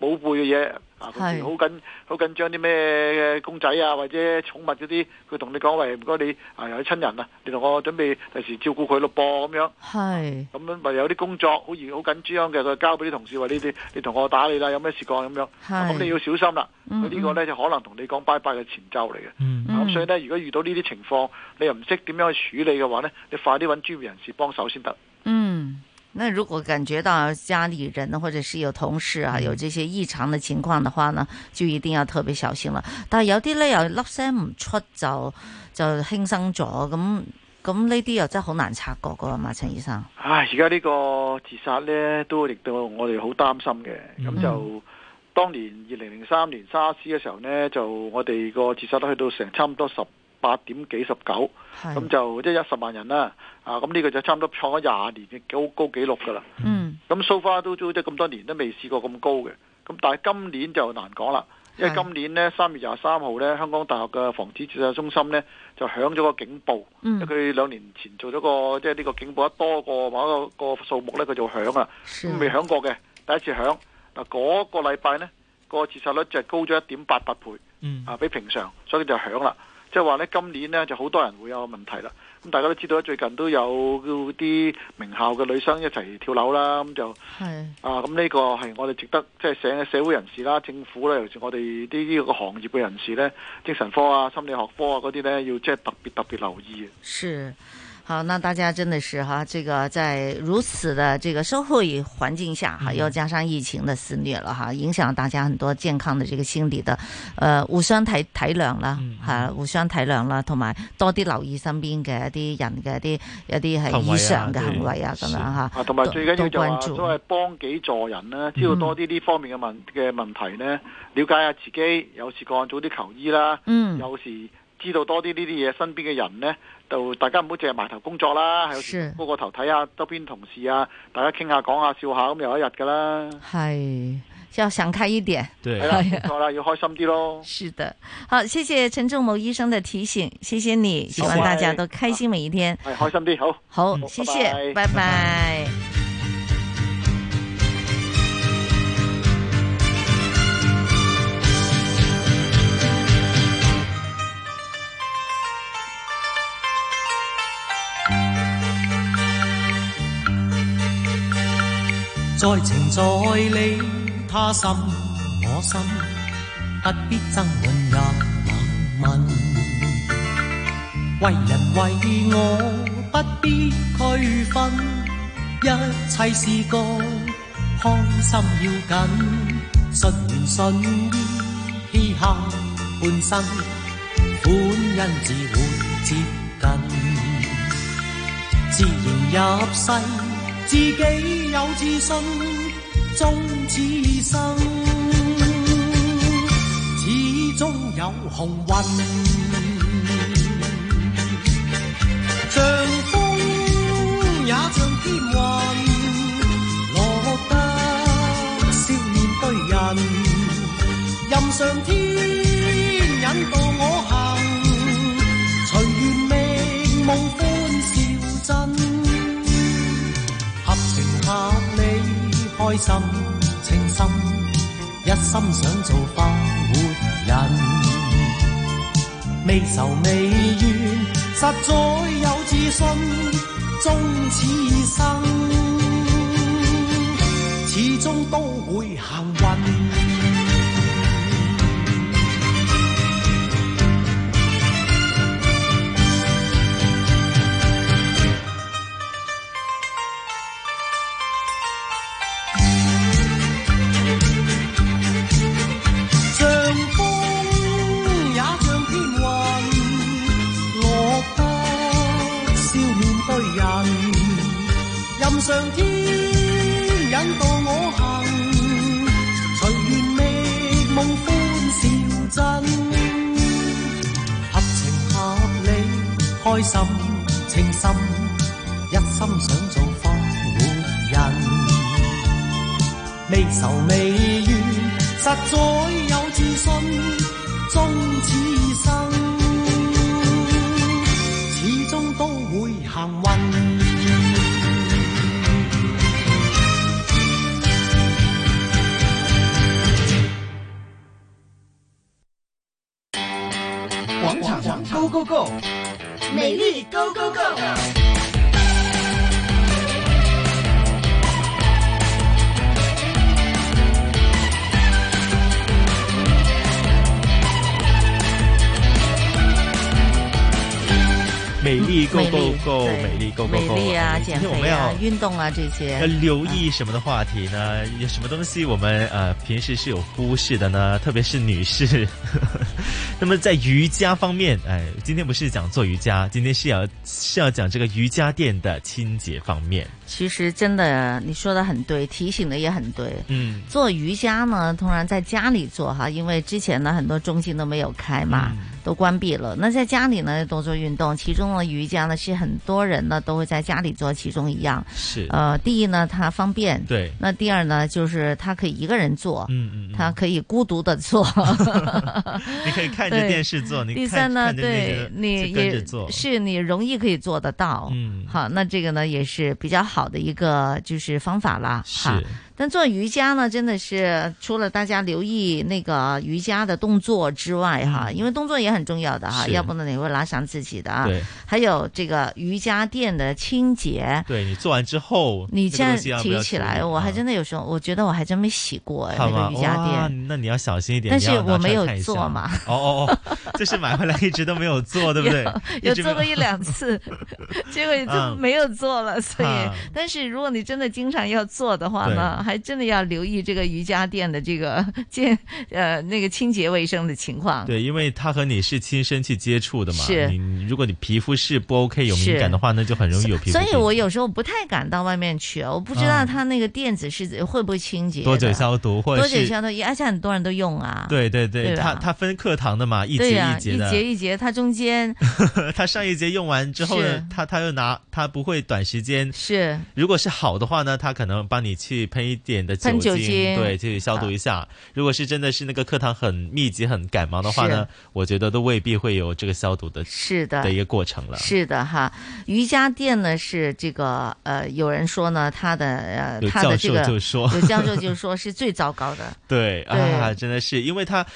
寶貝嘅嘢啊，譬
係
如好緊好緊張啲咩公仔啊，或者寵物嗰啲，佢同你講喂，唔該你啊有親人啊，你同我準備第時照顧佢咯噃咁樣。
係
咁樣咪有啲工作好嚴好緊張嘅，佢交俾啲同事話呢啲，你同我打你啦，有咩事講咁樣。啊
係
咁你要小心啦，
嗯
佢呢個呢，就可能同你講拜拜嘅前奏嚟嘅。啊咁所以呢，如果遇到呢啲情況，你又唔識點樣去處理嘅話呢，你快啲揾專業人士幫手先得。
嗯，那如果感觉到家里人或者是有同事啊有这些异常的情况的话呢，就一定要特别小心啦。但系有啲咧又粒声唔出就就輕生咗，咁咁呢啲又真係好難察覺噶嘛，陳醫生。
唉，而家呢個自殺呢，都令到我哋好擔心嘅。咁就當年二零零三年沙士嘅時候呢，就我哋個自殺率去到成差唔多十八點幾十九，咁就即係一十萬人啦。啊，咁呢個就差唔多創咗廿年嘅高高紀錄㗎啦。
嗯，
咁 so far 都都即係咁多年都未試過咁高嘅。咁但係今年就難講啦，因為
係
今年呢，三月廿三號呢，香港大學嘅防止自殺中心呢，就響咗個警報，
嗯
因為佢兩年前做咗個即係呢個警報一多過某一個個數目呢，佢就響啦，
是
咁未響過嘅，第一次響嗱嗰個禮拜呢，個自殺率就高咗一點八八倍。
嗯
啊，比平常，所以就響啦。即係話咧，今年咧就好多人會有問題啦。咁大家都知道，最近都有啲名校嘅女生一齊跳樓啦，咁就
係
啊，咁呢個係我哋值得即係社社會人士啦、政府啦，尤其是我哋呢呢個行業嘅人士咧，精神科啊、心理學科啊嗰啲咧，要即係特別特別留意嘅。
是。好，那大家真的是哈，这个在如此的这个社会环境下哈，又加上疫情的肆虐了哈，影响大家很多健康的这个心理的，呃，互相體體諒啦，係互相體諒啦，同埋多啲留意身邊嘅一啲人嘅一啲一啲係異常嘅行為啊，咁樣
啊
哈，
同埋
多
最緊要就
多
話
關注嗯
所謂幫己助人啦，知道多啲呢方面嘅問嘅問題呢，了解下自己，有時個案早啲求醫啦，
嗯
有時知道多啲呢啲嘢，身邊嘅人呢，就大家唔好淨係埋頭工作啦，有時
是
高個頭睇下周邊同事啊，大家傾下講下笑下咁有一日㗎啦，
係要想開一點，
係啦，冇錯啦，要開心啲咯。
啊是的，好，謝謝陳仲謀醫生的提醒，謝謝你，希望大家都開心每一天。
係開心啲，好。
好，
嗯
謝謝，
拜拜
拜拜。
在情在理，他心我心，不必爭論也冷問。為人為我，不必區分，一切是個開心要緊，信緣信義，嬉喊半生，歡欣自會接近。自然入世，自己有自信，終此生，始終有紅運。像風也像天雲，落得笑面對人，任上天引導我行。隨緣命無歡笑真，合情合理，開心清心，一心想做快活人，未愁未怨，實在有自信，終此生，始終都會幸運。
任上天引導我行，隨緣觅夢歡笑真，合情合理，開心清心，一心想做快活人，未愁未怨，實在有自信，終此生，始終都會行運。
广场 Go Go Go，
美丽 Go Go Go。
美丽 Go
美
Go
丽
Go，
对
美丽 Go Go
美
Go。
丽啊，减嗯
我
肥
们
啊
要，
运动啊这些
要。留意什么的话题呢？有什么东西我们呃平时是有忽视的呢？特别是女士。 那么在瑜伽方面，哎，今天不是讲做瑜伽，今天是要是要讲这个瑜伽垫的清洁方面。
其实真的，你说的很对，提醒的也很对。
嗯，
做瑜伽呢，通常在家里做哈，因为之前呢很多中心都没有开嘛，
嗯
都关闭了。那在家里呢多做运动，其中呢瑜伽呢是很多人呢都会在家里做其中一样。
是
呃，第一呢它方便，
对
那第二呢就是它可以一个人做，
嗯嗯，
它可以孤独的做。
你可以看着
对
电视哦做，你
第
看
三呢，
看着那个
对你
就跟
也
着做。
是你容易可以做得到，
嗯，
好，那这个呢也是比较好的一个就是方法啦，哈
是。
但做瑜伽呢，真的是除了大家留意那个瑜伽的动作之外，哈，因为动作也很重要的
嗯
哈，
是
要不呢你会拉伤自己的啊
对。
还有这个瑜伽垫的清洁，
对你做完之后，
你
这个
现在
东西要不要
提起
处理
来，我还真的有时候，我觉得我还真没洗过哎
好
那
吗？
个瑜伽
哇
垫。，
那你要小心一点。
但是
你要拿
我没
出来
有
看一下
做嘛。
哦哦 哦，这是买回来一直都没有做，对不对？
有有
直
做过
没有
一 两次，结果也就
嗯
没有做了。所以
啊，
但是如果你真的经常要做的话呢，
对
还真的要留意这个瑜伽垫的这个健呃那个清洁卫生的情况。
对，因为它和你是亲身去接触的嘛。
是
你你如果你皮肤是不 OK 有敏感的话，那就很容易有皮肤
所
病。
以我有时候不太敢到外面去，我不知道
啊
它那个垫子是会不会清洁的。
多久消毒，或者
多
是
久消毒，而且很多人都用啊。
对对
对吧
它它分课堂的嘛，一节
对呀，
节的。
一 节一节，它中间
他上一节用完之后呢
是，
他他又拿他不会短时间
是，
如果是好的话呢，他可能帮你去喷一点的
喷酒精啊
对，去消毒一下。如果是真的是那个课堂很密集、很赶忙的话呢
是，
我觉得都未必会有这个消毒的
是的
一个过程了。
是的哈，瑜伽垫呢是这个呃，有人说呢，他的呃，
有
他
教
的这
授
个
就说
有教授就说是最糟糕的，
对
对
啊，真的是，因为他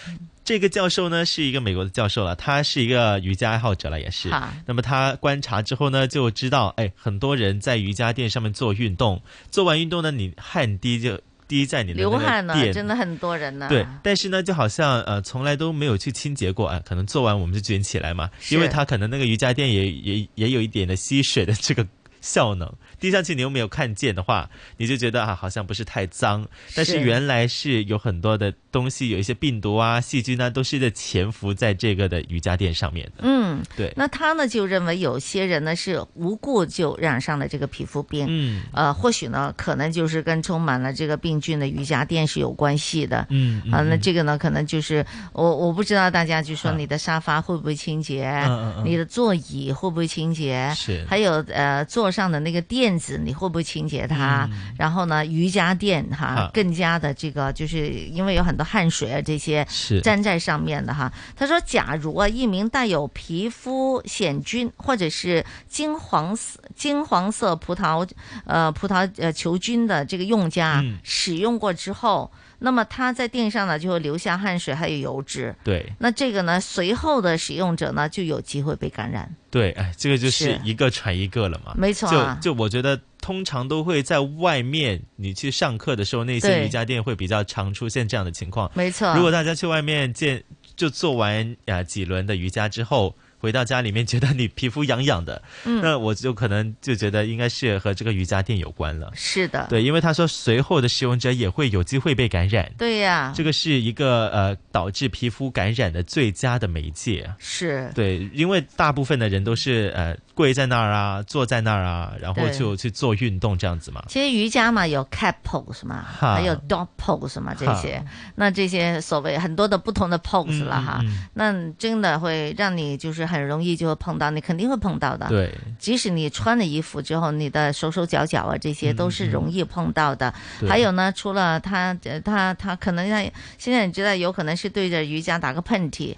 这个教授呢是一个美国的教授了，他是一个瑜伽爱好者了，也是
好。
那么他观察之后呢，就知道，哎，很多人在瑜伽垫上面做运动，做完运动呢，你汗滴就滴在 你的那
流
个
汗呢，
垫
真的嗯很多人呢，
对，但是呢，就好像呃，从来都没有去清洁过啊、可能做完我们就卷起来嘛，
是
因为它可能那个瑜伽垫也也也有一点的吸水的这个效能，滴下去你又没有看见的话，你就觉得啊，好像不是太脏，但是
是
原来是有很多的东西，有一些病毒啊、细菌呢、都是在潜伏在这个的瑜伽垫上面的。
嗯，
对，
那他呢就认为有些人呢是无故就染上了这个皮肤病，
嗯，
呃，或许呢可能就是跟充满了这个病菌的瑜伽垫是有关系的，
嗯嗯
啊，那
嗯啊
这个呢可能就是我我不知道大家就说你的沙发会不会清洁，
嗯嗯
你的座椅会不会清洁，
是
还有呃座上的那个垫子你会不会清洁它，然后呢瑜伽垫哈
嗯啊
更加的这个就是因为有很多汗水啊这些
是
粘在上面的哈。他说，假如啊一名带有皮肤癣菌或者是金黄色金黄色葡萄呃葡萄呃球菌的这个用家、
嗯
使用过之后，那么它在垫上呢就会留下汗水还有油脂。
对
那这个呢，随后的使用者呢就有机会被感染。
对，哎，这个就是是一个传一个了嘛。
没错啊
就就我觉得，通常都会在外面你去上课的时候，那些
对
瑜伽垫会比较常出现这样的情况。
没错
如果大家去外面见，就做完啊、呃几轮的瑜伽之后。回到家里面觉得你皮肤痒痒的，
嗯
那我就可能就觉得应该是和这个瑜伽垫有关了。
是的，
对，因为他说随后的使用者也会有机会被感染，
对啊呀，
这个是一个呃导致皮肤感染的最佳的媒介。啊
是
对，因为大部分的人都是呃跪在那儿啊，坐在那儿啊，然后
对
就去做运动这样子 嘛。
其实瑜伽嘛，有 cat pose 嘛，
哈
还有 dog pose 嘛，这
哈嗯
些，那这些所谓很多的不同的 pose 了哈，那真的会让你就是很容易就会碰到，你肯定会碰到的。
对，
即使你穿了衣服之后，你的手手脚脚啊这些都是容易碰到的。
嗯对
还有呢，除了他呃他他可能他现在你知道，有可能是对着瑜伽打个喷嚏，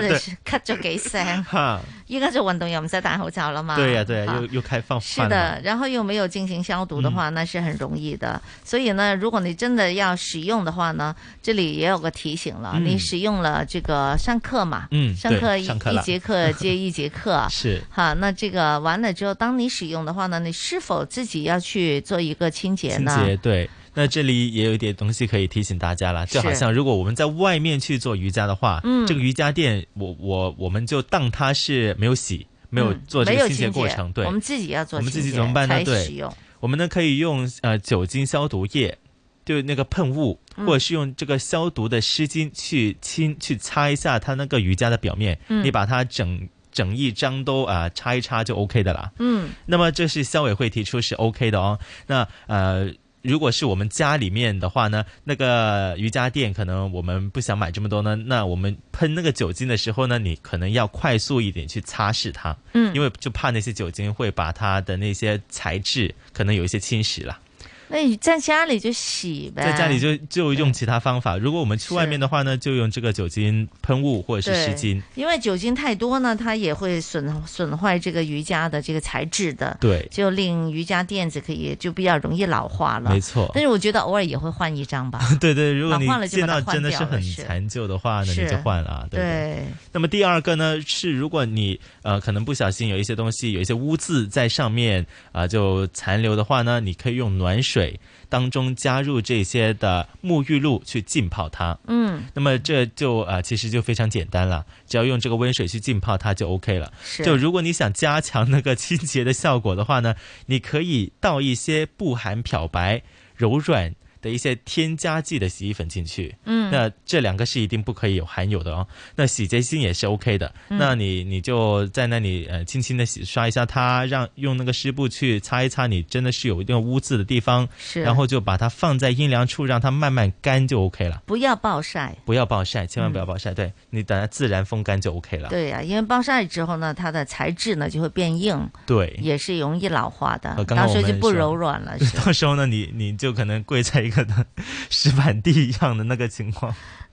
者是咳咗几声。
哈，
依家做運動又唔使戴口罩啦嘛。
对呀、对呀、
哈
又又开放
是
饭
的
了。，嗯
然后又没有进行消毒的话，那是很容易的。所以呢，如果你真的要使用的话呢，这里也有个提醒了，
嗯
你使用了这个上课嘛，
嗯
上课
对
一
上课
一
了
节 课接一节课，
是
哈。那这个完了之后，当你使用的话呢，你是否自己要去做一个清洁
清
呢？
洁对。那这里也有一点东西可以提醒大家啦，
是
就好像如果我们在外面去做瑜伽的话，
嗯
这个瑜伽垫，我我我们就当它是没有洗，没有
嗯
做这
没
个
有
清洁过程，对，
我们自己要做，
我们
清洁
自己怎么办呢？
才使
对
用，
我们呢可以用呃酒精消毒液，就是那个喷雾，
嗯
或者是用这个消毒的湿巾去清去擦一下它那个瑜伽的表面，
嗯
你把它整整一张都啊、呃擦一擦就 OK 的啦。
嗯
那么这是消委会提出是 OK 的哦。那呃。如果是我们家里面的话呢，那个瑜伽垫可能我们不想买这么多呢，那我们喷那个酒精的时候呢，你可能要快速一点去擦拭它，
嗯
因为就怕那些酒精会把它的那些材质可能有一些侵蚀啦。
那你在家里就洗呗，
在家里就就用其他方法，如果我们去外面的话呢，就用这个酒精喷雾或者
对，
是湿巾。
因为酒精太多呢，它也会损损坏这个瑜伽的这个材质的，
对
就令瑜伽垫子可以就比较容易老化了，
没错
但是我觉得偶尔也会换一张吧，
对对，如果你
老化了就
见
把它
到真的是
换掉
很
了是
残旧的话呢，你
是
就换了啊，对不对？
对，
那么第二个呢是，如果你呃可能不小心有一些东西有一些污渍在上面啊、就残留的话呢，你可以用暖水当中加入这些的沐浴露去浸泡它。
嗯
那么这就啊、呃其实就非常简单了，只要用这个温水去浸泡它就 OK 了。
是
就如果你想加强那个清洁的效果的话呢，你可以倒一些不含漂白、柔软的一些添加剂的洗衣粉进去。
嗯
那这两个是一定不可以有含有的哦。那洗洁精也是 OK 的，
嗯
那你你就在那里呃轻轻的洗刷一下它，让用那个湿布去擦一擦你真的是有一定污渍的地方，
是
然后就把它放在阴凉处，让它慢慢干就 OK 了。
不要暴晒。
不要暴晒，千万不要暴晒。对你等它自然风干就 OK 了。
嗯对呀、因为暴晒之后呢，它的材质呢就会变硬，
对
也是容易老化的
呃，刚刚
啊到时候
我
就
们
不
说
柔软 了。是
到时候呢，你你就可能跪在一个的 石板地一样的那个情况，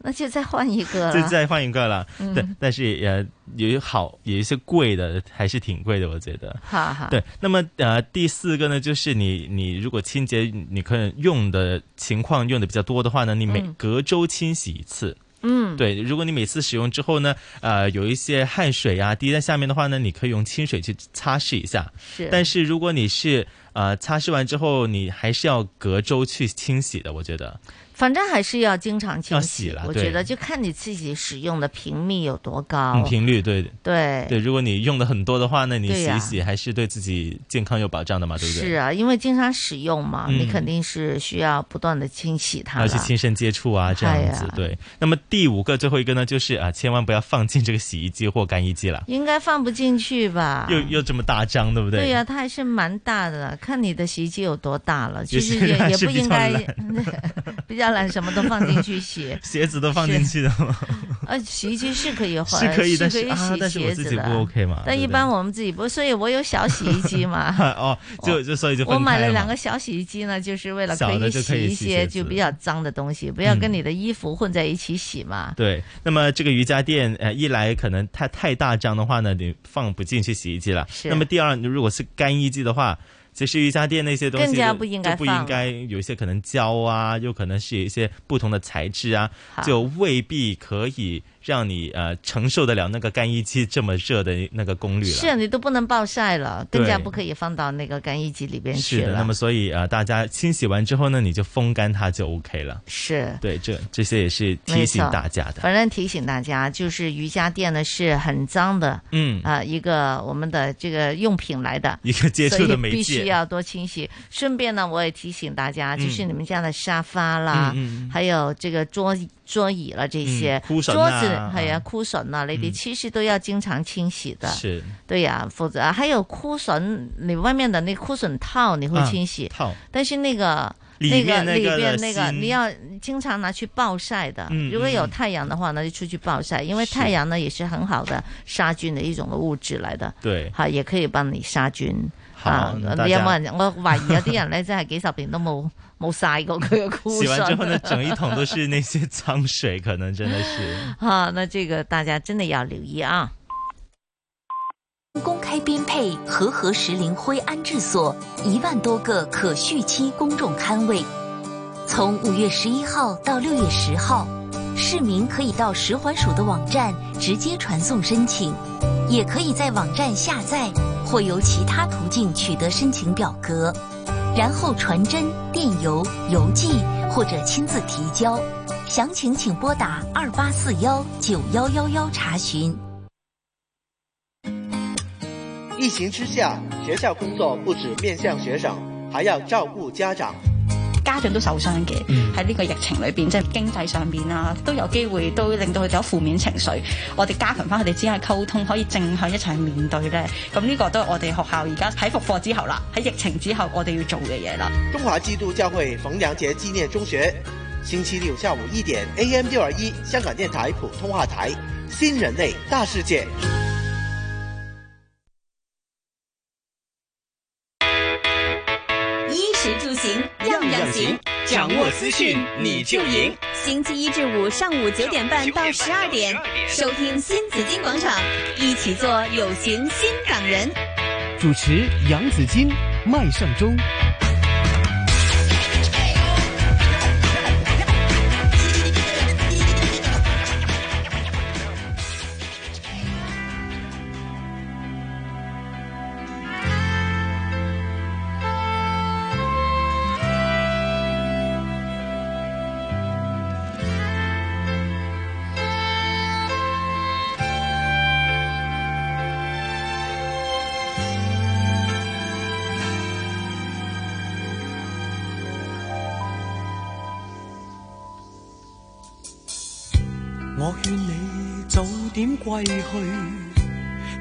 那就再换一 个
就
了。
再换一个了。
嗯
对，但是也有好有一些贵的，还是挺贵的，我觉得。
哈哈，
对，那么呃，第四个呢，就是你你如果清洁你可能用的情况用的比较多的话呢，你每
嗯
隔周清洗一次。
嗯
对，如果你每次使用之后呢，呃，有一些汗水啊滴在下面的话呢，你可以用清水去擦拭一下。
是
但是如果你是呃擦拭完之后，你还是要隔周去清洗的，我觉得。
反正还是要经常清
要
洗
洗了
我
对
觉得就看你自己使用的频密有多高。
嗯，频率对
对
对，如果你用的很多的话，那你
对
洗
呀
一洗还是对自己健康有保障的嘛，对不对？
是啊，因为经常使用嘛，
嗯
你肯定是需要不断的清洗它
要去
了
亲身接触啊，这
哎
样
呀
子、对。那么第五个最后一个呢，就是啊，千万不要放进这个洗衣机或干衣机了，
应该放不进去吧？
又又这么大张，对不对？
啊对呀、它还是蛮大的，看你的洗衣机有多大了。其
有
实
些
也
还
也
是
不
比
应
较
该
懒。
比较懒，什么都放进去洗
鞋子都放进去的吗？
呃，洗衣机是可以换，
是可以但是
是可以
啊
洗
但是我
鞋
自
子
己
的。
不 OK 嘛
但
对
一
不。
般我们自己不，所以我有小 洗衣机嘛
哦，就就所以就分
我买
开
了
嘛
两个小洗衣机呢，就是为了
小的就可
洗
以
一
洗
些
鞋
就
子嗯
比较脏的东西，不要跟你的衣服混在一起洗嘛。
对，那么这个瑜伽垫，呃，一来可能它太大张的话呢，你放不进去洗衣机了。
是
那么第二，你如果是干衣机的话，其实瑜伽垫那些东西
更加
就
不应该
就不
放
应该有一些可能胶啊，又可能是有一些不同的材质啊
好，
就未必可以让你呃承受得了那个干衣机这么热的那个功率了。
是啊，你都不能暴晒了，
对
更加不可以放到那个干衣机里边去
是的，那
了。
么所以呃，大家清洗完之后呢，你就风干它就 OK 了。
是
对，这这些也是
没
提醒
错
大家的。
反正提醒大家，就是瑜伽垫呢是很脏的，
嗯
啊、一个我们的这个用品来的，
一个接触
所
的
以
媒
必
介
须要多清洗。顺便呢，我也提醒大家，
嗯
就是你们家的沙发啦，
嗯嗯
还有这个桌桌椅啦这些，
嗯枯笋
桌
啊嗯
子还有枯笋呐、那你其实都要经常清洗的。
是
对呀、否则还有枯笋，你外面的那枯笋套你会
啊
清洗，
套
但是那个
里
那
面
个
那
里
个
边
的
那个
芯
你要经常拿去暴晒的，
嗯
如果有
嗯嗯
太阳的话呢，就出去暴晒，因为太阳呢也是很好的杀菌的一种的物质来的，
对
好也可以帮你杀菌。
好
啊
那大
你有
家
冇人？我懷疑有啲人咧，真係幾十年都冇 冇晒過佢嘅枯
洗
筍。
完之后呢，整一桶都是那些脏水，可能真的是。
啊，那这个大家真的要留意啊。
公开编配和合石林灰安置所一万多个可续期公众龛位，从五月十一号到六月十号，市民可以到石环署的网站直接传送申请，也可以在网站下载或由其他途径取得申请表格，然后传真、电邮、邮寄或者亲自提交。详情请拨打二八四幺九幺幺幺查询。
疫情之下，学校工作不止面向学生，还要照顾家长。
家長都受傷嘅，喺呢個疫情裏邊，即係經濟上邊啊，都有機會都令到佢哋有負面情緒。我哋加強翻佢哋之間嘅溝通，可以正向一齊面對咧。咁呢個都係我哋學校而家喺復課之後啦，喺疫情之後我哋要做嘅嘢啦。
中华基督教会冯良杰纪念中学，星期六下午一点，AM 六二一，香港电台普通话台，新人类大世界。
衣食住行样样行，
掌握资讯你就赢。
星期一至五上午九点半到十二点，收听新紫金广场，一起做有型新港人。
主持杨紫金、麦尚中。
我劝你早点归去，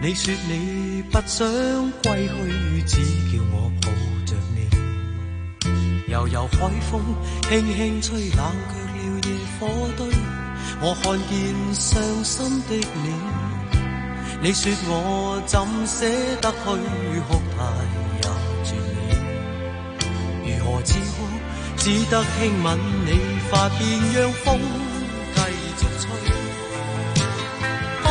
你说你不想归去，只叫我抱着你。悠悠海风轻轻吹，冷却了夜火堆。我看见伤心的你，你说我怎舍得去哭太也绝美，如何止哭？只得轻吻你发边，让风继续吹，不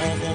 何妨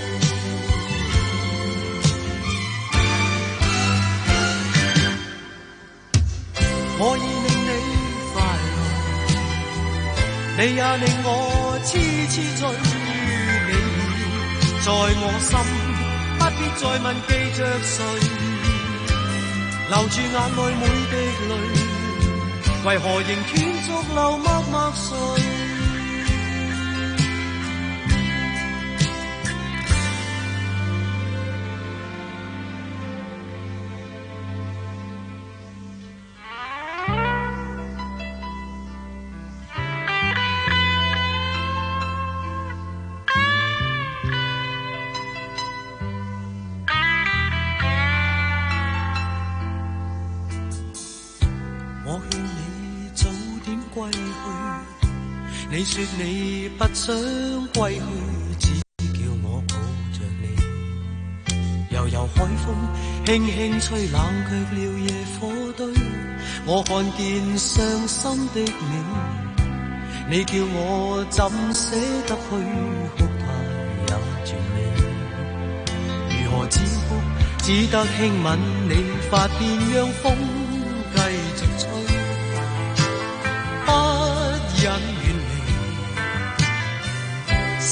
我已令你快樂，你也令我痴痴醉於你已在我心，不必再問記着誰，留住眼內每滴淚。為何仍斷續流默默睡？你说你不想归去，只叫我抱着你。悠悠海风轻轻吹，冷却了夜火堆。我看见伤心的你，你叫我怎舍得去哭泣也绝美。如何止哭，只得轻吻你发边，让风继续吹。不忍遠離，心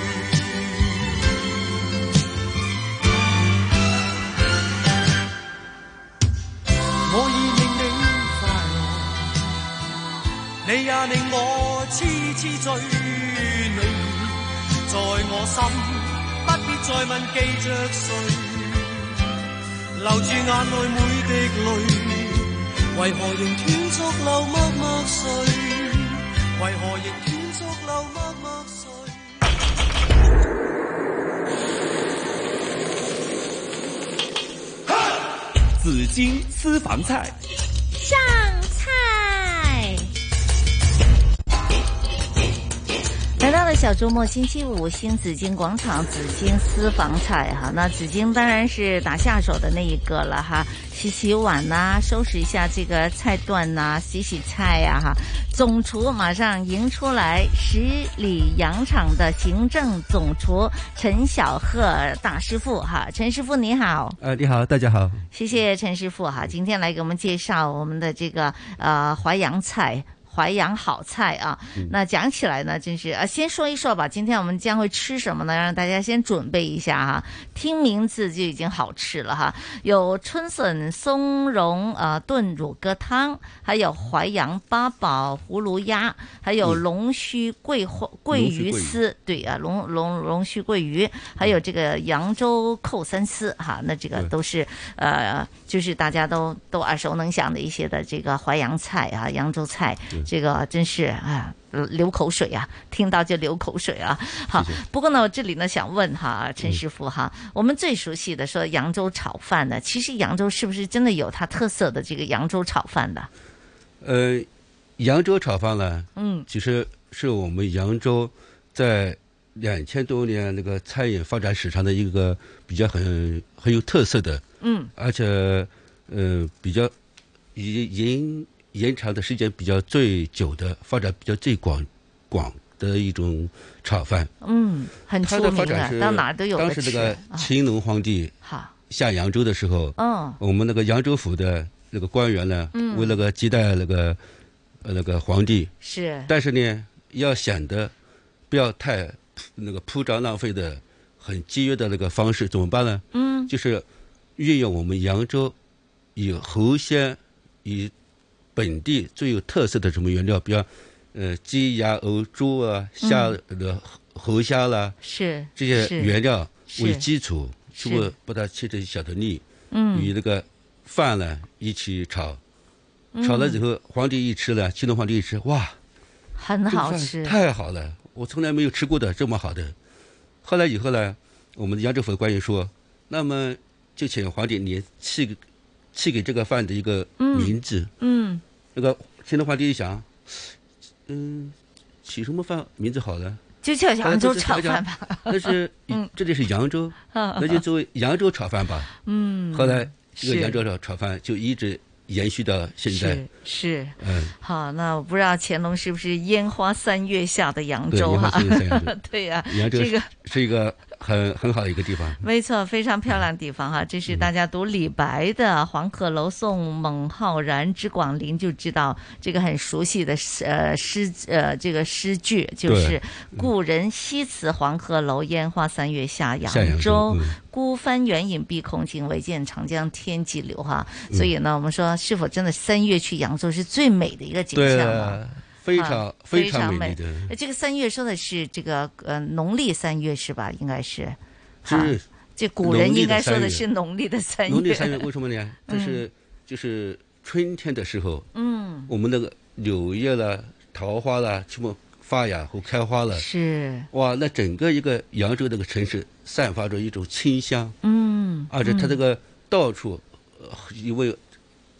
我已令你快樂，你也令我痴痴醉你在我心，不必再問記着誰，留住眼內每滴淚，為何仍斷續流默默睡？為何仍斷續流默默睡？
紫金私房菜，
上菜。
来到了小周末星期五，新紫荆广场紫荆私房菜哈，那紫荆当然是打下手的那一个了哈，洗洗碗呐、收拾一下这个菜段呐、洗洗菜呀、哈。总厨马上迎出来十里洋场的行政总厨陈小贺大师傅哈，陈师傅你好。
呃，你好，大家好。
谢谢陈师傅哈，今天来给我们介绍我们的这个呃淮扬菜。淮扬好菜啊，那讲起来呢，真是呃，先说一说吧。今天我们将会吃什么呢？让大家先准备一下哈。听名字就已经好吃了哈，有春笋松茸呃炖乳鸽汤，还有淮扬八宝葫芦鸭，还有
嗯
龙须桂花桂
龙须
鱼
桂鱼
丝。对啊，龙龙龙须桂鱼，还
嗯
有这个扬州扣三丝哈，那这个都是呃，就是大家都都耳熟能详的一些的这个淮扬菜啊，扬州菜，这个真是啊。呃流口水啊，听到就流口水啊！好，不过呢，我这里呢想问哈，
嗯
陈师傅哈，我们最熟悉的说扬州炒饭呢，其实扬州是不是真的有它特色的这个扬州炒饭的？
呃，扬州炒饭呢，
嗯
其实是我们扬州在两千多年那个餐饮发展史上的一个比较很很有特色的，
嗯
而且呃比较延延延长的时间比较最久的，发展比较最广广的一种炒饭。
嗯，很
它
出
的
名
发展
的，
是
到哪儿都有
当
的
时
吃。
那个
啊
乾隆皇帝
好
下扬州的时候，
嗯
我们那个扬州府的那个官员呢，
嗯
为了个接待那个呃那个皇帝，
是
但是呢，要显得不要太那个铺张浪费的、很节约的那个方式，怎么办呢？
嗯
就是运用我们扬州以侯鲜以本地最有特色的什么原料，比方呃鸡、鸭、鹅、猪啊、虾
嗯
呃猴虾啦，
是
这些
是
原料为
是
基础，
是
全部把它切成小的粒，
嗯
与那个饭呢一起炒，
嗯
炒了以后，皇帝一吃呢，乾隆皇帝一吃，哇，
很
这个
好
饭
吃，
太好了，我从来没有吃过的这么好的。后来以后呢，我们的扬州府的官员说，那么就请皇帝你赐给赐给这个饭的一个
嗯
名字。
嗯
那个乾隆皇帝一想，嗯，起什么饭名字好呢？
就叫扬州炒饭吧。
但 是这里是扬州，
嗯
那就作为扬州炒饭吧。
嗯，
后来这个
是
扬州炒炒饭就一直延续到现在。
是
嗯，
好，那我不知道乾隆是不是烟花三月下的扬
对
州
烟花
哈
三月下扬州？
对呀、
扬州
这个
是是一个很很好的一个地方。
没错，非常漂亮地方哈，这是大家读李白的《黄鹤楼送孟浩然之广陵》就知道这个很熟悉的诗呃诗呃这个诗句，就是
对
“故人西辞黄鹤楼，烟花三月下扬
下扬
州
州嗯。
孤帆远影碧空尽，唯见长江天际流”哈。
嗯
所以呢，我们说是否真的三月去扬州是最美的一个景
对
象
啊
呢？
非
啊
常
非
非常美
美
丽的
呃这个三月说的是这个呃农历三月是吧？应该是，
是
哈这古人
农历
应
的
该说
三
的
月
是农历的 三月。
农历三月为什么呢？
嗯
这是就是春天的时候，
嗯，
我们那个柳叶啦、桃花啦，什么发芽或开花了，
是
哇，那整个一个扬州那个城市散发着一种清香，
嗯，
而且它这
嗯
个到处，呃因为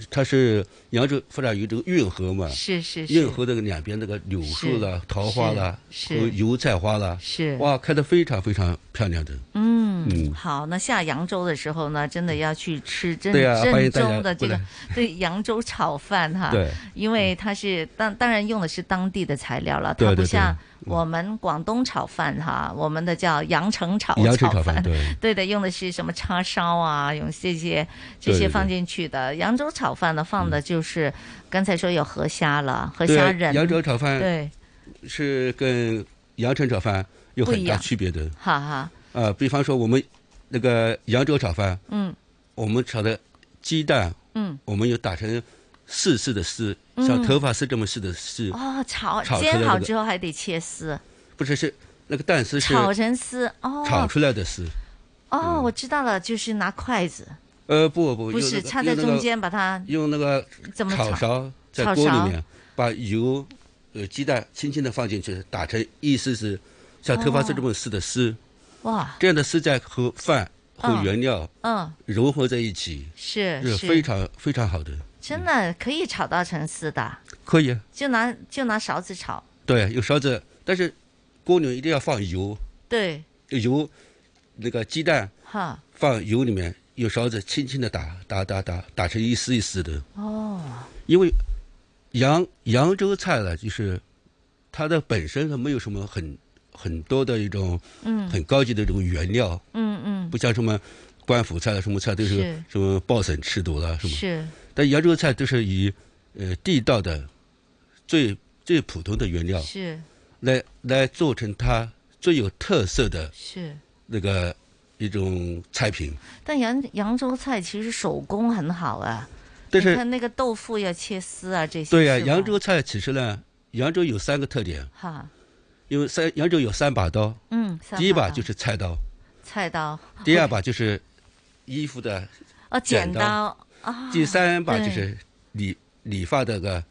它是扬州发展于这个运河嘛，
是是是
运河这个两边那个柳树啦
是、
桃花啦、
是
和
是
油菜花啦，
是
哇，开得非常非常漂亮的。
嗯，
嗯
好，那下扬州的时候呢，真的要去吃正
对啊欢
正
迎大家
宗的这
过
个
来
对扬州炒饭哈，
对
因为它是当当然用的是当地的材料了，
对
它不
对对
像我们广东炒饭哈，我们的叫阳城炒
阳城炒
饭
饭，对
对的，用的是什么叉烧啊，用这些这
对
些
对
放
对
进去的。扬州炒饭呢，放的就是刚才说有河虾了，河
对
虾仁，
扬州炒饭
对，
是跟阳城炒饭有
不
很
一
大
样
区别的。
哈哈，
呃，比方说我们那个扬州炒饭，
嗯
我们炒的鸡蛋，
嗯，
我们有打成细细的丝，
嗯
像头发丝这么细的丝。
哦，炒
炒出来
煎好
的
之后还得切丝。
不是是那个蛋丝是
炒成丝哦，
炒出来的丝。
哦，我知道了，就是拿筷子，
呃，不不，
不
用
是
那个
插在中间，把它
用那个
怎
用
么
那个炒勺在
炒
锅
勺
里面把油、呃鸡蛋轻轻的放进去，打成一丝丝像头发丝这么细的丝。
哇，
这样的丝在和饭和
哦嗯
原料
嗯，
融合在一起，
是
是
是
非常非常好的。
真的可以炒到成丝的，
可以，啊
就拿就拿勺子炒，
对，啊有勺子，但是锅里一定要放油，
对，
油那个鸡蛋
哈，
放油里面，用勺子轻轻的打打打打，打成一丝一丝的。
哦，
因为扬扬州菜呢，就是它的本身它没有什么很很多的一种
嗯
很高级的这种原料，
嗯嗯，
不像什么官府菜、啊什么菜都是
是
什么报省吃读了，什么。
是
但扬州菜都是以呃地道的、最最普通的原料
是
来来做成它最有特色的
是，
那个一种菜品。
但扬扬州菜其实手工很好啊，
但是
你看那个豆腐要切丝啊这些，
对呀、
是吧
扬州菜其实呢，扬州有三个特点，
哈，
因为三扬州有三把刀，
嗯，三
第一
把
把
刀哦
就是菜刀，
菜刀，
第二把就是衣服的
哦剪
剪
刀啊，
第三把就
对
是理理发的个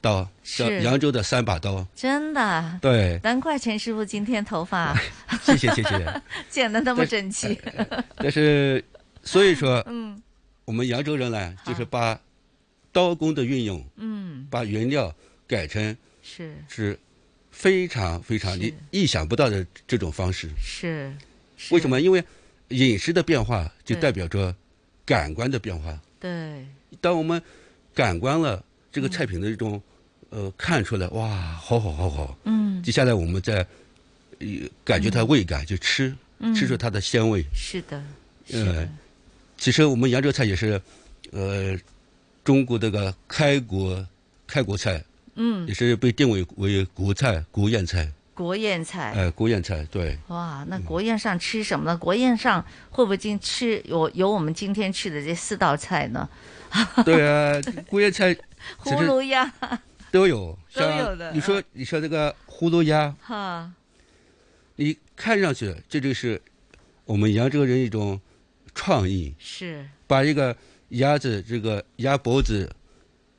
刀，叫
是
扬州的三把刀。
真的，
对
难怪陈师傅今天头发
谢谢谢谢。 哎
剪得那么
但
整齐，
但是所以说，
嗯
我们扬州人呢，就是把刀工的运用，
嗯，
把原料改成
是
是非常非常你意想不到的这种方式。
是
为什么？因为饮食的变化就
对
代表着感官的变化。
对，
当我们感官了这个菜品的一种、呃看出来，哇，好好好好，
嗯
接下来我们再、呃、感觉它的味感，就吃、
嗯
吃出它的鲜味。
是的，
呃，其实我们扬州菜也是，呃，中国这个开国开国菜，
嗯
也，是被定位为国菜、国宴菜，
国宴菜，
呃，国宴菜， 对，
哇，
嗯
那国宴上吃什么呢？国宴上会不会今吃有有我们今天吃的这四道菜呢？
对啊，国宴 菜其
葫
实
芦鸭，
都有，
都
像
有的嗯
你说你说这个葫芦鸭，
哈，
你看上去这就是我们扬州人一种创意，
是
把一个鸭子这个鸭脖子、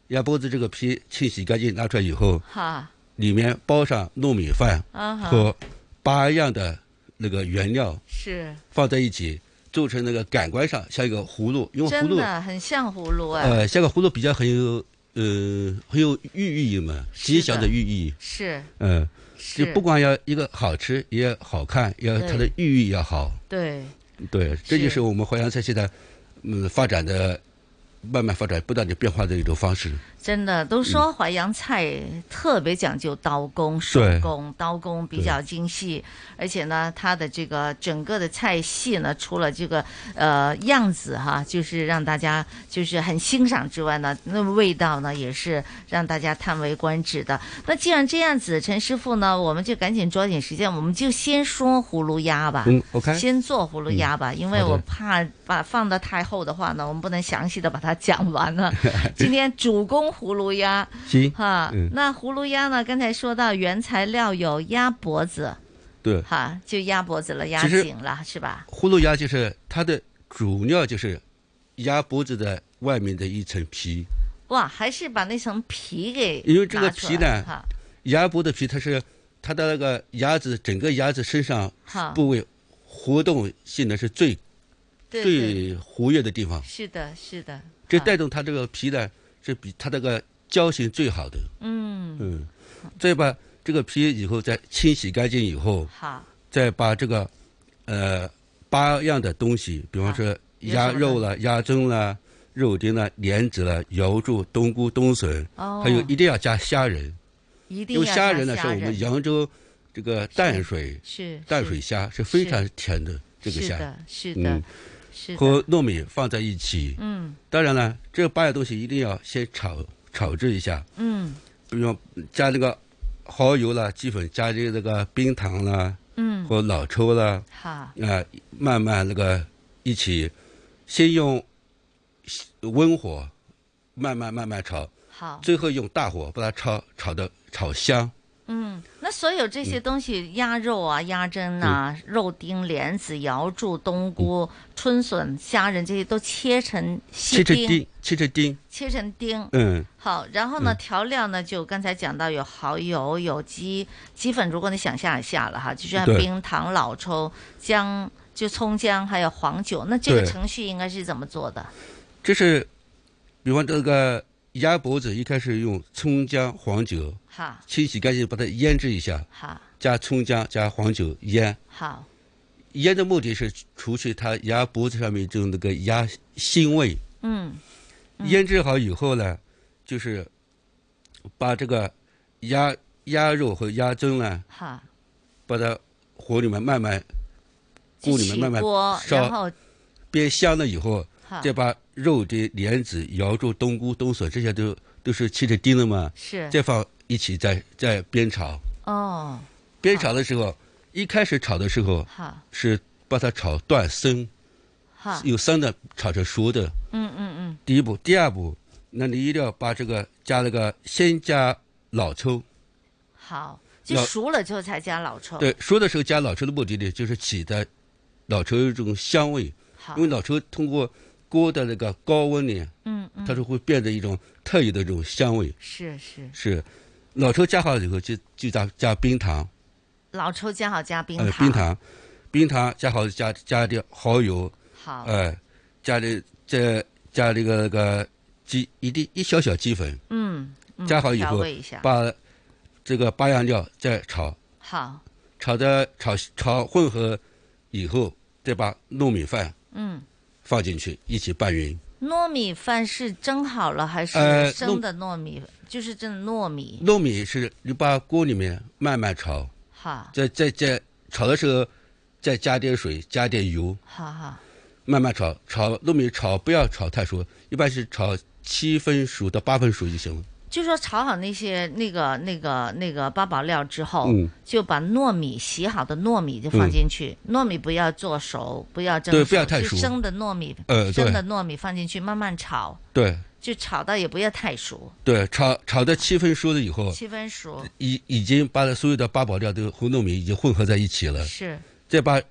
鸭脖子这个皮清洗干净拿出来以后，
哈，
里面包上糯米饭
啊哈
和八样的那个原料
是
放在一起，做成那个感官上像一个葫芦，因为葫
真
芦
的很像葫芦哎、
呃像个葫芦比较很有呃很有寓意嘛，吉祥的寓意。
是
嗯，
是
就不光要一个好吃，也要好看，也要它的寓意要好。
对。
对，这就是是我们淮扬菜现在嗯发展的慢慢发展、不断的变化的一种方式。
真的都
嗯
说淮扬菜特别讲究刀工、手
对
工，刀工比较精细，而且呢，它的这个整个的菜系呢，除了这个呃样子哈，就是让大家就是很欣赏之外呢，那味道呢也是让大家叹为观止的。那既然这样子，陈师傅呢，我们就赶紧抓紧时间，我们就先说葫芦鸭吧。
嗯，OK
先做葫芦鸭吧，
嗯
因为
好的
我怕把放得太厚的话呢，我们不能详细的把它讲完了。 今天主攻葫芦鸭，
行
哈，
嗯
那葫芦鸭呢？刚才说到原材料有鸭脖子，
对，
哈，就鸭脖子了，鸭
其实
颈了，是吧？
葫芦鸭就是它的主料就是鸭脖子的外面的一层皮，
哇，还是把那层皮给
因为这个
拿出来
皮呢
哈，
鸭脖的皮它是它的那个鸭子整个鸭子身上
好
部位活动性能是最
对对，
最活跃的地方，
是的，是的，
这带动它这个皮呢是比它那个胶型最好的。
嗯，
嗯，再把这个皮以后再清洗干净以后，
好，
再把这个呃八样的东西，比方说鸭肉了、鸭胗了、肉丁了、莲子了、瑶柱、冬菇、冬笋，
哦
还有一定要加虾仁，
一定
因
要
为虾
加
仁呢是我们扬州这个淡水
是
淡
是
水虾是非
是
常甜的这个
是
虾
的，是的
嗯，
是的
和糯米放在一起，
嗯
当然了，这八样东西一定要先炒炒制一下，
嗯
比如加那个蚝油啦、鸡粉，加这个那个冰糖啦，
嗯，
或老抽啦，
好，
啊、慢慢那个一起，先用温火慢慢慢慢炒，
好，
最后用大火把它炒炒的炒香。
嗯，那所有这些东西，鸭肉啊、鸭胗
嗯
啊、肉丁、莲子、瑶柱、冬菇、春笋、虾仁这些都切成细
切成
丁，
丁，切成丁，
切成丁。
嗯，
好，然后呢，
嗯
调料呢，就刚才讲到有蚝油、有鸡鸡粉，如果你想下下了哈，就是
对
冰糖、老抽、姜，就葱姜，还有黄酒。那这个
对
程序应该是怎么做的？
这是，比方这个鸭脖子，一开始用葱姜黄酒
哈，
清洗干净，把它腌制一下，
哈，
加葱姜加黄酒腌。
好，
腌的目的是除去它鸭脖子上面这种那个鸭腥味。
嗯
腌制好以后呢，就是把这个鸭鸭肉和鸭胗呢，
哈，
把它火里面慢慢锅里面
起
慢慢
锅，
烧，
然后
煸香了以后
好，
再把肉的莲子、瑶柱、冬菇、冬笋这些都都是切成丁了嘛，
是
再放一起再再煸炒。
哦，
煸炒的时候，一开始炒的时候
好，
是把它炒断生，
哈，
有生的炒成熟的。
嗯嗯嗯，
第一步，第二步，那你一定要把这个加那个先加老抽，
好，就
要
熟了之后才加老抽。
对，熟的时候加老抽的目的呢，就是起的老抽有一种香味
好，
因为老抽通过锅的那个高温呢，
嗯嗯，
它是会变得一种特有的这种香味。
是是
是，老抽加好以后就就加加冰糖，
老抽加好加冰
呃，
糖，
冰糖，冰糖加好加加点蚝油，
好，
呃，加点再加这个那个鸡一滴一小小鸡粉，
嗯，嗯
加好以
调
后
味一下，
把这个八样料再炒，
好，
炒的炒炒混合以后，再把糯米饭
嗯，
放进去一起拌匀。
糯米饭是蒸好了还是
呃
生
糯
的糯米？就是蒸的糯米，
糯米是你把锅里面慢慢炒，
好，
再再再炒的时候再加点水，加点油，
好好，
慢慢炒。炒糯米炒不要炒太熟，一般是炒七分熟到八分熟就行了。
就说炒好那些那个那个那个八宝料之后，
嗯
就把糯米洗好的糯米就放进去，糯米不要做熟，不要蒸熟，
对不要太
就
熟
生的糯米，
呃对
生的糯米放进去慢慢炒，
对
就炒到也不要太熟，
对，炒炒到七分熟了以后，
七分熟，
已已经把所有的八宝料都和糯米已经混合在一起了。
是
再把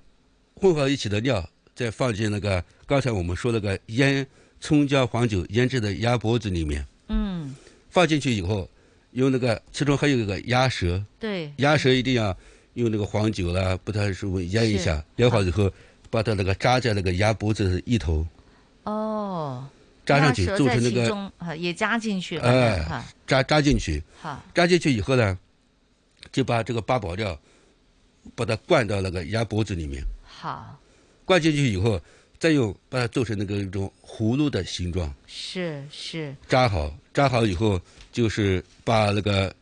混合一起的料再放进那个刚才我们说那个腌葱姜黄酒腌制的鸭脖子里面，
嗯，
放进去以后，用那个其中还有一个鸭舌，
对，
鸭舌一定要用那个黄酒啦，把它是腌一
是
下，腌好以后，把它那个扎在那个鸭脖子的一头，
哦，
扎上
鸭
去
舌
做
在
成那
其
个
中啊，也加进去，反正
哎
哈，，
扎扎进去，
好，
扎进去以后呢，就把这个八宝料，把它灌到那个鸭脖子里面。
好，
灌进去以后，再用把它做成那个一种葫芦的形状，
是是，
扎好，扎好以后就是把那个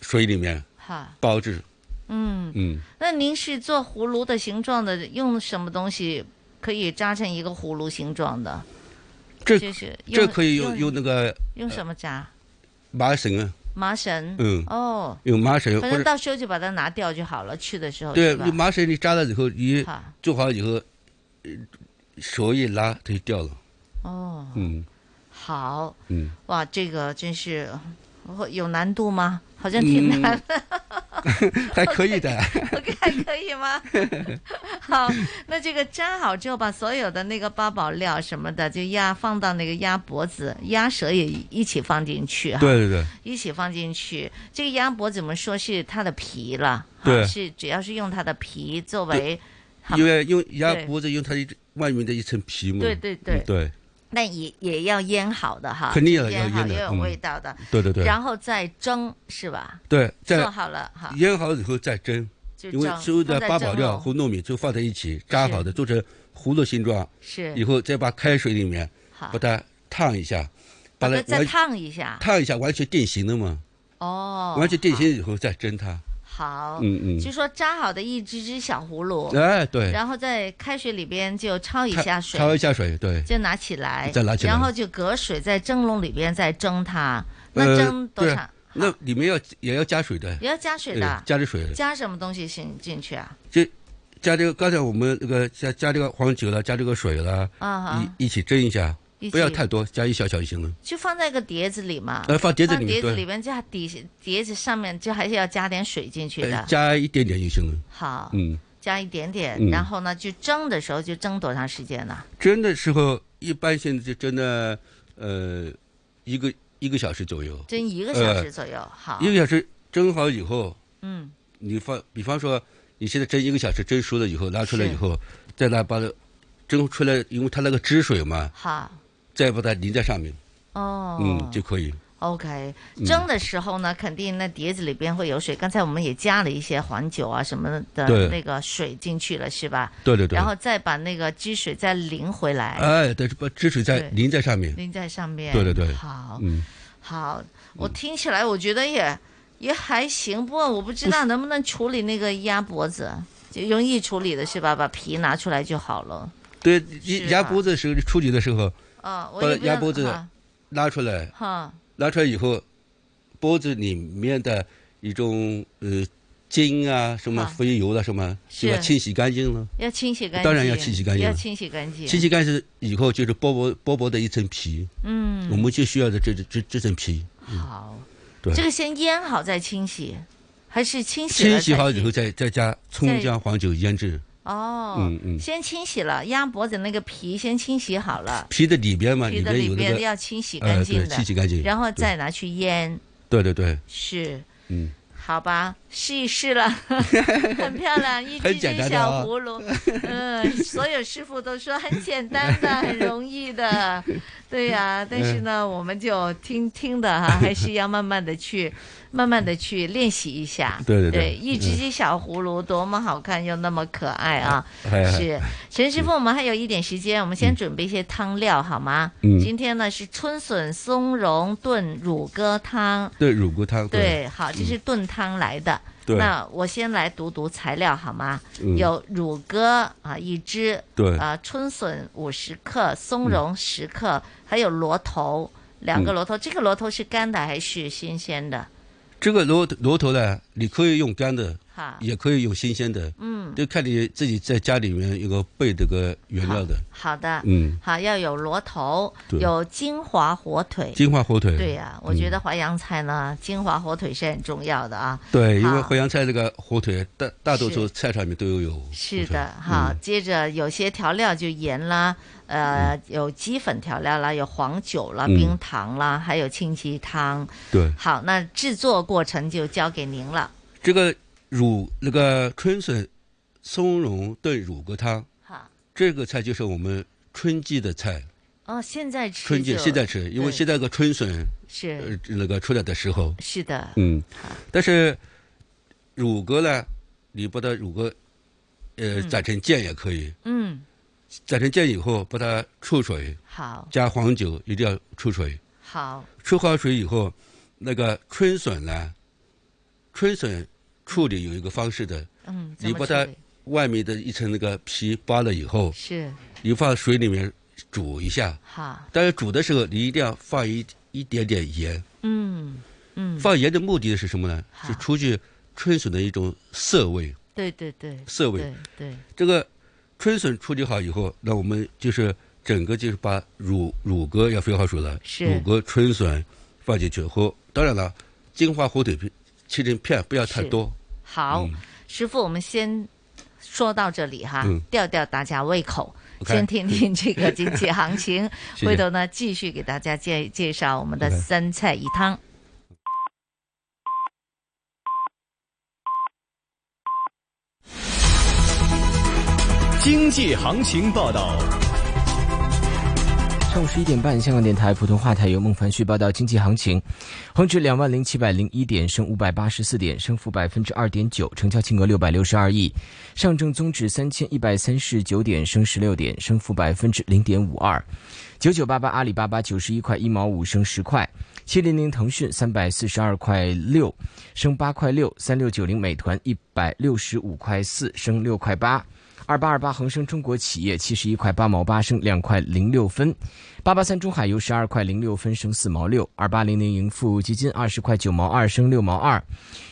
水里面
哈，
包制，
嗯，
嗯，
那您是做葫芦的形状的，用什么东西可以扎成一个葫芦形状的？
这
就是用
这可以用用那个
用什么扎？
麻绳啊，
麻绳。
嗯
哦，
用麻绳
反
或
正
者
到时候就把它拿掉就好了，去的时候
对
哦是，吧
用麻绳你扎了以后，你
好
做好以后，呃手一拉它就掉了，
哦，
嗯
好，
嗯，
哇，这个真是哦有难度吗？好像挺
嗯
难的。
还可以的。
还可 以吗？好，那这个扎好之后，把所有的那个八宝料什么的，就鸭放到那个鸭脖子、鸭舌也一起放进去哈。
对对对，
一起放进去。这个鸭脖怎么说是它的皮了？哈
对
是主要是用它的皮作为。好
因为用鸭
对
脖子用它一外面的一层皮嘛，
对对对
嗯对，
那也也要腌好的哈，
肯定要
腌
要
好
腌的
也有
嗯
味道的，
对对对
然后再蒸是吧？
对，再
做好了哈，
腌好以后再蒸
就，
因为
蒸
所有的
放在
八宝
蒸
料
笼
和糯米就放在一起扎好的，做成葫芦形状，
是
以后再把开水里面
好
把它烫一下，把它
把它再
完
烫一下。
烫一下，完全定型了嘛，
哦，
完全定型以后再蒸它，
好，
嗯嗯
就说扎好的一只只小葫芦，
哎对
然后在开水里边就焯一下水，
焯一下水，对，
就拿起来，
再拿起来
然后就隔水在蒸笼里边再蒸它，那
呃
蒸多
对
长？
啊那里面要也要加水的，
也要加水的
对，加点水的
加什么东西进进去啊？
就加这个刚才我们那个加加这个黄酒了，加这个水了，
啊哈，
一一起蒸一下
一，
不要
起
太多，加一小小就行了。
就放在个碟子里嘛，
呃放碟子里面
碟子
对
里边加底碟子上面就还是要加点水进去
呃
的，
加一点点就行了。
好，
嗯，
加一点点，
嗯
然后呢，就蒸的时候就蒸多长时间呢？
蒸的时候一般现在就蒸的呃一个一个小时左右，
蒸一个小时
呃
左右，好，
一个小时蒸好以后，
嗯，
你放比方说你现在蒸一个小时蒸熟了以后拿出来以后，再拿把它蒸出来，因为它那个汁水嘛，
好，
再把它淋在上面，
哦，
嗯就可以。
OK，
嗯
蒸的时候呢，肯定那碟子里边会有水。刚才我们也加了一些黄酒啊什么的
对
那个水进去了，是吧？
对对对
然后再把那个汁水再淋回来，
哎，对，把汁水再
对
淋在上面。
淋在上面。
对对对，
好，
嗯，
好，我听起来我觉得也也还行，不过我不知道能不能处理那个鸭脖子，就容易处理的是吧？把皮拿出来就好了。
对，你
是
压
吧
脖子的时候处理的时候，
啊，我
把
也不
鸭
要
脖子
哈
拉出来，
哈，
拉出来以后，脖子里面的一种呃筋啊、什么
啊
肥油啊、什么，
是
就要清洗干净了。
要清洗干净，
当然要清洗干净
要
了
清洗干净，
清洗干净以后，就是薄薄薄薄的一层皮，
嗯，
我们就需要的这这这层皮。嗯
好，
对，
这个先腌好再清洗，还是清洗了
清洗
再
好以后再再加
再
葱姜黄酒腌制，
哦，
嗯嗯
先清洗了，鸭脖子那个皮先清洗好了，
皮的里边嘛，
皮的
边
里
有那
边
个
要清洗干净
呃
的，
对清洗干净
然后再拿去腌，
对对对，
是，
嗯，
好吧，试一试了，很漂亮，一只
很简
只
单的啊
小葫芦，嗯，所有师傅都说很简单的，很容易的，对呀、但是呢，我们就听听的哈、还是要慢慢的去，慢慢的去练习一下，
对
对
对对
一只只小葫芦多么好看又那么可爱啊，
哎哎
是，陈师傅，我们还有一点时间，我们先准备一些汤料好吗？
嗯
今天呢是春笋松茸炖乳鸽汤。
对乳鸽汤，
对，好，这是炖汤来的。
对
那我先来读读材料好吗？
嗯
有乳鸽啊一只，
对
啊春笋五十克，松茸十克，还有螺头两个
嗯
螺头，这个螺头是干的还是新鲜的？
这个螺螺头呢，你可以用干的
好，
也可以用新鲜的，
啊嗯
就看你自己在家里面有个备这个原料的。
好的，
嗯
好，要有螺头，
对
有金华火腿，
金华火腿嗯
对呀、我觉得淮扬菜呢，金华火腿是很重要的啊。
对，因为
好
淮扬菜这个火腿，大大多数
是
菜上面都有有。
是的，哈、
嗯
接着有些调料就盐啦，呃，有鸡粉调料啦，有黄酒啦、
嗯
冰糖啦，还有清鸡汤。
对
好，那制作过程就交给您了。
这个乳那个春笋松茸炖乳鸽汤，
好，
这个菜就是我们春季的菜，
哦，现在吃就，
春季现在吃，因为
对
现在个春笋呃
是
那个出来的时候，
是的，
嗯，但是乳鸽呢，你把它乳鸽呃
嗯
斩成件也可以，
嗯，
斩成酱以后，把它出水，
好
加黄酒，一定要出水。
好，
出好水以后，那个春笋呢，春笋处理有一个方式的，
嗯，怎
你
么
把
处
它
理
外面的一层那个皮扒了以后，
是
你放水里面煮一下。
好，
但是煮的时候，你一定要放一一点点盐。
嗯嗯，
放盐的目的是什么呢？是除去春笋的一种涩味。
对对对，
涩味
对对，
这个春笋处理好以后，那我们就是整个就是把乳乳鸽要分好水了，
是
乳鸽、春笋放进去后，当然了，金华火腿片切成片，不要太
是
多。嗯
好，师傅，我们先说到这里哈
嗯，
吊吊大家胃口。
OK，
先听听这个经济行情
谢谢
回头呢继续给大家介介绍我们的
OK
三菜一汤。
经济行情报道。
上午十一点半，香港电台普通话台由孟凡旭报道经济行情。恒指两万零七百零一点，升五百八十四点，升幅百分之二点九，成交金额六百六十二亿。上证综指三千一百三十九点，升十六点，升幅百分之零点五二。九九八八阿里巴巴九十一块一毛五升十块，七零零腾讯三百四十二块六升八块六，三六九零美团一百六十五块四升六块八。二八二八恒生中国企业七十一块八毛八升两块零六分，八八三中海油十二块零六分升四毛六，二八零零盈富基金二十块九毛二升六毛二，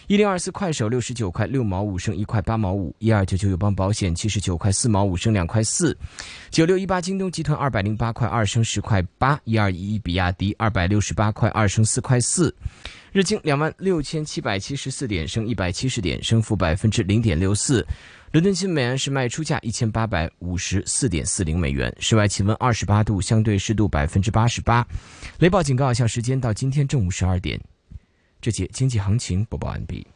一零二四快手六十九块六毛五升一块八毛五，一二九九友邦保险七十九块四毛五升两块四，九六一八京东集团二百零八块二升十块八，一二一一比亚迪二百六十八块二升四块四。日经两万六千七百七十四点，升一百七十点，升幅百分之零点六四。伦敦金美元是卖出价一千八百五十四点四零美元，室外气温二十八度，相对湿度百分之八十八。雷暴警告有效时间到今天正午十二点。这节经济行情播报完毕。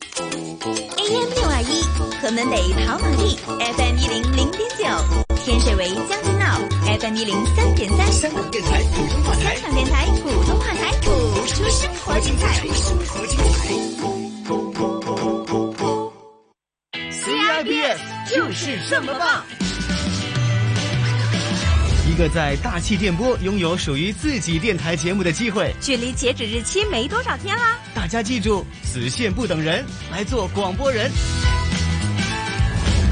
AM 六二一，河门北跑马地，FM 一零零点九，天水围将军澳，FM 一零三点三。香港电台普通话台，香港电台普通话台，谱出生活精彩。生活精彩。
CIBS 就是这么棒。
一个在大气电波拥有属于自己电台节目的机会，
距离截止日期没多少天啦，
大家记住，死线不等人，来做广播人。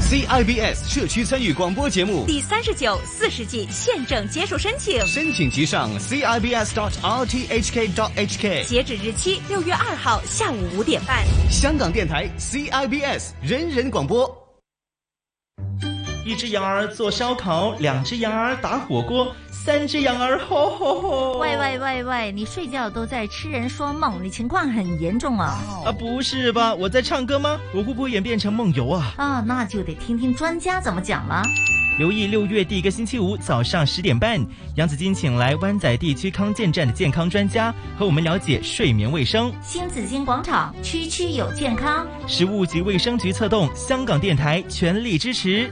CIBS 社区参与广播节目，
第三十九四十季宪政结束申请，
申请即上 cibs.rthk.hk。
截止日期六月二号下午五点半。
香港电台 CIBS 人人广播。
一只羊儿做烧烤，两只羊儿打火锅，三只羊儿吼吼吼。
喂喂喂喂，你睡觉都在痴人说梦，你情况很严重啊！
啊，不是吧？我在唱歌吗？我会不会演变成梦游啊？
啊，那就得听听专家怎么讲了。
留意六月第一个星期五早上十点半，杨子金请来湾仔地区康健站的健康专家，和我们了解睡眠卫生。
新紫金广场区区有健康，
食物及卫生局策动，香港电台全力支持。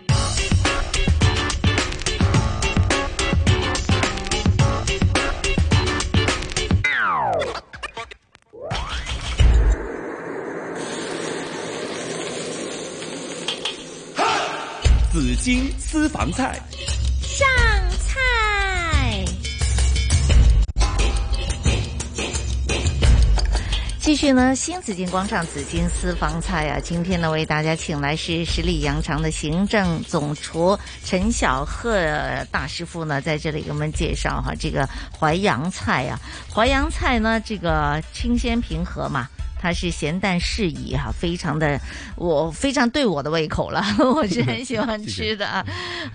紫金私房菜，
上菜。
继继续呢，新紫金广场紫金私房菜啊，今天呢为大家请来是十里洋场的行政总厨陈小贺大师傅呢，在这里给我们介绍哈、这个淮扬菜啊，淮扬菜呢这个清鲜平和嘛。它是咸淡适宜哈、非常的我非常对我的胃口了， 我是很喜欢吃的啊。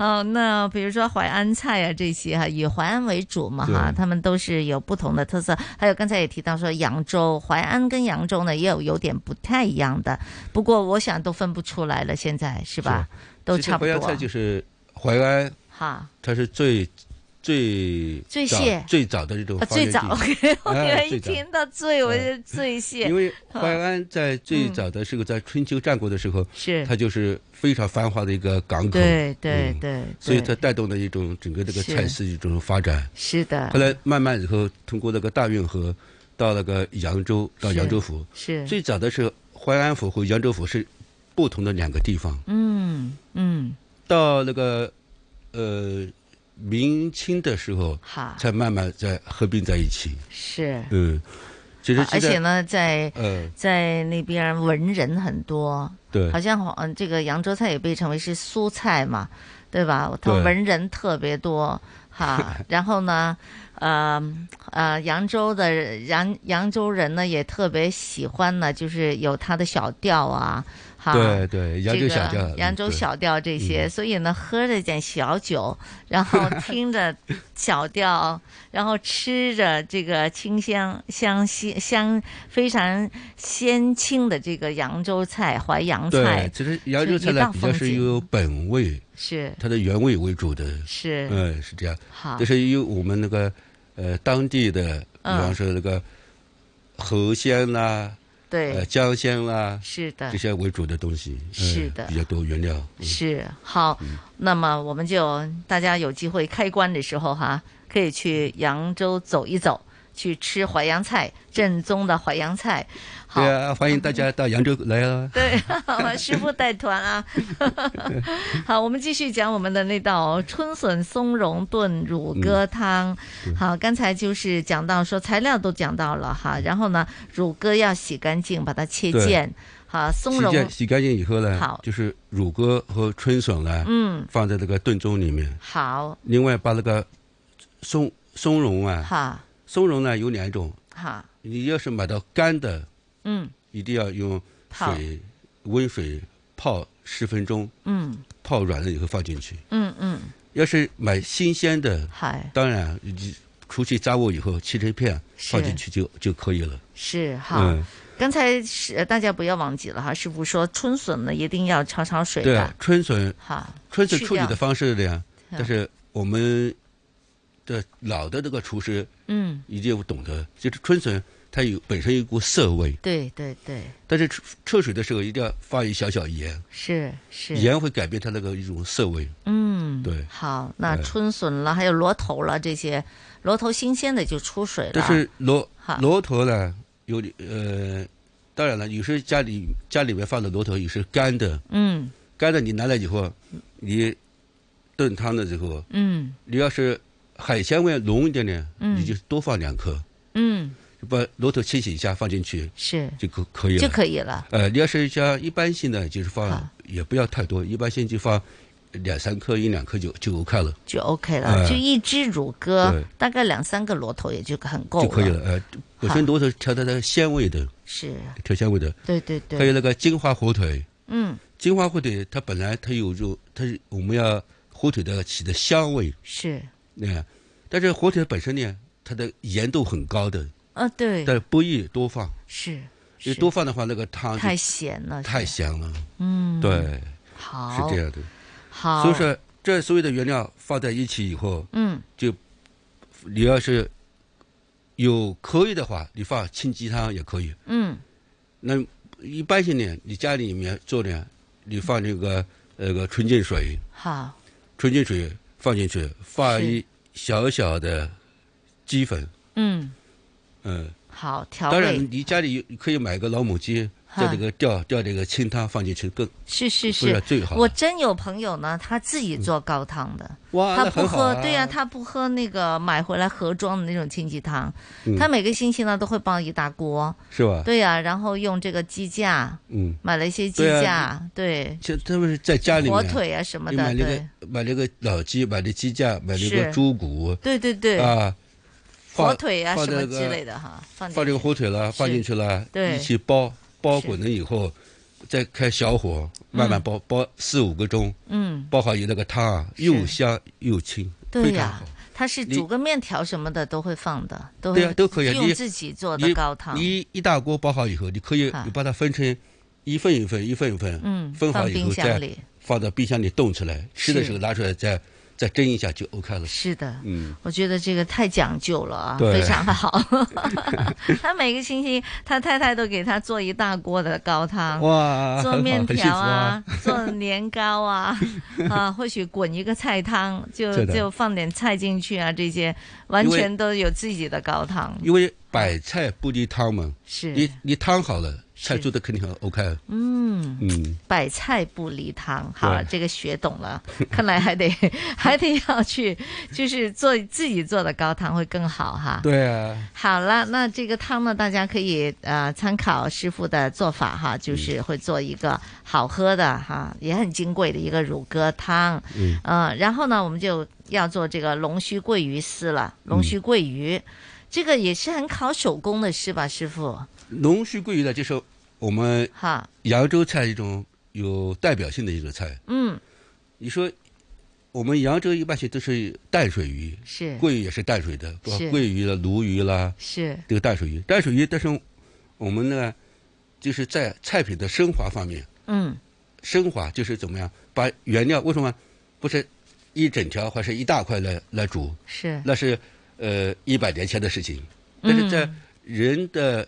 哦，那比如说淮安菜啊这些哈、以淮安为主嘛哈，
对
他们都是有不同的特色。还有刚才也提到说扬州、淮安跟扬州呢也有有点不太一样的，不过我想都分不出来了，现在是吧？都
其实
差不
淮
多。
扬菜就是淮安，
哈，
它是最最
最
早
蟹
最早的这种
啊，
发源
最
地
早， 我
哎
原一
最早哎
听到醉，我就醉蟹，
因为淮
啊
安在最早的时候，在春秋战国的时候，
嗯是
它就是非常繁华的一个港口，
对对
嗯
对
所以
对
它带动了一种整个这个
是
菜市一种发展。
是的
后来慢慢以后，通过那个大运河，到那个扬州，到
是
扬州府，
是
最早的是淮安府和扬州府是不同的两个地方。
嗯嗯，
到那个呃明清的时候
好，
才慢慢再合并在一起。
是。
嗯，其实
啊而
现在
且呢，在、
呃
在那边文人很多，
对
好像嗯，这个扬州菜也被称为是苏菜嘛，对吧？它
对
文人特别多 哈，然后呢，呃呃，扬州的扬扬州人呢也特别喜欢呢，就是有他的小调啊。哈
对对扬州小
这个
调
扬州
嗯对
小调这些，
嗯
所以呢，喝着点小酒，然后听着小调，然后吃着这个清香香鲜香非常鲜清的这个扬州菜、淮扬菜
对，，其实扬州
就
菜
一
呢
道
比较
风
是
景
有本味，
是
它的原味为主的，
是
嗯，是这样
好，
就是由我们那个呃当地的，比
嗯
方说那个河鲜啦，
对
呃江鲜啦，
是的
这些为主的东西，嗯
是的
比较多原料，嗯
是好，那么我们就大家有机会开关的时候哈，可以去扬州走一走，去吃淮扬菜，正宗的淮扬菜。好嗯
对啊，欢迎大家到扬州来啊。
对， 我师傅带团啊。 好，我们继续讲我们的那道春笋松茸炖乳
嗯
鸽汤。好，刚才就是讲到说材料都讲到了哈，然后呢，乳鸽要洗干净，把它切
对
件。好，松茸
洗干洗干净以后呢，
好
就是乳鸽和春笋呢，
嗯
放在那个炖盅里面。
好，
另外把那个松松茸啊，
哈
松茸呢有两种，
哈，
你要是买到干的，
嗯
一定要用
泡
水温水泡十分钟，
嗯
泡软了以后放进去。
嗯嗯，
要是买新鲜的，
嗨，
当然你除去杂物以后切成片
是
放进去就就可以了。
是好。
嗯，
刚才是呃大家不要忘记了哈，师傅说春笋呢一定要焯焯水
对
的
啊，，春笋
好，
春笋
去
处理
掉
的方式这样，
嗯
但是我们的老的这个厨师，
嗯，
一定要懂得，就是春笋它有本身有一股涩味，
对对对，
但是撤撤水的时候一定要放一小小盐，
是是。
盐会改变它那个一种涩味。
嗯，
对
好，那
对
春笋了，还有螺头了，这些螺头新鲜的就出水了。
但是螺
好
螺头呢，有点呃，当然了，有时候家里家里面放的螺头有时候干的，
嗯
干的你拿来以后，你炖汤的时候，
嗯
你要是海鲜味浓一点点，
嗯
你就多放两颗。
嗯，
就把螺头清洗一下放进去，
是
就可可以了，
就可以了。
呃，你要是像一般性的，就是放也不要太多，一般性就放两三颗、一两颗就就 OK 了，
就 OK 了，
哎
就一只乳鸽
对，
大概两三个螺头也就很够
就可以了。。呃，本身螺头调它的鲜味的，
是，
调鲜味的。
对对
还有
对，
那个金华火腿，
嗯，
金华火腿它本来它有肉，它是我们要火腿的起的香味，
是，
嗯，但是火腿本身呢，它的盐度很高的，
啊对，
但是不宜多放，
是
因为多放的话那个汤就
太咸了，
太
是
咸了，
嗯，
对，
好，
是这样的。
好，
所以说，这所有的原料放在一起以后，
嗯，
就你要是有可以的话，你放清鸡汤也可以。
嗯
那一般性呢，你家里面做呢，你放这个那个纯净水，
好，
纯净水放进去，放
是
一小小的鸡粉，
嗯
嗯，
好调
当然
味，
你家里有可以买个老母鸡，在这个吊吊这个清汤放进去更
是是
味
是
道最，好。嗯
我真有朋友呢，他自己做高汤的，
哇
他
那
不
很好
喝，
啊
对呀、他不喝那个买回来盒装的那种清鸡汤，
嗯
他每个星期呢都会煲一大锅，
是吧
对呀、然后用这个鸡架，
嗯，
买了一些鸡
对啊
架，对，
像特别是在家里面，
火腿啊什么
你
的
买那个买那个老鸡，买那鸡架，买那
是
个猪骨，
对对对，
啊，放
火腿啊
放
什么
那个
之类的哈，放
放这个火腿了，放进去了，
对
一起包包
是
滚了以后，再开小火慢慢
嗯
包，包四五个钟，
嗯，
包好以后那个汤啊，又香又清，
对
非常
呀
好。、
他是
你
煮个面条什么的都会放的，都
对
会
啊，都可以啊。
嗯用
你
自己做的高汤，
你你一大锅煲好以后，你可以
啊
你把它分成一份一份、一份一份，
嗯
分好
放
以
冰
后
箱
再
里
放到冰箱里冻起来，吃的
是
时候拿出来再再蒸一下就 OK 了。
是的，
嗯，
我觉得这个太讲究了啊，
对
非常好。 他每个星期，他太太都给他做一大锅的高汤，
哇
做
很好
面
很幸
条
福
啊
啊，
做年糕 啊，啊，或许滚一个菜汤，就是
的
就放点菜进去啊，这些完
因为
全都有自己的高汤。
因为白菜不离汤嘛，
是
你你汤好了，菜做的肯定很 OK。
嗯，
嗯，
百菜不离汤，好了，
对
这个学懂了， 看来还得还得要去，就是做自己做的高汤会更好哈。
对啊，
好了，那这个汤呢，大家可以呃参考师傅的做法
嗯
哈，就是会做一个好喝的哈，也很金贵的一个乳鸽汤。
嗯
呃然后呢，我们就要做这个龙须桂鱼丝了，
嗯
龙须桂鱼。这个也是很考手工的是吧，师傅？
龙须桂鱼呢，就是我们
哈，
扬州菜一种有代表性的一种菜。
嗯，
你说我们扬州一般些都是淡水鱼，
是
桂鱼也是淡水的，不
是
桂鱼了、鲈鱼啦，
是
这个淡水鱼，淡水鱼，但是我们呢，就是在菜品的升华方面，
嗯
升华就是怎么样把原料为什么不是一整条或是一大块来来煮，
是
那是呃一百年前的事情，但是
嗯
在人的、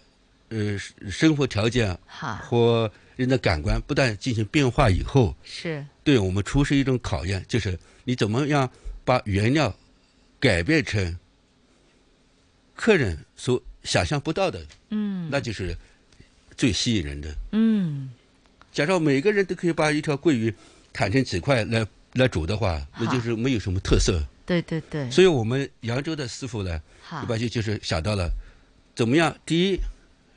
呃生活条件
哈
或人的感官不断进行变化以后，
是
对我们厨师一种考验，就是你怎么样把原料改变成客人所想象不到的，
嗯
那就是最吸引人的。
嗯
假如每个人都可以把一条桂鱼砍成几块来来煮的话，那就是没有什么特色。
对对对，
所以我们扬州的师傅呢，
好
一般就就是想到了怎么样，第一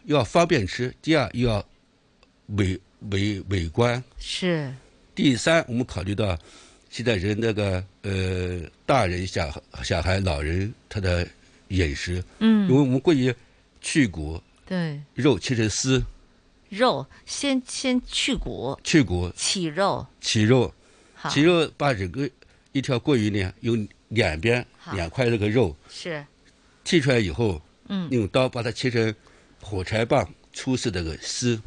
要方便吃，第二要美美美观，
是
第三，我们考虑到现在人那个呃，大人、小小孩、老人他的饮食，
嗯
因为我们过于去骨，
对
肉切成丝，
肉先先去骨
去骨
起肉，
起肉
好，
起肉把整个一条桂鱼呢，用两边
好
两块那个肉
是
剔出来以后，
嗯
用刀把它切成火柴棒粗细的个丝，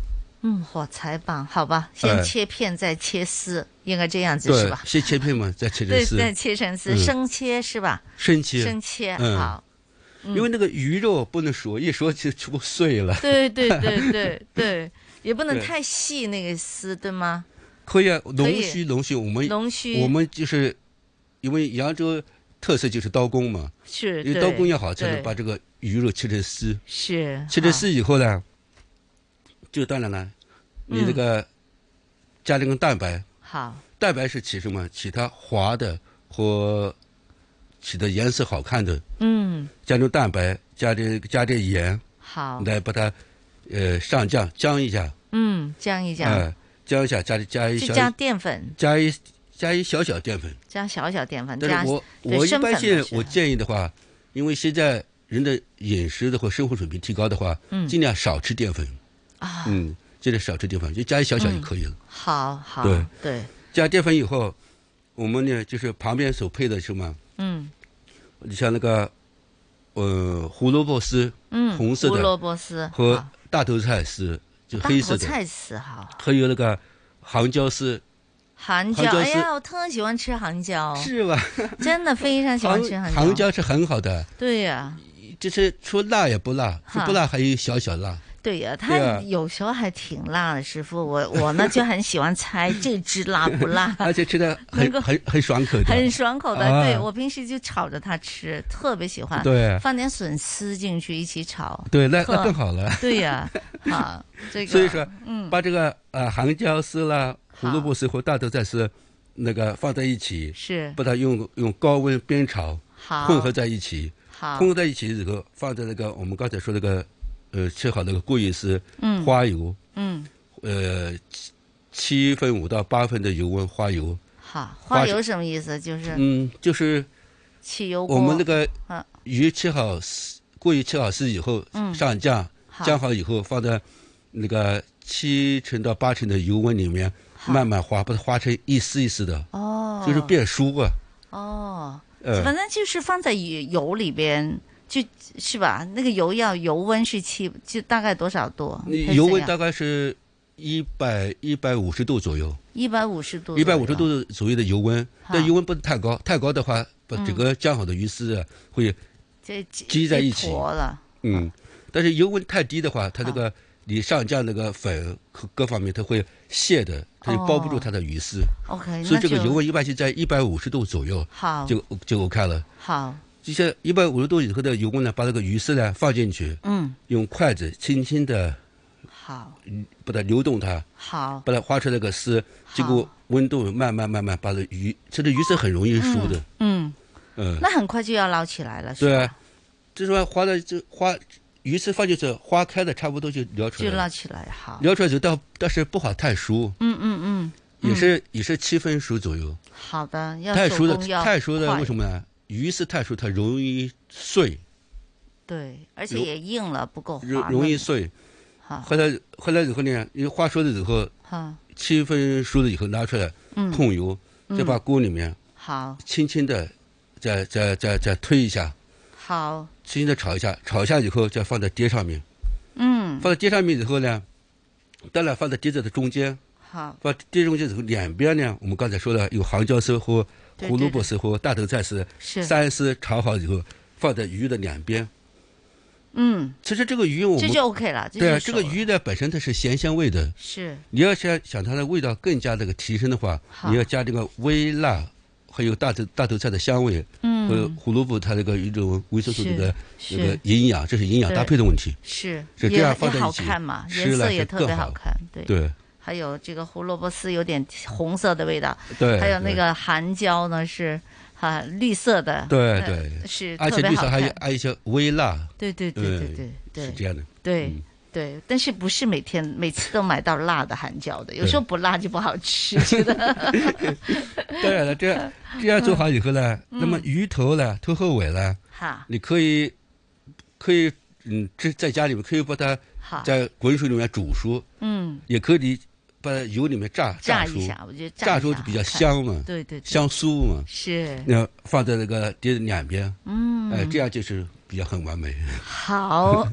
嗯，火柴棒，好吧，先
哎
切片再切丝，应该这样子是
对
吧，？
先切片嘛，再切成
对，
丝，
再切成丝，
嗯
生切是吧？
生切，
生切，
嗯、
好，嗯
因为那个鱼肉不能熟，一熟就全部碎了。
对对对对对，也不能
对
太细那个丝，对吗？
可以啊，
可
龙
以
须龙须，我们
龙须
我们就是因为扬州特色就是刀工嘛，
是，
因为
对
刀工要好才
对
能把这个鱼肉切成丝，
是
切成
好
丝以后呢，就当然了，你这
嗯
个加这个蛋白，
好，
蛋白是起什么？起它滑的或起的颜色好看的，
嗯，
加点蛋白，加点加点盐，
好，
来把它呃上酱姜一下，
嗯，这样一
哎、
讲，
姜一下，加加一
就
小
加淀粉，
加一加一小小淀粉。
加小小淀粉，加
但是我
对
我一
生
般
粉的
现在
是
我建议的话，因为现在人的饮食的或生活水平提高的话，
嗯
尽量少吃淀粉。
啊，
嗯，尽量少吃淀粉，就加一小小就
嗯
可以了。
好好，
对
对，
加淀粉以后，我们呢就是旁边所配的什么，
嗯
你像那个呃胡萝卜丝，
嗯，
红色
胡萝
的
卜丝
和
好
大头菜丝，就
大
黑
头
色的，
菜丝好，
还有那个杭椒丝，
杭
杭
椒，
椒
哎
丝
呀，我特喜欢吃杭椒，
是吧？
真的非常喜欢吃
杭椒是很好的，
对呀、
就是除辣也不辣，除
哈
不辣还有小小辣。
对呀、
对啊
它有时候还挺辣的，师傅。我我呢就很喜欢猜这只辣不 辣，
而且吃的
能
很
够
很很爽口的，
很爽口的。
啊
对我平时就炒着它吃，特别喜欢。
对
放点笋丝进去一起炒。
对那
特
那更好了
对呀、啊，这个。
所以说，
嗯，
把这个呃杭椒丝啦、胡萝卜丝和大头菜丝那个放在一起，
是
把它用用高温煸炒，
好
混合在一起，
好
混合在一起以后，放在那个我们刚才说那个呃切好那个固叶丝，
嗯
花油，
嗯，
呃七七分五到八分的油温花油，
好，
花
花
生
油什么意思？就是
嗯，就是
汽油锅。
我们那个
嗯
鱼切好丝，过于切好丝以后
嗯
上酱，
好
酱好以后放在那个七成到八成的油温里面慢慢滑，把它滑成一丝一丝的，
哦，
就是变酥啊。
哦，
呃
反正就是放在油油里边，就是吧？那个油要油温是七，就大概多少度？
你
还是
油
怎
温
样
大概是一百一百五十度左右，
一百五十度，
一百五十。度左右的油温，
好嗯
但油温不能太高，太高的话把整个酱好的鱼丝啊会
这
积在一起
坨了，
嗯，但是油温太低的话，它这个你上酱那个粉和各方面它会泄的，它就包不住它的鱼丝。
哦 OK，
所以
那
这个
就
油温一般是在一百五十度左右，
好
就就 OK 了。
好，
就像一百五十度以后的油温呢，把这个鱼丝呢放进去，
嗯，
用筷子轻轻的
好，
把它流动它，
好，
把它划出那个丝，结果温度慢慢慢慢把这鱼，这个鱼丝很容易熟的，
嗯，
嗯，
那很快就要捞起来了，是
对
吧？
啊，就是说花的这花鱼丝放进去，花开的差不多就撩出
就
来了
捞。起来，好，
撩出来就但但是不好太熟，
嗯嗯嗯，
也是、也是七分熟左右。
好的，要
太
手
熟的
工要
太熟的
快
为什么呢？鱼丝太熟它容易碎，
对，而且
容
也硬了，不够滑啊
容
嫩，
容易碎。
好，
后来后来以后呢，因为花熟了以后，
好，
七分熟了以后拿出来
嗯
控油，
嗯
再把锅里面
好，
轻轻的再再再再推一下，
好，
轻轻的炒一下，炒一下以后再放在碟上面，
嗯，
放在碟上面以后呢，当然放在碟子的中间，
好，
把碟中间之后两边呢，我们刚才说了有杭椒丝和
对
胡萝卜丝和大头菜丝，
是
三丝炒好以后放在鱼的两边。
嗯，
其实这个鱼我们
这就 OK 了，
对啊，这
就熟
个
了
鱼呢本身它是咸鲜味的，
是
你要想想它的味道更加那个提升的话，
好
你要加这个微辣，还有大头大头菜的香味，
嗯
和胡萝卜它这个一种维生素
是
这个
是
那个营养，这是营养
对
搭配的问题。
是
是这
也
样放在
也
一
好
起
看嘛，
吃
颜色
了
也
是
特
更
别
好
好看，对
对
还有这个胡萝卜丝有点红色的味道，
对
还有那
对
个韩椒呢是啊绿色的，
对
呃
对，
是
而
特
且
别
绿
好
色还有
看
还有一些微辣。
对对对对
嗯
对对
是这样的。
对对，但是不是每天每次都买到辣的韩椒的，有时候不辣就不好吃，觉得
当然了，这 样这样做好以后呢，
嗯
那么鱼头呢、头和尾呢，
哈
你可以可以嗯，这在家里面可以把它
好
在滚水里面煮熟，
嗯
也可以把它油里面炸
炸
熟
一下，我觉得
炸
一
熟
下
就比较
好看
香嘛，
对对对
香酥嘛，
是
那放在那个碟子两边，
嗯
哎，这样就是比较很完美。
好，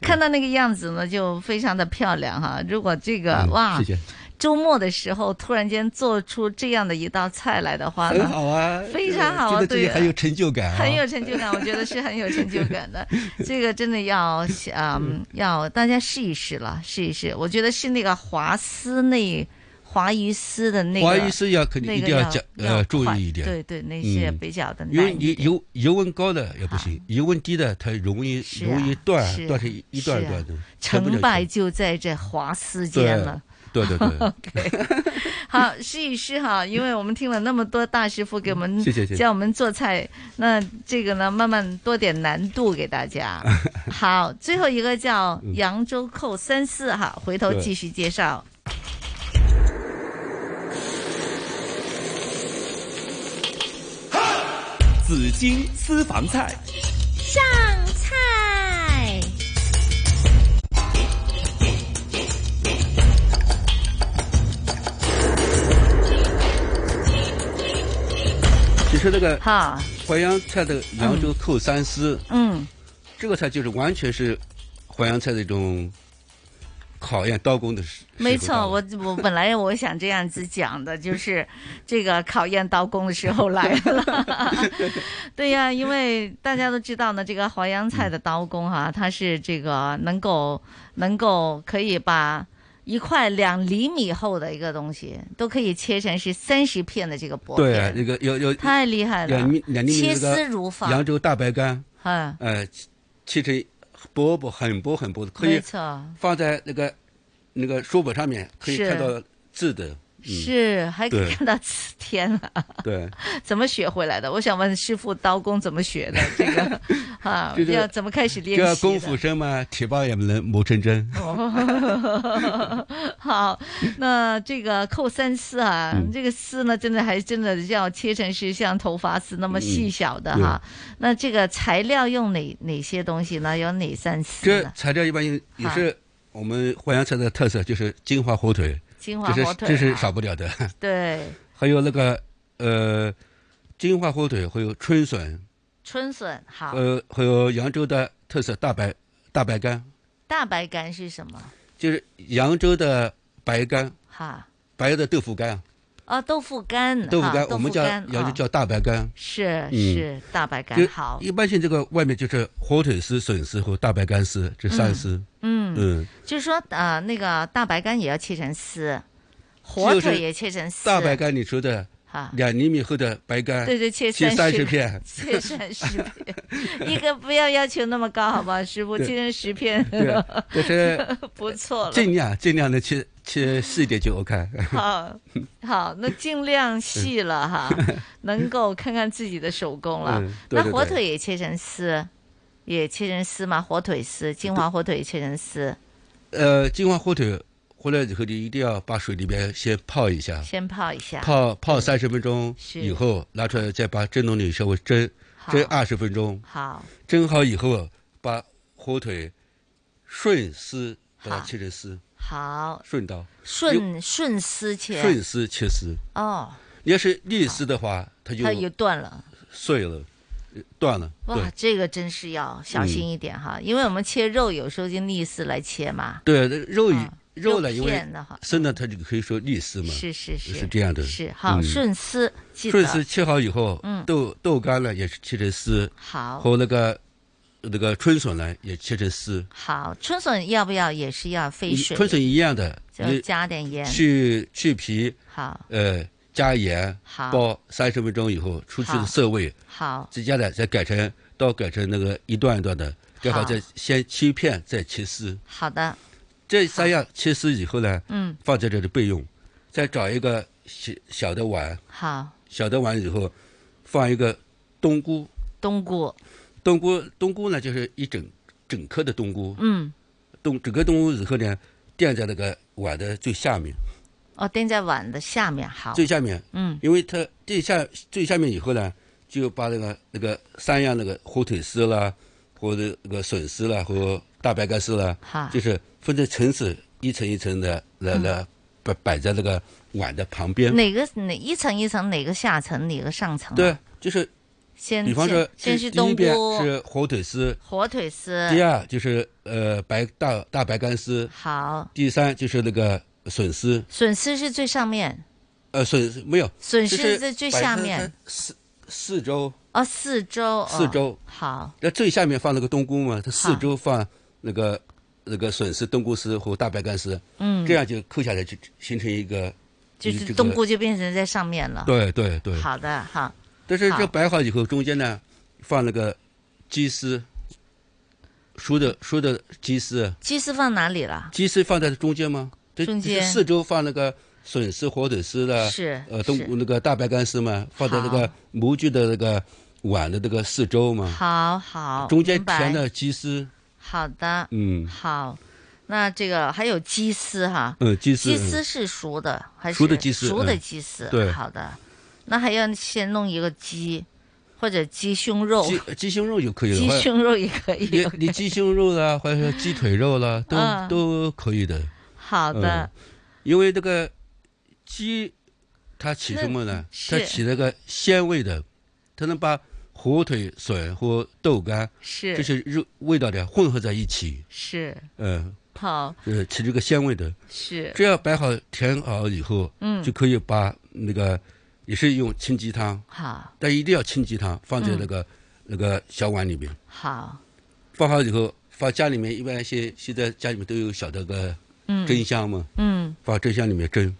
看到那个样子呢，就非常的漂亮哈。如果这个、哇，
嗯谢 谢，
周末的时候突然间做出这样的一道菜来的话呢，
很好啊，
非常好
觉
啊，
得自己
对啊，
很有成就感啊，
很有成就感，我觉得是很有成就 感的。这个真的要嗯，要大家试一试了，试一试。我觉得是那个华丝那华鱼丝的那个，
华鱼丝要肯定
那
一
个
定
要
讲
要
呃注
快
意一点，
对对，那些
嗯
比较的
因
难
为
一
油
点。
油油温高的也不行，油温低的它容易
是啊
容易断
是，啊
断成一一段一段的
是啊，
成不了
成败就在这华丝
对
间了。
对对 对，
OK，好，试一试哈，因为我们听了那么多大师傅给我们
谢谢谢谢
教我们做菜，那这个呢，慢慢多点难度给 大家。好，最后一个叫
嗯
扬州扣三四哈，回头
对
继续介绍。
紫荆私房菜，
上菜。
你说那个
哈
淮扬菜的扬州扣三丝，
嗯，
这个菜就是完全是淮扬菜的一种考验刀工的时。
没错，我我 本来我想这样子讲的，就是这个考验刀工的时候来了。 对呀、因为大家都知道呢，这个淮扬菜的刀工哈、它是这个能够能够可以把一块两厘米厚的一个东西，都可以切成是三十片的这个薄片，
对啊，那个有有
太厉害了
两厘两厘米
切
那个
丝如纺
扬州大白干，
嗯
呃，切切成薄薄很薄很薄的，可
没
以
错。
放在那个那个书本上面，可以
是
看到字的。嗯、
是，还可以
对
看到字天了。
对，
怎么学回来的？我想问师傅，刀工怎么学的？这 个啊，
就是
要怎么开始
这
练习的？
个功夫深嘛，铁棒也能磨成 针。
哦， 好，那这个扣三丝啊，
嗯
这个丝呢，真的还真的要切成是像头发丝那么细小的
嗯
哈。那这个材料用哪哪些东西呢？有哪三丝
这
呢？
材料一般也也
好
是我们淮扬菜的特色，就是金华火腿，
金华火腿
这是这
啊
是少不了的。
对，
还有那个呃，金华火腿，还有春笋，
春笋好，
呃，还有扬州的特色大白大白干，
大白干是什么？
就是扬州的白干，
哈，
白的豆腐干，
啊，豆腐干，
豆腐
哈
干，我们叫扬州
啊
叫大白干。
是
嗯
是大白
就
干好。
一般性这个外面就是火腿丝、笋丝和大白干丝这三丝。
嗯
嗯，
就是说，呃，那个大白干也要切成丝，火
就是
腿也切成丝，
大白干你说的
哈
两厘米厚的白干，
对对，切
哎切
三，
十片
切三十片，一个不要要求那么高，好不好，师傅？
对
切成十片，
对啊但是
不错
尽
了。
量尽量的切切细一点就 OK。
好，好，那尽量细 了哈，能够看看自己的手工了
嗯。对
那
对
火
对
腿也切成丝，也切成丝嘛，火腿丝，金华火腿也切成丝，
呃，金华火腿回来以后，你一定要把水里面先泡一下，
先泡一下。
泡泡三十分钟
是
以后拿出来，再把蒸笼里稍微蒸蒸
好
二十分钟，
好，
蒸好以后把火腿顺丝把它
好
切成丝，
好，
顺刀用
顺顺丝切，
顺丝切丝。
哦，
你要是逆丝的话，它就
它也断了。
碎了，呃断了。
哇，这个真是要小
嗯
心一点哈，因为我们切肉有时候就逆丝来切嘛。
对对，肉以肉呢，
肉
因为
片的话
生的它就可以说逆丝嘛，
是是是，
是这样的
是好
嗯
顺丝，记
顺
得
丝切好以后，
嗯
豆豆干呢也是切成丝，
好
和那个那个春笋呢也切成丝，
好。春笋要不要也是要飞
一
水？
春笋一样的，
就
你
加点盐。
去去皮，
好
呃，加盐
好，
煲三十分钟以后，出去
好
的涩味，
好
接下来再改成刀改成那个一段一段的，改好
好
再先切片再切丝，
好的，
这三样切丝以后呢，
嗯，
放在这里备用，再找一个小小的碗，
好
小的碗以后放一个冬菇，
冬菇，
冬菇冬菇呢就是一整整颗的冬菇，
嗯，
冬整个冬菇以后呢垫在那个碗的最下面，
哦，垫在碗的下面，好。
最下面，
嗯
因为它最下最下面以后呢，就把那个那个三样那个火腿丝啦，或者那个笋丝啦，和大白干丝啦
哈，
就是分成层次，一层一层的来
嗯
来摆摆在那个碗的旁边。
哪个哪一层一层哪个下层哪个上层啊？
对，就是
先
比方
先
说，
先
第
是
第
冬
一遍
菇，
是火腿丝，
火腿丝，
第二就是呃白大大白干丝，
好，
第三就是那个笋丝，
笋丝是最上面，
呃笋丝没有
笋
就
丝在最
摆
下
在
面
四四周。
哦，四周，哦
四周
好，
那最下面放那个冬菇嘛，它四
好
周放那个那个笋丝、冬菇丝和大白干丝，
嗯
这样就扣下来就形成一个，
就
一这
是
个
冬菇就变成在上面了。
对对对。
好的，好。
但是
好
这摆好以后，中间呢放那个鸡丝，熟的熟的鸡丝，
鸡丝放哪里了？
鸡丝放在中间吗？这
中
这
间
四周放那个笋丝、火腿丝的，
是
呃冬
是
那个大白干丝嘛，放在那
好
个模具的那个碗的那个四周嘛，
好好，
中间
明白
填的鸡丝，
好的，
嗯
好。那这个还有鸡丝哈，
嗯鸡丝
鸡丝是熟的还是
熟的鸡丝
熟的
嗯
鸡丝，
对
好的。那还要先弄一个鸡，或者鸡胸肉，
鸡鸡胸肉就可以了。
鸡
或者
胸肉也可以。
你你鸡胸肉啦，或者说鸡腿肉啦，都、
嗯
都可以的。
好的
嗯，因为这个鸡，它起
那
什么呢？
是
它起那个鲜味的，它能把火腿、笋或豆干
是
这些肉味道的混合在一起。
是
嗯，
泡，
呃，起这个鲜味的。
是
这样摆好填好以后，
嗯
就可以把那个也是用清鸡汤，
好
但一定要清鸡汤放在那
嗯
个、那个小碗里面，
好，
放好以后放家里面一般现现在家里面都有小的个
嗯
蒸箱嘛，
嗯，
放蒸箱里面蒸，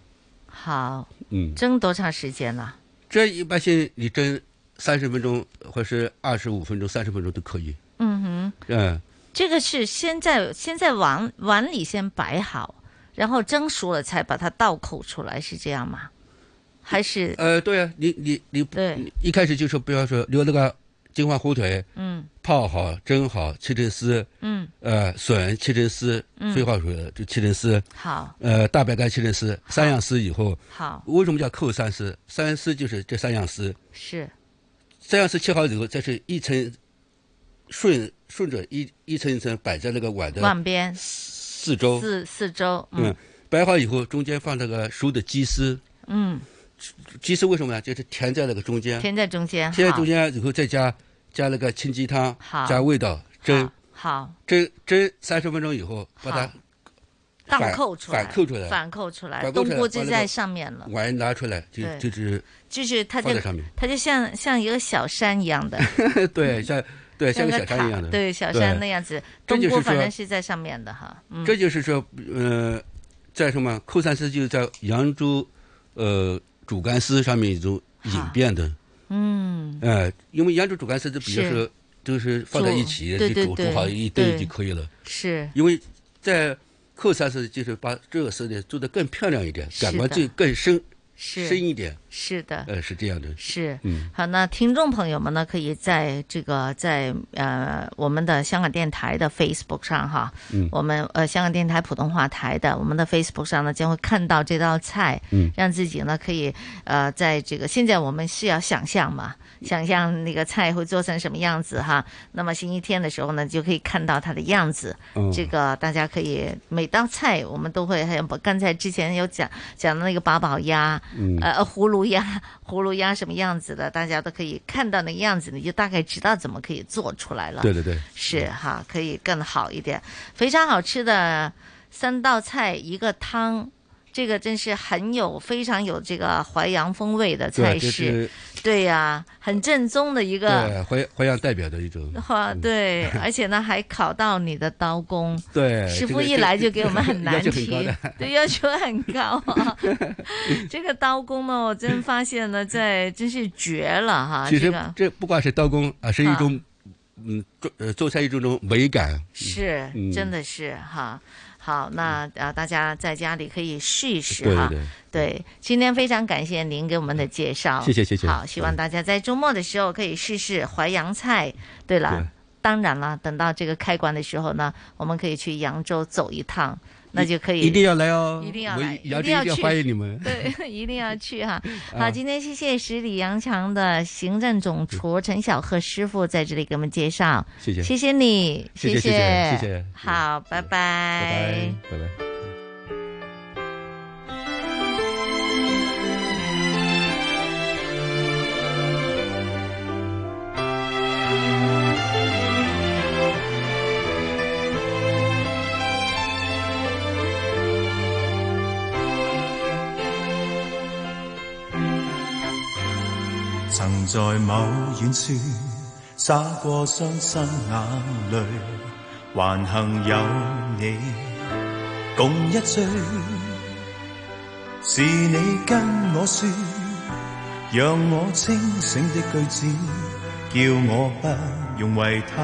好，
嗯，
蒸多长时间了？
这一般性你蒸三十分钟或是二十五分钟、三十分钟都可以，
嗯哼，
嗯，
这个是先在先在碗碗里先摆好，然后蒸熟了才把它倒扣出来，是这样吗？还是
呃，对啊，你你你
对，
一开始就说不要说留那个金华火腿，
嗯
泡好、蒸好，切成丝，
嗯，
呃，笋切成丝
嗯，
废话说了就切成丝，
好
呃，大白干切成丝，三样丝以后，
好
为什么叫扣三丝？三丝就是这三样丝，
是
三样丝切好以后，再是一层顺顺着一一层一层摆在那个碗的
碗边
呃四周，
四四周，
嗯，摆好以后，中间放那个熟的鸡丝，
嗯，
鸡丝为什么呢？就是填在那个中间，
填嗯在中间，
填在
好
中间以后再加加那个清鸡汤
好，
加味道蒸。
好
蒸蒸三十分钟以后，把
好
它
倒
反
扣出来，
反扣出来
反扣出来，
反扣
冬
出来
菇就
把那
在
个
上面了。
碗拿出来，就
对
就是
就是它就
放在上面
它就像像一个小山一样的，
对，像 对像
像
个
个
小山一样
塔
的，
对小山那样子。
这
冬
就
菇
是
反
说
正是在上面的哈，嗯，
这就是说，呃，在什么扣三丝就在扬州，呃，主干丝上面一种演变的，
嗯
呃，因为扬州主干丝都比较
是
是都是放在一起，
煮对对
就煮煮好
对
一堆
对
就可以了。
是
因为在扣三丝就是把这个丝呢做得更漂亮一点，
是
感官
的
就更深
是
深一点，
是的，
呃，是这样的，
是，
嗯，
好，那听众朋友们呢，可以在这个在呃我们的香港电台的 Facebook 上哈，
嗯
我们呃香港电台普通话台的我们的 Facebook 上呢，将会看到这道菜，
嗯
让自己呢可以呃在这个现在我们是要想象嘛，想象那个菜会做成什么样子哈，那么星期天的时候呢，就可以看到它的样子，
嗯
这个大家可以每道菜我们都会，还有刚才之前有讲讲的那个八宝鸭，
嗯
呃葫芦鸭，葫芦鸭什么样子的，大家都可以看到那个样子，你就大概知道怎么可以做出来了。
对对对
是哈，可以更好一点，非常好吃的三道菜一个汤。这个真是很有非常有这个淮扬风味的
对啊
菜
这
式
是，
对呀、很正宗的一
对，
个
淮淮扬代表的一种。
话，对，而且呢还考到你的刀工，
对，
师
呃这
傅
个
一
这
来
这
就给我们很
要
难
求很高
题，
的
对，要求很高 啊。这个刀工呢，我真发现呢，在真是绝了哈！
其
啊这
实嗯
个啊
这不光是刀工啊，是一种，嗯，做呃做菜一种种美感。
是
嗯
真的是哈。好，那啊，大家在家里可以试一试
对
哈。
对
对今天非常感谢您给我们的介绍，
嗯谢谢谢谢
好，希望大家在周末的时候可以试试淮扬菜。对了，
对
当然了，等到这个开馆的时候呢，我们可以去扬州走一趟，那就可以
一定要来哦，
一定要
我
来，
扬州
定要
一定要
去
欢迎你们。
对，一定要去 哈。好，
啊
今天谢谢十里洋场的行政总厨陈小贺师傅在这里给我们介绍，
谢谢
谢谢你，
谢谢
谢
谢谢谢谢
好，拜拜
拜。拜拜。
曾在某遠處灑過傷心眼淚，還幸有你共一醉。是你跟我說，讓我清醒的句子，叫我不用為他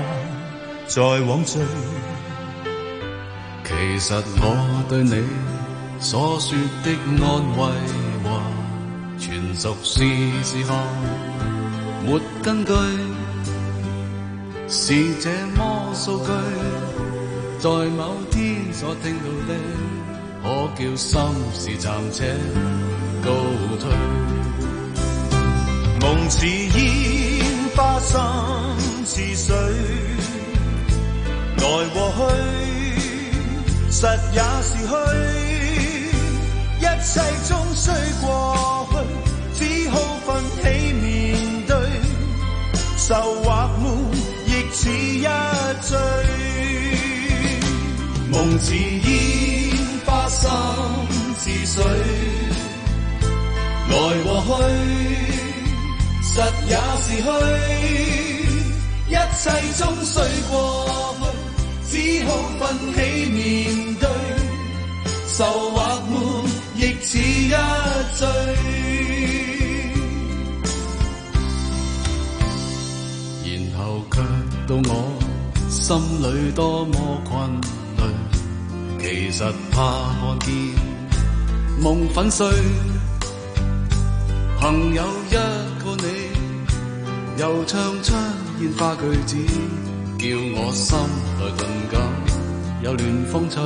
再往醉。
其實我對你所說的安慰話，全屬是時候，沒根據，是這麼數據，在某天所聽到的，可叫心事暫且告退。
夢似煙花心似水，來和去，實也是虛。一切終須過去，只好奮起面對。愁或悶，亦似一醉。夢
似烟花心似水，来和去，实也是虚，一切终须过去，只好奋起面对，愁或闷亦似一醉。然後卻到我心裏多麼困累。其實怕看見夢粉碎，朋友一個你，又唱出煙花句子，叫我心內頓感有亂風吹。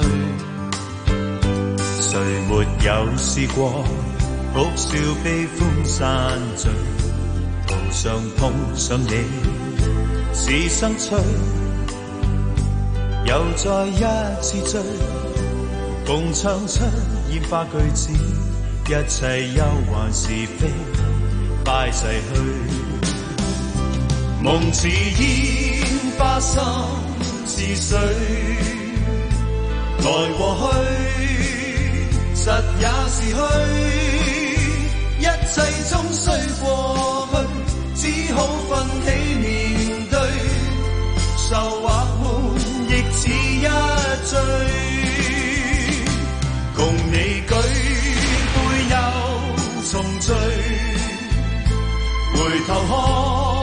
誰沒有試過哭笑悲歡散聚？途上碰上你，是生趣，又再一次追，共唱出煙花句子，一切憂患是非快逝去。夢似
煙花心似水，來和去，實也是虛，一切終須過去，只好奮起面對，愁或悶亦似一醉，共你舉杯又重聚，回頭看。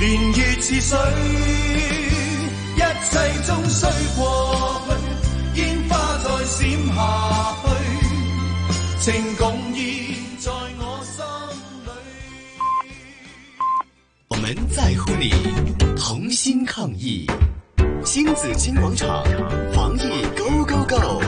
年月似水，一切終須過去，煙花再閃下去，情共意在我心裏。
我们在乎你，同心抗疫。星子金广场，防疫 Go Go Go！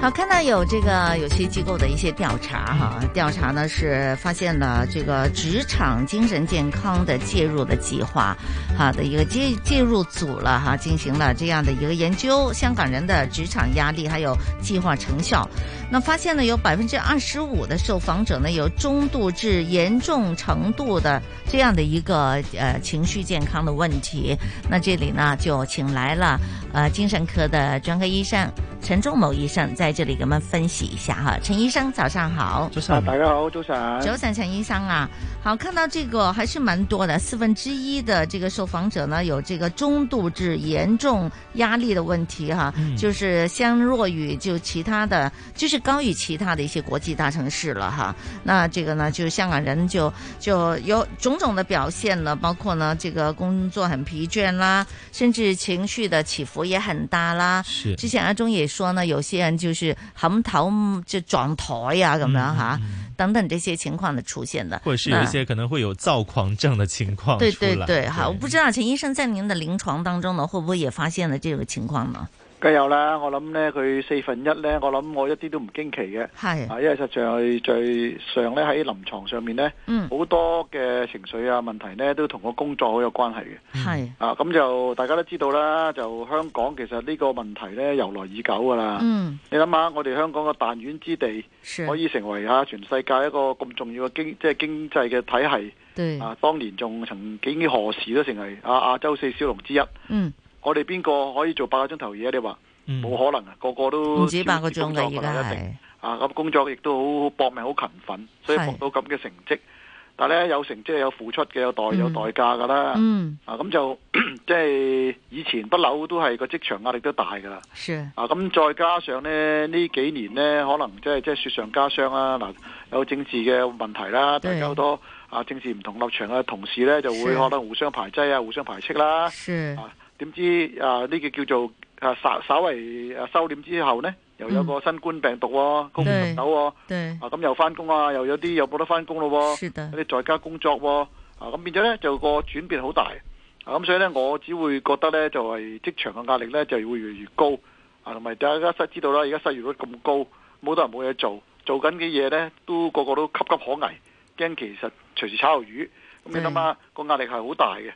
好，看到有这个有些机构的一些调查哈，调查呢是发现了这个职场精神健康的介入的计划，哈的一个介介入组了哈，进行了这样的一个研究，香港人的职场压力还有计划成效。那发现呢，有百分之二十五的受访者呢有中度至严重程度的这样的一个呃情绪健康的问题。那这里呢就请来了呃精神科的专科医生陈仲谋医生在这里给我们分析一下哈。陈医生，早上好。早
啊，大家好，早晨。
早晨，陈医生啊，好，看到这个还是蛮多的，四分之一的这个受访者呢有这个中度至严重压力的问题哈，
嗯
就是相若于就其他的，就是高于其他的一些国际大城市了哈。那这个呢，就是香港人就就有种种的表现了，包括呢这个工作很疲倦啦，甚至情绪的起伏也很大啦。
是
之前阿忠也说呢，有些人就是很头就撞台呀、
嗯
咁样哈。等等这些情况的出现的，
或者是有一
那
些可能会有躁狂症的情况
对
出
对
来。
对，好，我不知道陈医生在您的临床当中呢，会不会也发现了这个情况呢？
梗有啦，我諗咧佢四分一咧，我諗我一啲都唔驚奇嘅。
係
啊，因為實上係最上咧喺臨床上面咧，好、
嗯
多嘅情緒啊問題咧都同個工作好有關係嘅。
系，
啊，咁就大家都知道啦，就香港其實呢個問題咧由來已久噶啦。
嗯，
你諗下，我哋香港個彈丸之地，
是
可以成為啊全世界一個咁重要嘅經即係經濟嘅體系。
對
啊，當年仲曾經何時都成為啊亞洲四小龍之一。
嗯，
我哋邊個可以做八個鐘頭嘢啊？你話
嗯
冇可能啊，個個都
唔止八個鐘
超
嘅，
時工作㗎
而
啦
家
一定
係，
啊，咁工作亦都好搏命、好勤奮，所以
係
搏到咁嘅成績。但係咧有成績係有付出嘅，有代
嗯
有代價㗎啦。
嗯，
啊咁就 即係以前不嬲都係個職場壓力都大㗎啦。
是，
啊，咁再加上咧呢幾年咧，可能即係即係雪上加霜啦。嗱，有政治嘅問題啦，大家好多啊政治唔同立場嘅同事咧，就會
是
可能互相排擠啊，互相排斥啦。
是，
點知啊呢個叫做啊稍稍為啊收斂之後呢，又有
嗯
個新冠病毒喎、
對
公唔入手喎，
對，
啊咁又翻工啊，又有啲又冇得翻工咯
是的
喎，有啲在家工作喎、啊咁變咗呢，就個轉變好大，啊咁所以呢，我只會覺得呢，就係、職場嘅壓力呢，就會越嚟越高，啊同埋大家失知道啦，而家失業率咁高，冇多人冇嘢做，做緊嘅嘢呢，都個個都岌岌可危，驚其實隨時炒魷魚，咁你
對
諗下個壓力係好大嘅。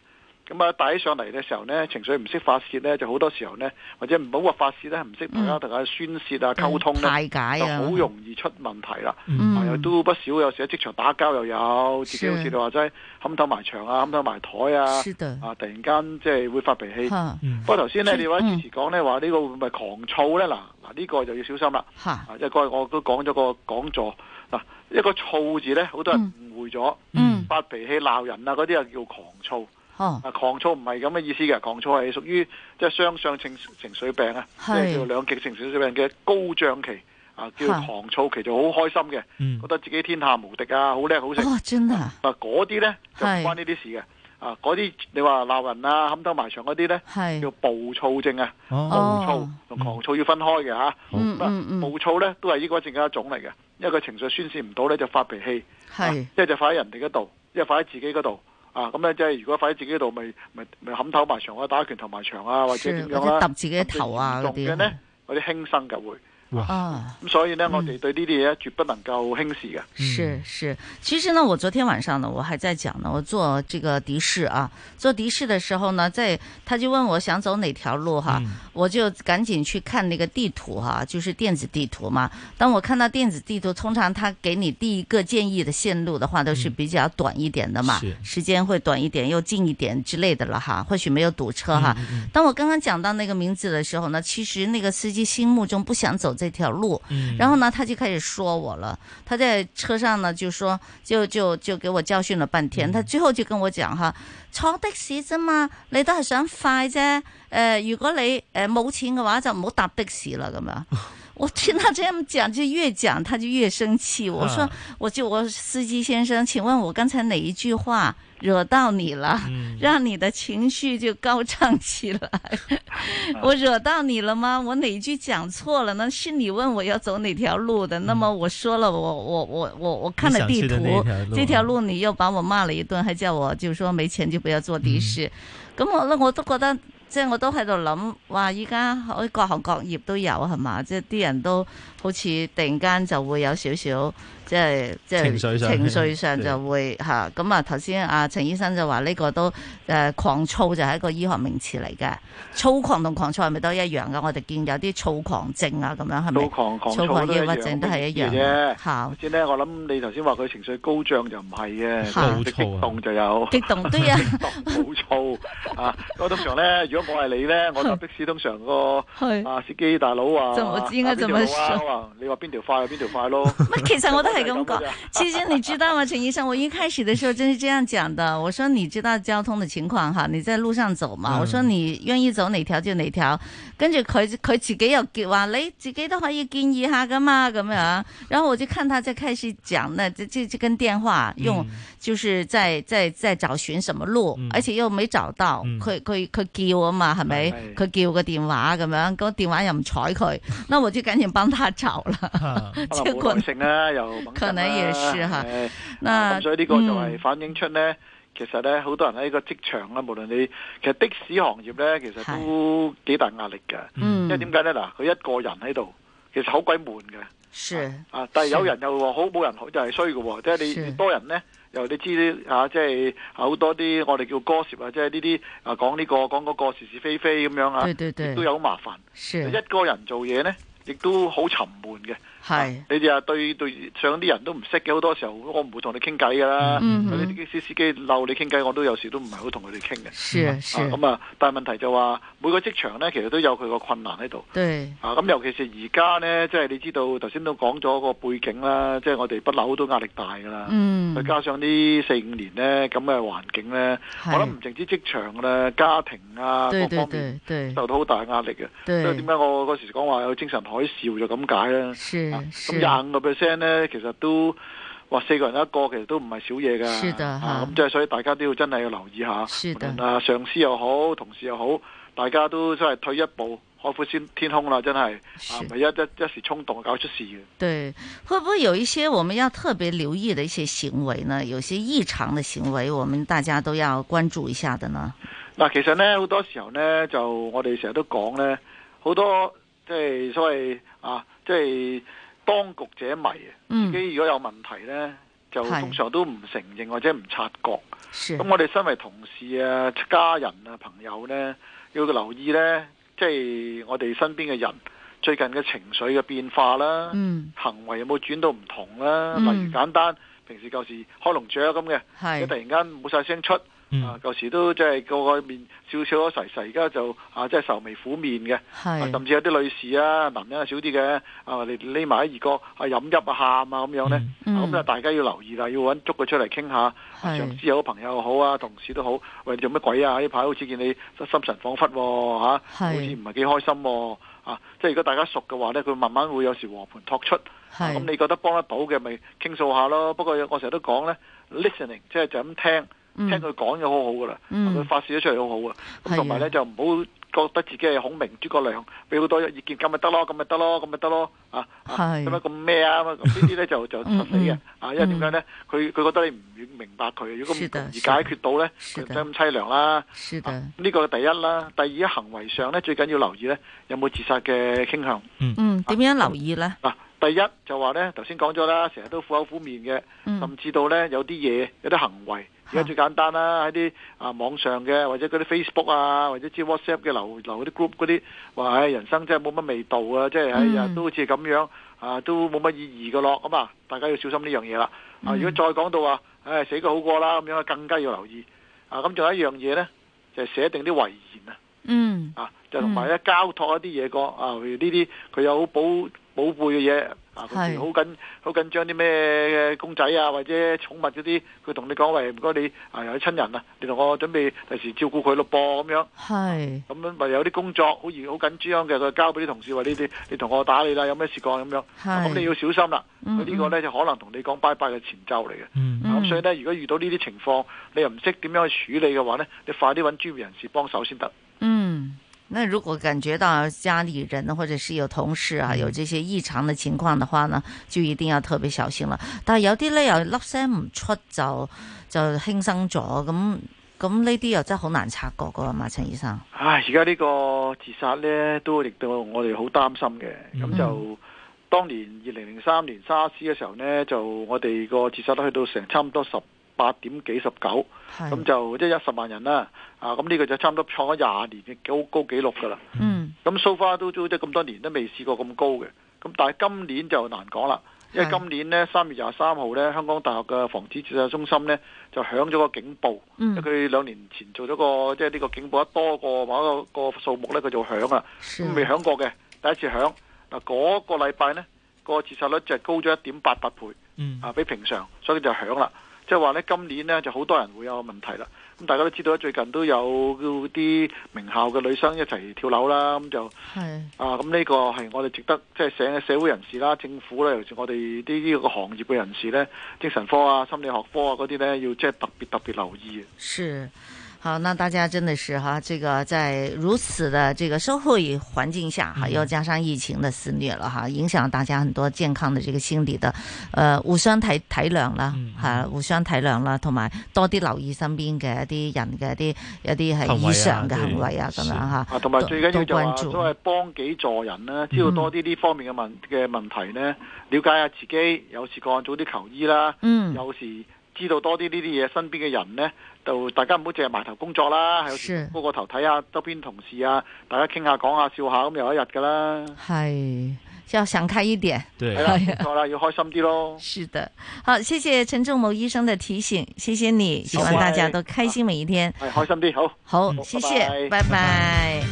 咁啊帶起上嚟嘅時候呢，情緒唔識發泄呢，就好多時候呢，或者唔好話發泄呢，唔識大家大家宣泄啊、溝通呢，
排嗯解
就
啊
好容易出問題啦。
嗯
啊又都不少，有時喺職場打交又有，自己好似你話齋冚頭埋牆啊、冚頭埋台啊
是的，
啊突然間即係會發脾氣。
哈
不過頭先呢，你話
嗯
主持講呢話呢個會唔會狂躁呢？嗱嗱呢個就要小心啦。
吓
啊，即係嗰日我都講咗個講座嗱，一個躁字咧，好多人誤會咗，嗯，發脾氣鬧人啊嗰啲啊叫狂躁。
哦
啊，狂躁唔係咁嘅意思嘅，狂躁係屬於即係雙相情情緒病啊，即
係
係叫兩極情緒病嘅高漲期啊，叫
嚇
狂躁期就好開心嘅，
嗯
覺得自己天下無敵啊，好叻好食。
哦，真的啊，
嗱嗰啲咧就唔
係
關呢啲事嘅。啊！嗰啲你話鬧人啊、冚兜埋牆嗰啲咧，叫暴躁症啊，暴躁
哦
同狂躁要分開嘅嚇。
嗯
咁啊
嗯嗯
暴躁咧都係抑鬱症嘅一種嚟嘅，因為佢情緒宣泄唔到咧就發脾氣，
係
一係就發喺人哋嗰度，一係發喺自己嗰度。啊，咁咧即係如果發喺自己嗰度，咪咪咪冚頭埋牆啊，打拳頭埋牆啊，或者
是
點
或
樣
者
啦，
揼自己頭啊嗰
嘅
啲
咧，嗰啲輕生嘅會。
啊。
咁所以咧，我哋對呢啲嘢咧絕不能夠輕視嘅。
嗯
是是，其实呢，我昨天晚上呢，我还在讲呢，我坐这个的士啊，坐的士的时候呢，在他就问我想走哪条路哈，
嗯
我就赶紧去看那个地图哈，就是电子地图嘛。当我看到电子地图，通常他给你第一个建议的线路的话，都是比较短一点的嘛，
嗯是
时间会短一点，又近一点之类的了哈，或许没有堵车哈。
嗯嗯嗯
当我刚刚讲到那个名字的时候呢，其实那个司机心目中不想走这条路，
嗯
然后呢，他就开始说我了。他在车上呢，就说就就就给我教训了半
嗯
天。他最后就跟我讲哈，坐的士啫嘛，你都係想快啫。诶、如果你诶冇、錢嘅話，就唔好搭的士啦咁 樣。我听他这样讲，就越讲他就越生气。我说
啊，
我就我司机先生，请问我刚才哪一句话惹到你了，
嗯
让你的情绪就高涨起来？
嗯
我惹到你了吗？我哪一句讲错了呢？是你问我要走哪条路的，那么我说了，我我我我我看了地
嗯你想去的那
图
条路，啊
这条路你又把我骂了一顿，还叫我就说没錢就不要坐
嗯
的士。咁、我咧我都覺得。即係我都喺度諗，哇！依家可以各行各業都有係嘛？即係啲人都好似突然間就會有少少，即係即係
情緒上
情緒上就會嚇。咁啊，頭先啊陳醫生就話呢個都誒、呃狂躁就係一個醫學名詞嚟嘅。躁狂同狂躁係咪都一樣噶？我哋見有啲躁狂症啊咁樣係咪？
躁狂狂
躁
躁
狂
都
抑
一樣
鬱症都係一樣
嘅啫。
嚇
頭。先咧，我諗你頭先話佢情緒高漲就唔係嘅，
嚇
佢激動就有。
激動對啊，
冇 躁啊！我通常咧，如果我係你咧，我搭的士通常個
係
啊司機大佬話，
就我應該
啊邊條
這麼
路啊
說
我話你話邊條快就邊條快咯。
其實我都係咁
就係
講
㗎。
其實你知道嗎，陳醫生？我一開始的時候真是這樣講的。我說你知道交通的情況哈，你在路上走嘛。
嗯
我說你願意走哪條就哪條。跟住佢佢自己又叫話你自己都可以建議下噶嘛咁樣。然後我就看他在開始講呢，這這這根電話用，就是在在在找尋什麼路，而且又沒找到。佢佢佢叫啊嘛，係咪？佢叫個電話咁樣，個電話又唔睬佢，那我就趕緊幫他找 了。
可能冇耐性啦，又猛震啦
啊可能也是哈
係
那嗯
啊咁所以呢個就係反映出咧，其實咧好多人喺個職場啦，無論你其實的士行業咧，其實都幾大壓力嘅。
嗯
因為點解咧？嗱，佢一個人喺度，其實好鬼悶嘅。
是
啊，但係有人又話好冇人好就係衰嘅喎，即係你
是
越多人咧。又你知啊，即係好多啲我哋叫 gossip 啊，即係呢啲啊講呢個講嗰個是是非非咁樣啊，
對對對
亦都有好麻煩。
是
一個人做嘢咧，亦都好沉悶嘅。
係
你哋啊對對上啲人都唔識嘅，好多時候我唔會同你傾偈㗎啦。
嗯
有啲的士司機鬧你傾偈，我都有時都唔係好同佢哋傾嘅。
是
啊
是
咁啊，但係問題就話每個職場咧，其實都有佢個困難喺度。
對，
啊，咁尤其是而家呢，即係你知道頭先都講咗個背景啦，即係我哋不嬲都壓力大㗎啦。
嗯
再加上呢四五年呢咁嘅環境呢，我
係
諗唔淨止職場啦，家庭啊
對
各
對
方面啊
對對
受到好大壓力嘅。
對
所以點解我嗰時講話有精神海嘯就咁解啦。
是
啊
是
咁廿五個 percent 呢，其實都。哇！四個人一個其實都唔係少嘢㗎，
是的
啊
哈
咁即係所以大家都要真係要留意下，
是的
無論啊上司又好，同事又好，大家都真係退一步，開闊先天空啦，真係啊
是
唔係一一一時衝動搞出事嘅。
对，会不会有一些我们要特别留意的一些行为呢？有些异常的行为，我们大家都要关注一下的呢？
嗱，其實咧好多時候咧，就我哋成日都講咧，好多即係所謂啊，即係當局者迷啊。
嗯
自己如果有問題咧，就通常都唔承認或者唔察覺。
是
咁我哋身為同事啊、家人啊、朋友呢，要留意呢，即係我哋身邊嘅人最近嘅情緒嘅變化啦，
嗯
行為有冇轉到唔同啦？
嗯
例如簡單，平時舊時開籠雀咁嘅，
係
佢突然間冇晒聲出。啊！舊時都即係個個面笑笑咗齊齊，而家就啊，即係愁眉苦面嘅。啊
係
甚至有啲女士啊，男人啊少啲嘅，啊你匿埋喺二角啊飲泣啊喊啊咁樣咧，
嗯
啊咁啊大家要留意啦，要揾捉佢出嚟傾下，啊
係
上司又好，朋友又好啊，同事都好，喂你做乜鬼啊？呢排好似見你心神恍惚喎、吓好似唔係幾開心喎、啊即係如果大家熟嘅話咧，佢慢慢會有時和盤托出，啊
係
咁、你覺得幫得到嘅咪傾訴下咯。不過我成日都講咧，listening 即係就咁聽。
嗯
聽佢講嘅好好噶啦，
嗯
佢發泄咗出嚟好好㗎。
係啊
咁同埋咧就唔好覺得自己係孔明諸葛亮，俾好多意見咁咪得咯，咁咪得咯，咁咪得咯啊！啊
係
咁樣咁咩啊？咁呢啲咧就就失死嘅
嗯
啊！因為點解咧？佢佢覺得你唔明白佢，如果唔
是的
容易
是的
解決到咧，佢唔使咁凄涼啦。
是的，
呢個第一啦，第二喺行為上咧最緊要留意咧有冇自殺嘅傾向。
嗯，
啊
點樣留意咧？
嗱，第一就話咧，頭先講咗啦，成日都苦口苦面嘅，
嗯
甚至到咧有啲嘢有啲行為，而家最簡單啦，喺啲啊網上嘅或者嗰啲 Facebook 啊，或者知 WhatsApp 嘅流流嗰啲 group 嗰啲，話唉人生真係冇乜味道啊，即係唉呀
嗯
都好似咁樣啊，都冇乜意義噶咯，咁啊大家要小心呢樣嘢啦。啊，
嗯
如果再講到話唉死個好過啦咁樣，更加要留意。啊，咁仲有一樣嘢咧，就係寫定啲遺言啊。
嗯
啊，就同埋咧交託一啲嘢個啊，譬如呢啲佢有寶寶貝嘅嘢啊，佢
係
好緊好緊張啲咩公仔啊，或者寵物嗰啲，佢同你講喂，唔該你啊有親人啊，你同我準備第時照顧佢咯噃咁樣。
係
咁樣咪有啲工作好易好緊張嘅，佢交俾啲同事話呢啲，你同我打你啦，有咩事講咁樣。啊
係
咁你要小心啦，
嗯
佢呢個呢，就可能同你講拜拜嘅前奏嚟嘅。
嗯
啊咁所以呢，如果遇到呢啲情況，你又唔識點樣去處理嘅話呢，你快啲揾專業人士幫手先得。
嗯，那如果感觉到家里人或者是有同事啊有这些异常的情况的话呢，就一定要特别小心啦。但系有啲咧又粒声唔出就就輕生咗，咁咁呢啲又真係好難察覺噶嘛，陳醫生。
唉，而家呢個自殺呢，都令到我哋好擔心嘅。咁就當年二零零三年沙士嘅時候呢，就我哋個自殺率去到成差唔多十八點幾十九，
係
咁就即係一十萬人啦。啊，咁呢個就差唔多創咗廿年嘅高高紀錄㗎啦。
嗯
咁 so far 都都即係咁多年都未試過咁高嘅。咁但係今年就難講啦，因為
係
今年呢，三月廿三號呢，香港大學嘅防止自殺中心呢，就響咗個警報，
嗯
因為佢兩年前做咗個即係呢個警報一多過某一個個數目呢，佢就響啦。
是
咁未響過嘅，第一次響嗱嗰個禮拜呢，個自殺率就係高咗一點八八倍。
嗯
啊，比平常，所以就響啦。即係話呢，今年呢就好多人會有問題啦。咁大家都知道，最近都有啲名校嘅女生一齊跳樓啦，咁就
係
啊，咁呢個係我哋值得即係社社會人士啦、政府啦，尤其是我哋呢呢個行業嘅人士呢，精神科啊、心理學科啊嗰啲呢，要即係特別特別留意嘅。
是。好，那大家真的是哈，这个在如此的这个社会环境下
嗯
哈，又加上疫情的肆虐了哈，影响大家很多健康的这个心理的，呃，互相體體諒啦，
嗯
嚇互相體諒啦，同埋多啲留意身邊嘅一啲人嘅一啲一啲係
行為啊
異常嘅行為啊，咁
對
樣嚇
啊，同埋最緊要就
多
話
關注嗯
都係幫己助人啦，知道多啲呢方面嘅問嘅問題呢，了解下自己，有時個案早啲求醫啦，
嗯
有時知道多啲呢啲嘢，身邊嘅人呢，就大家唔好淨係埋頭工作啦，有時
是
高個頭睇下周邊同事啊，大家傾下講下笑下咁有一日㗎啦。
係要想開一點，
係啦，冇錯啦，要開心啲咯。
啊 是的，好，謝謝陳仲謀醫生的提醒，謝謝你，希望大家都開心每一天。
係開心啲，好。
好，謝謝，
拜拜
拜拜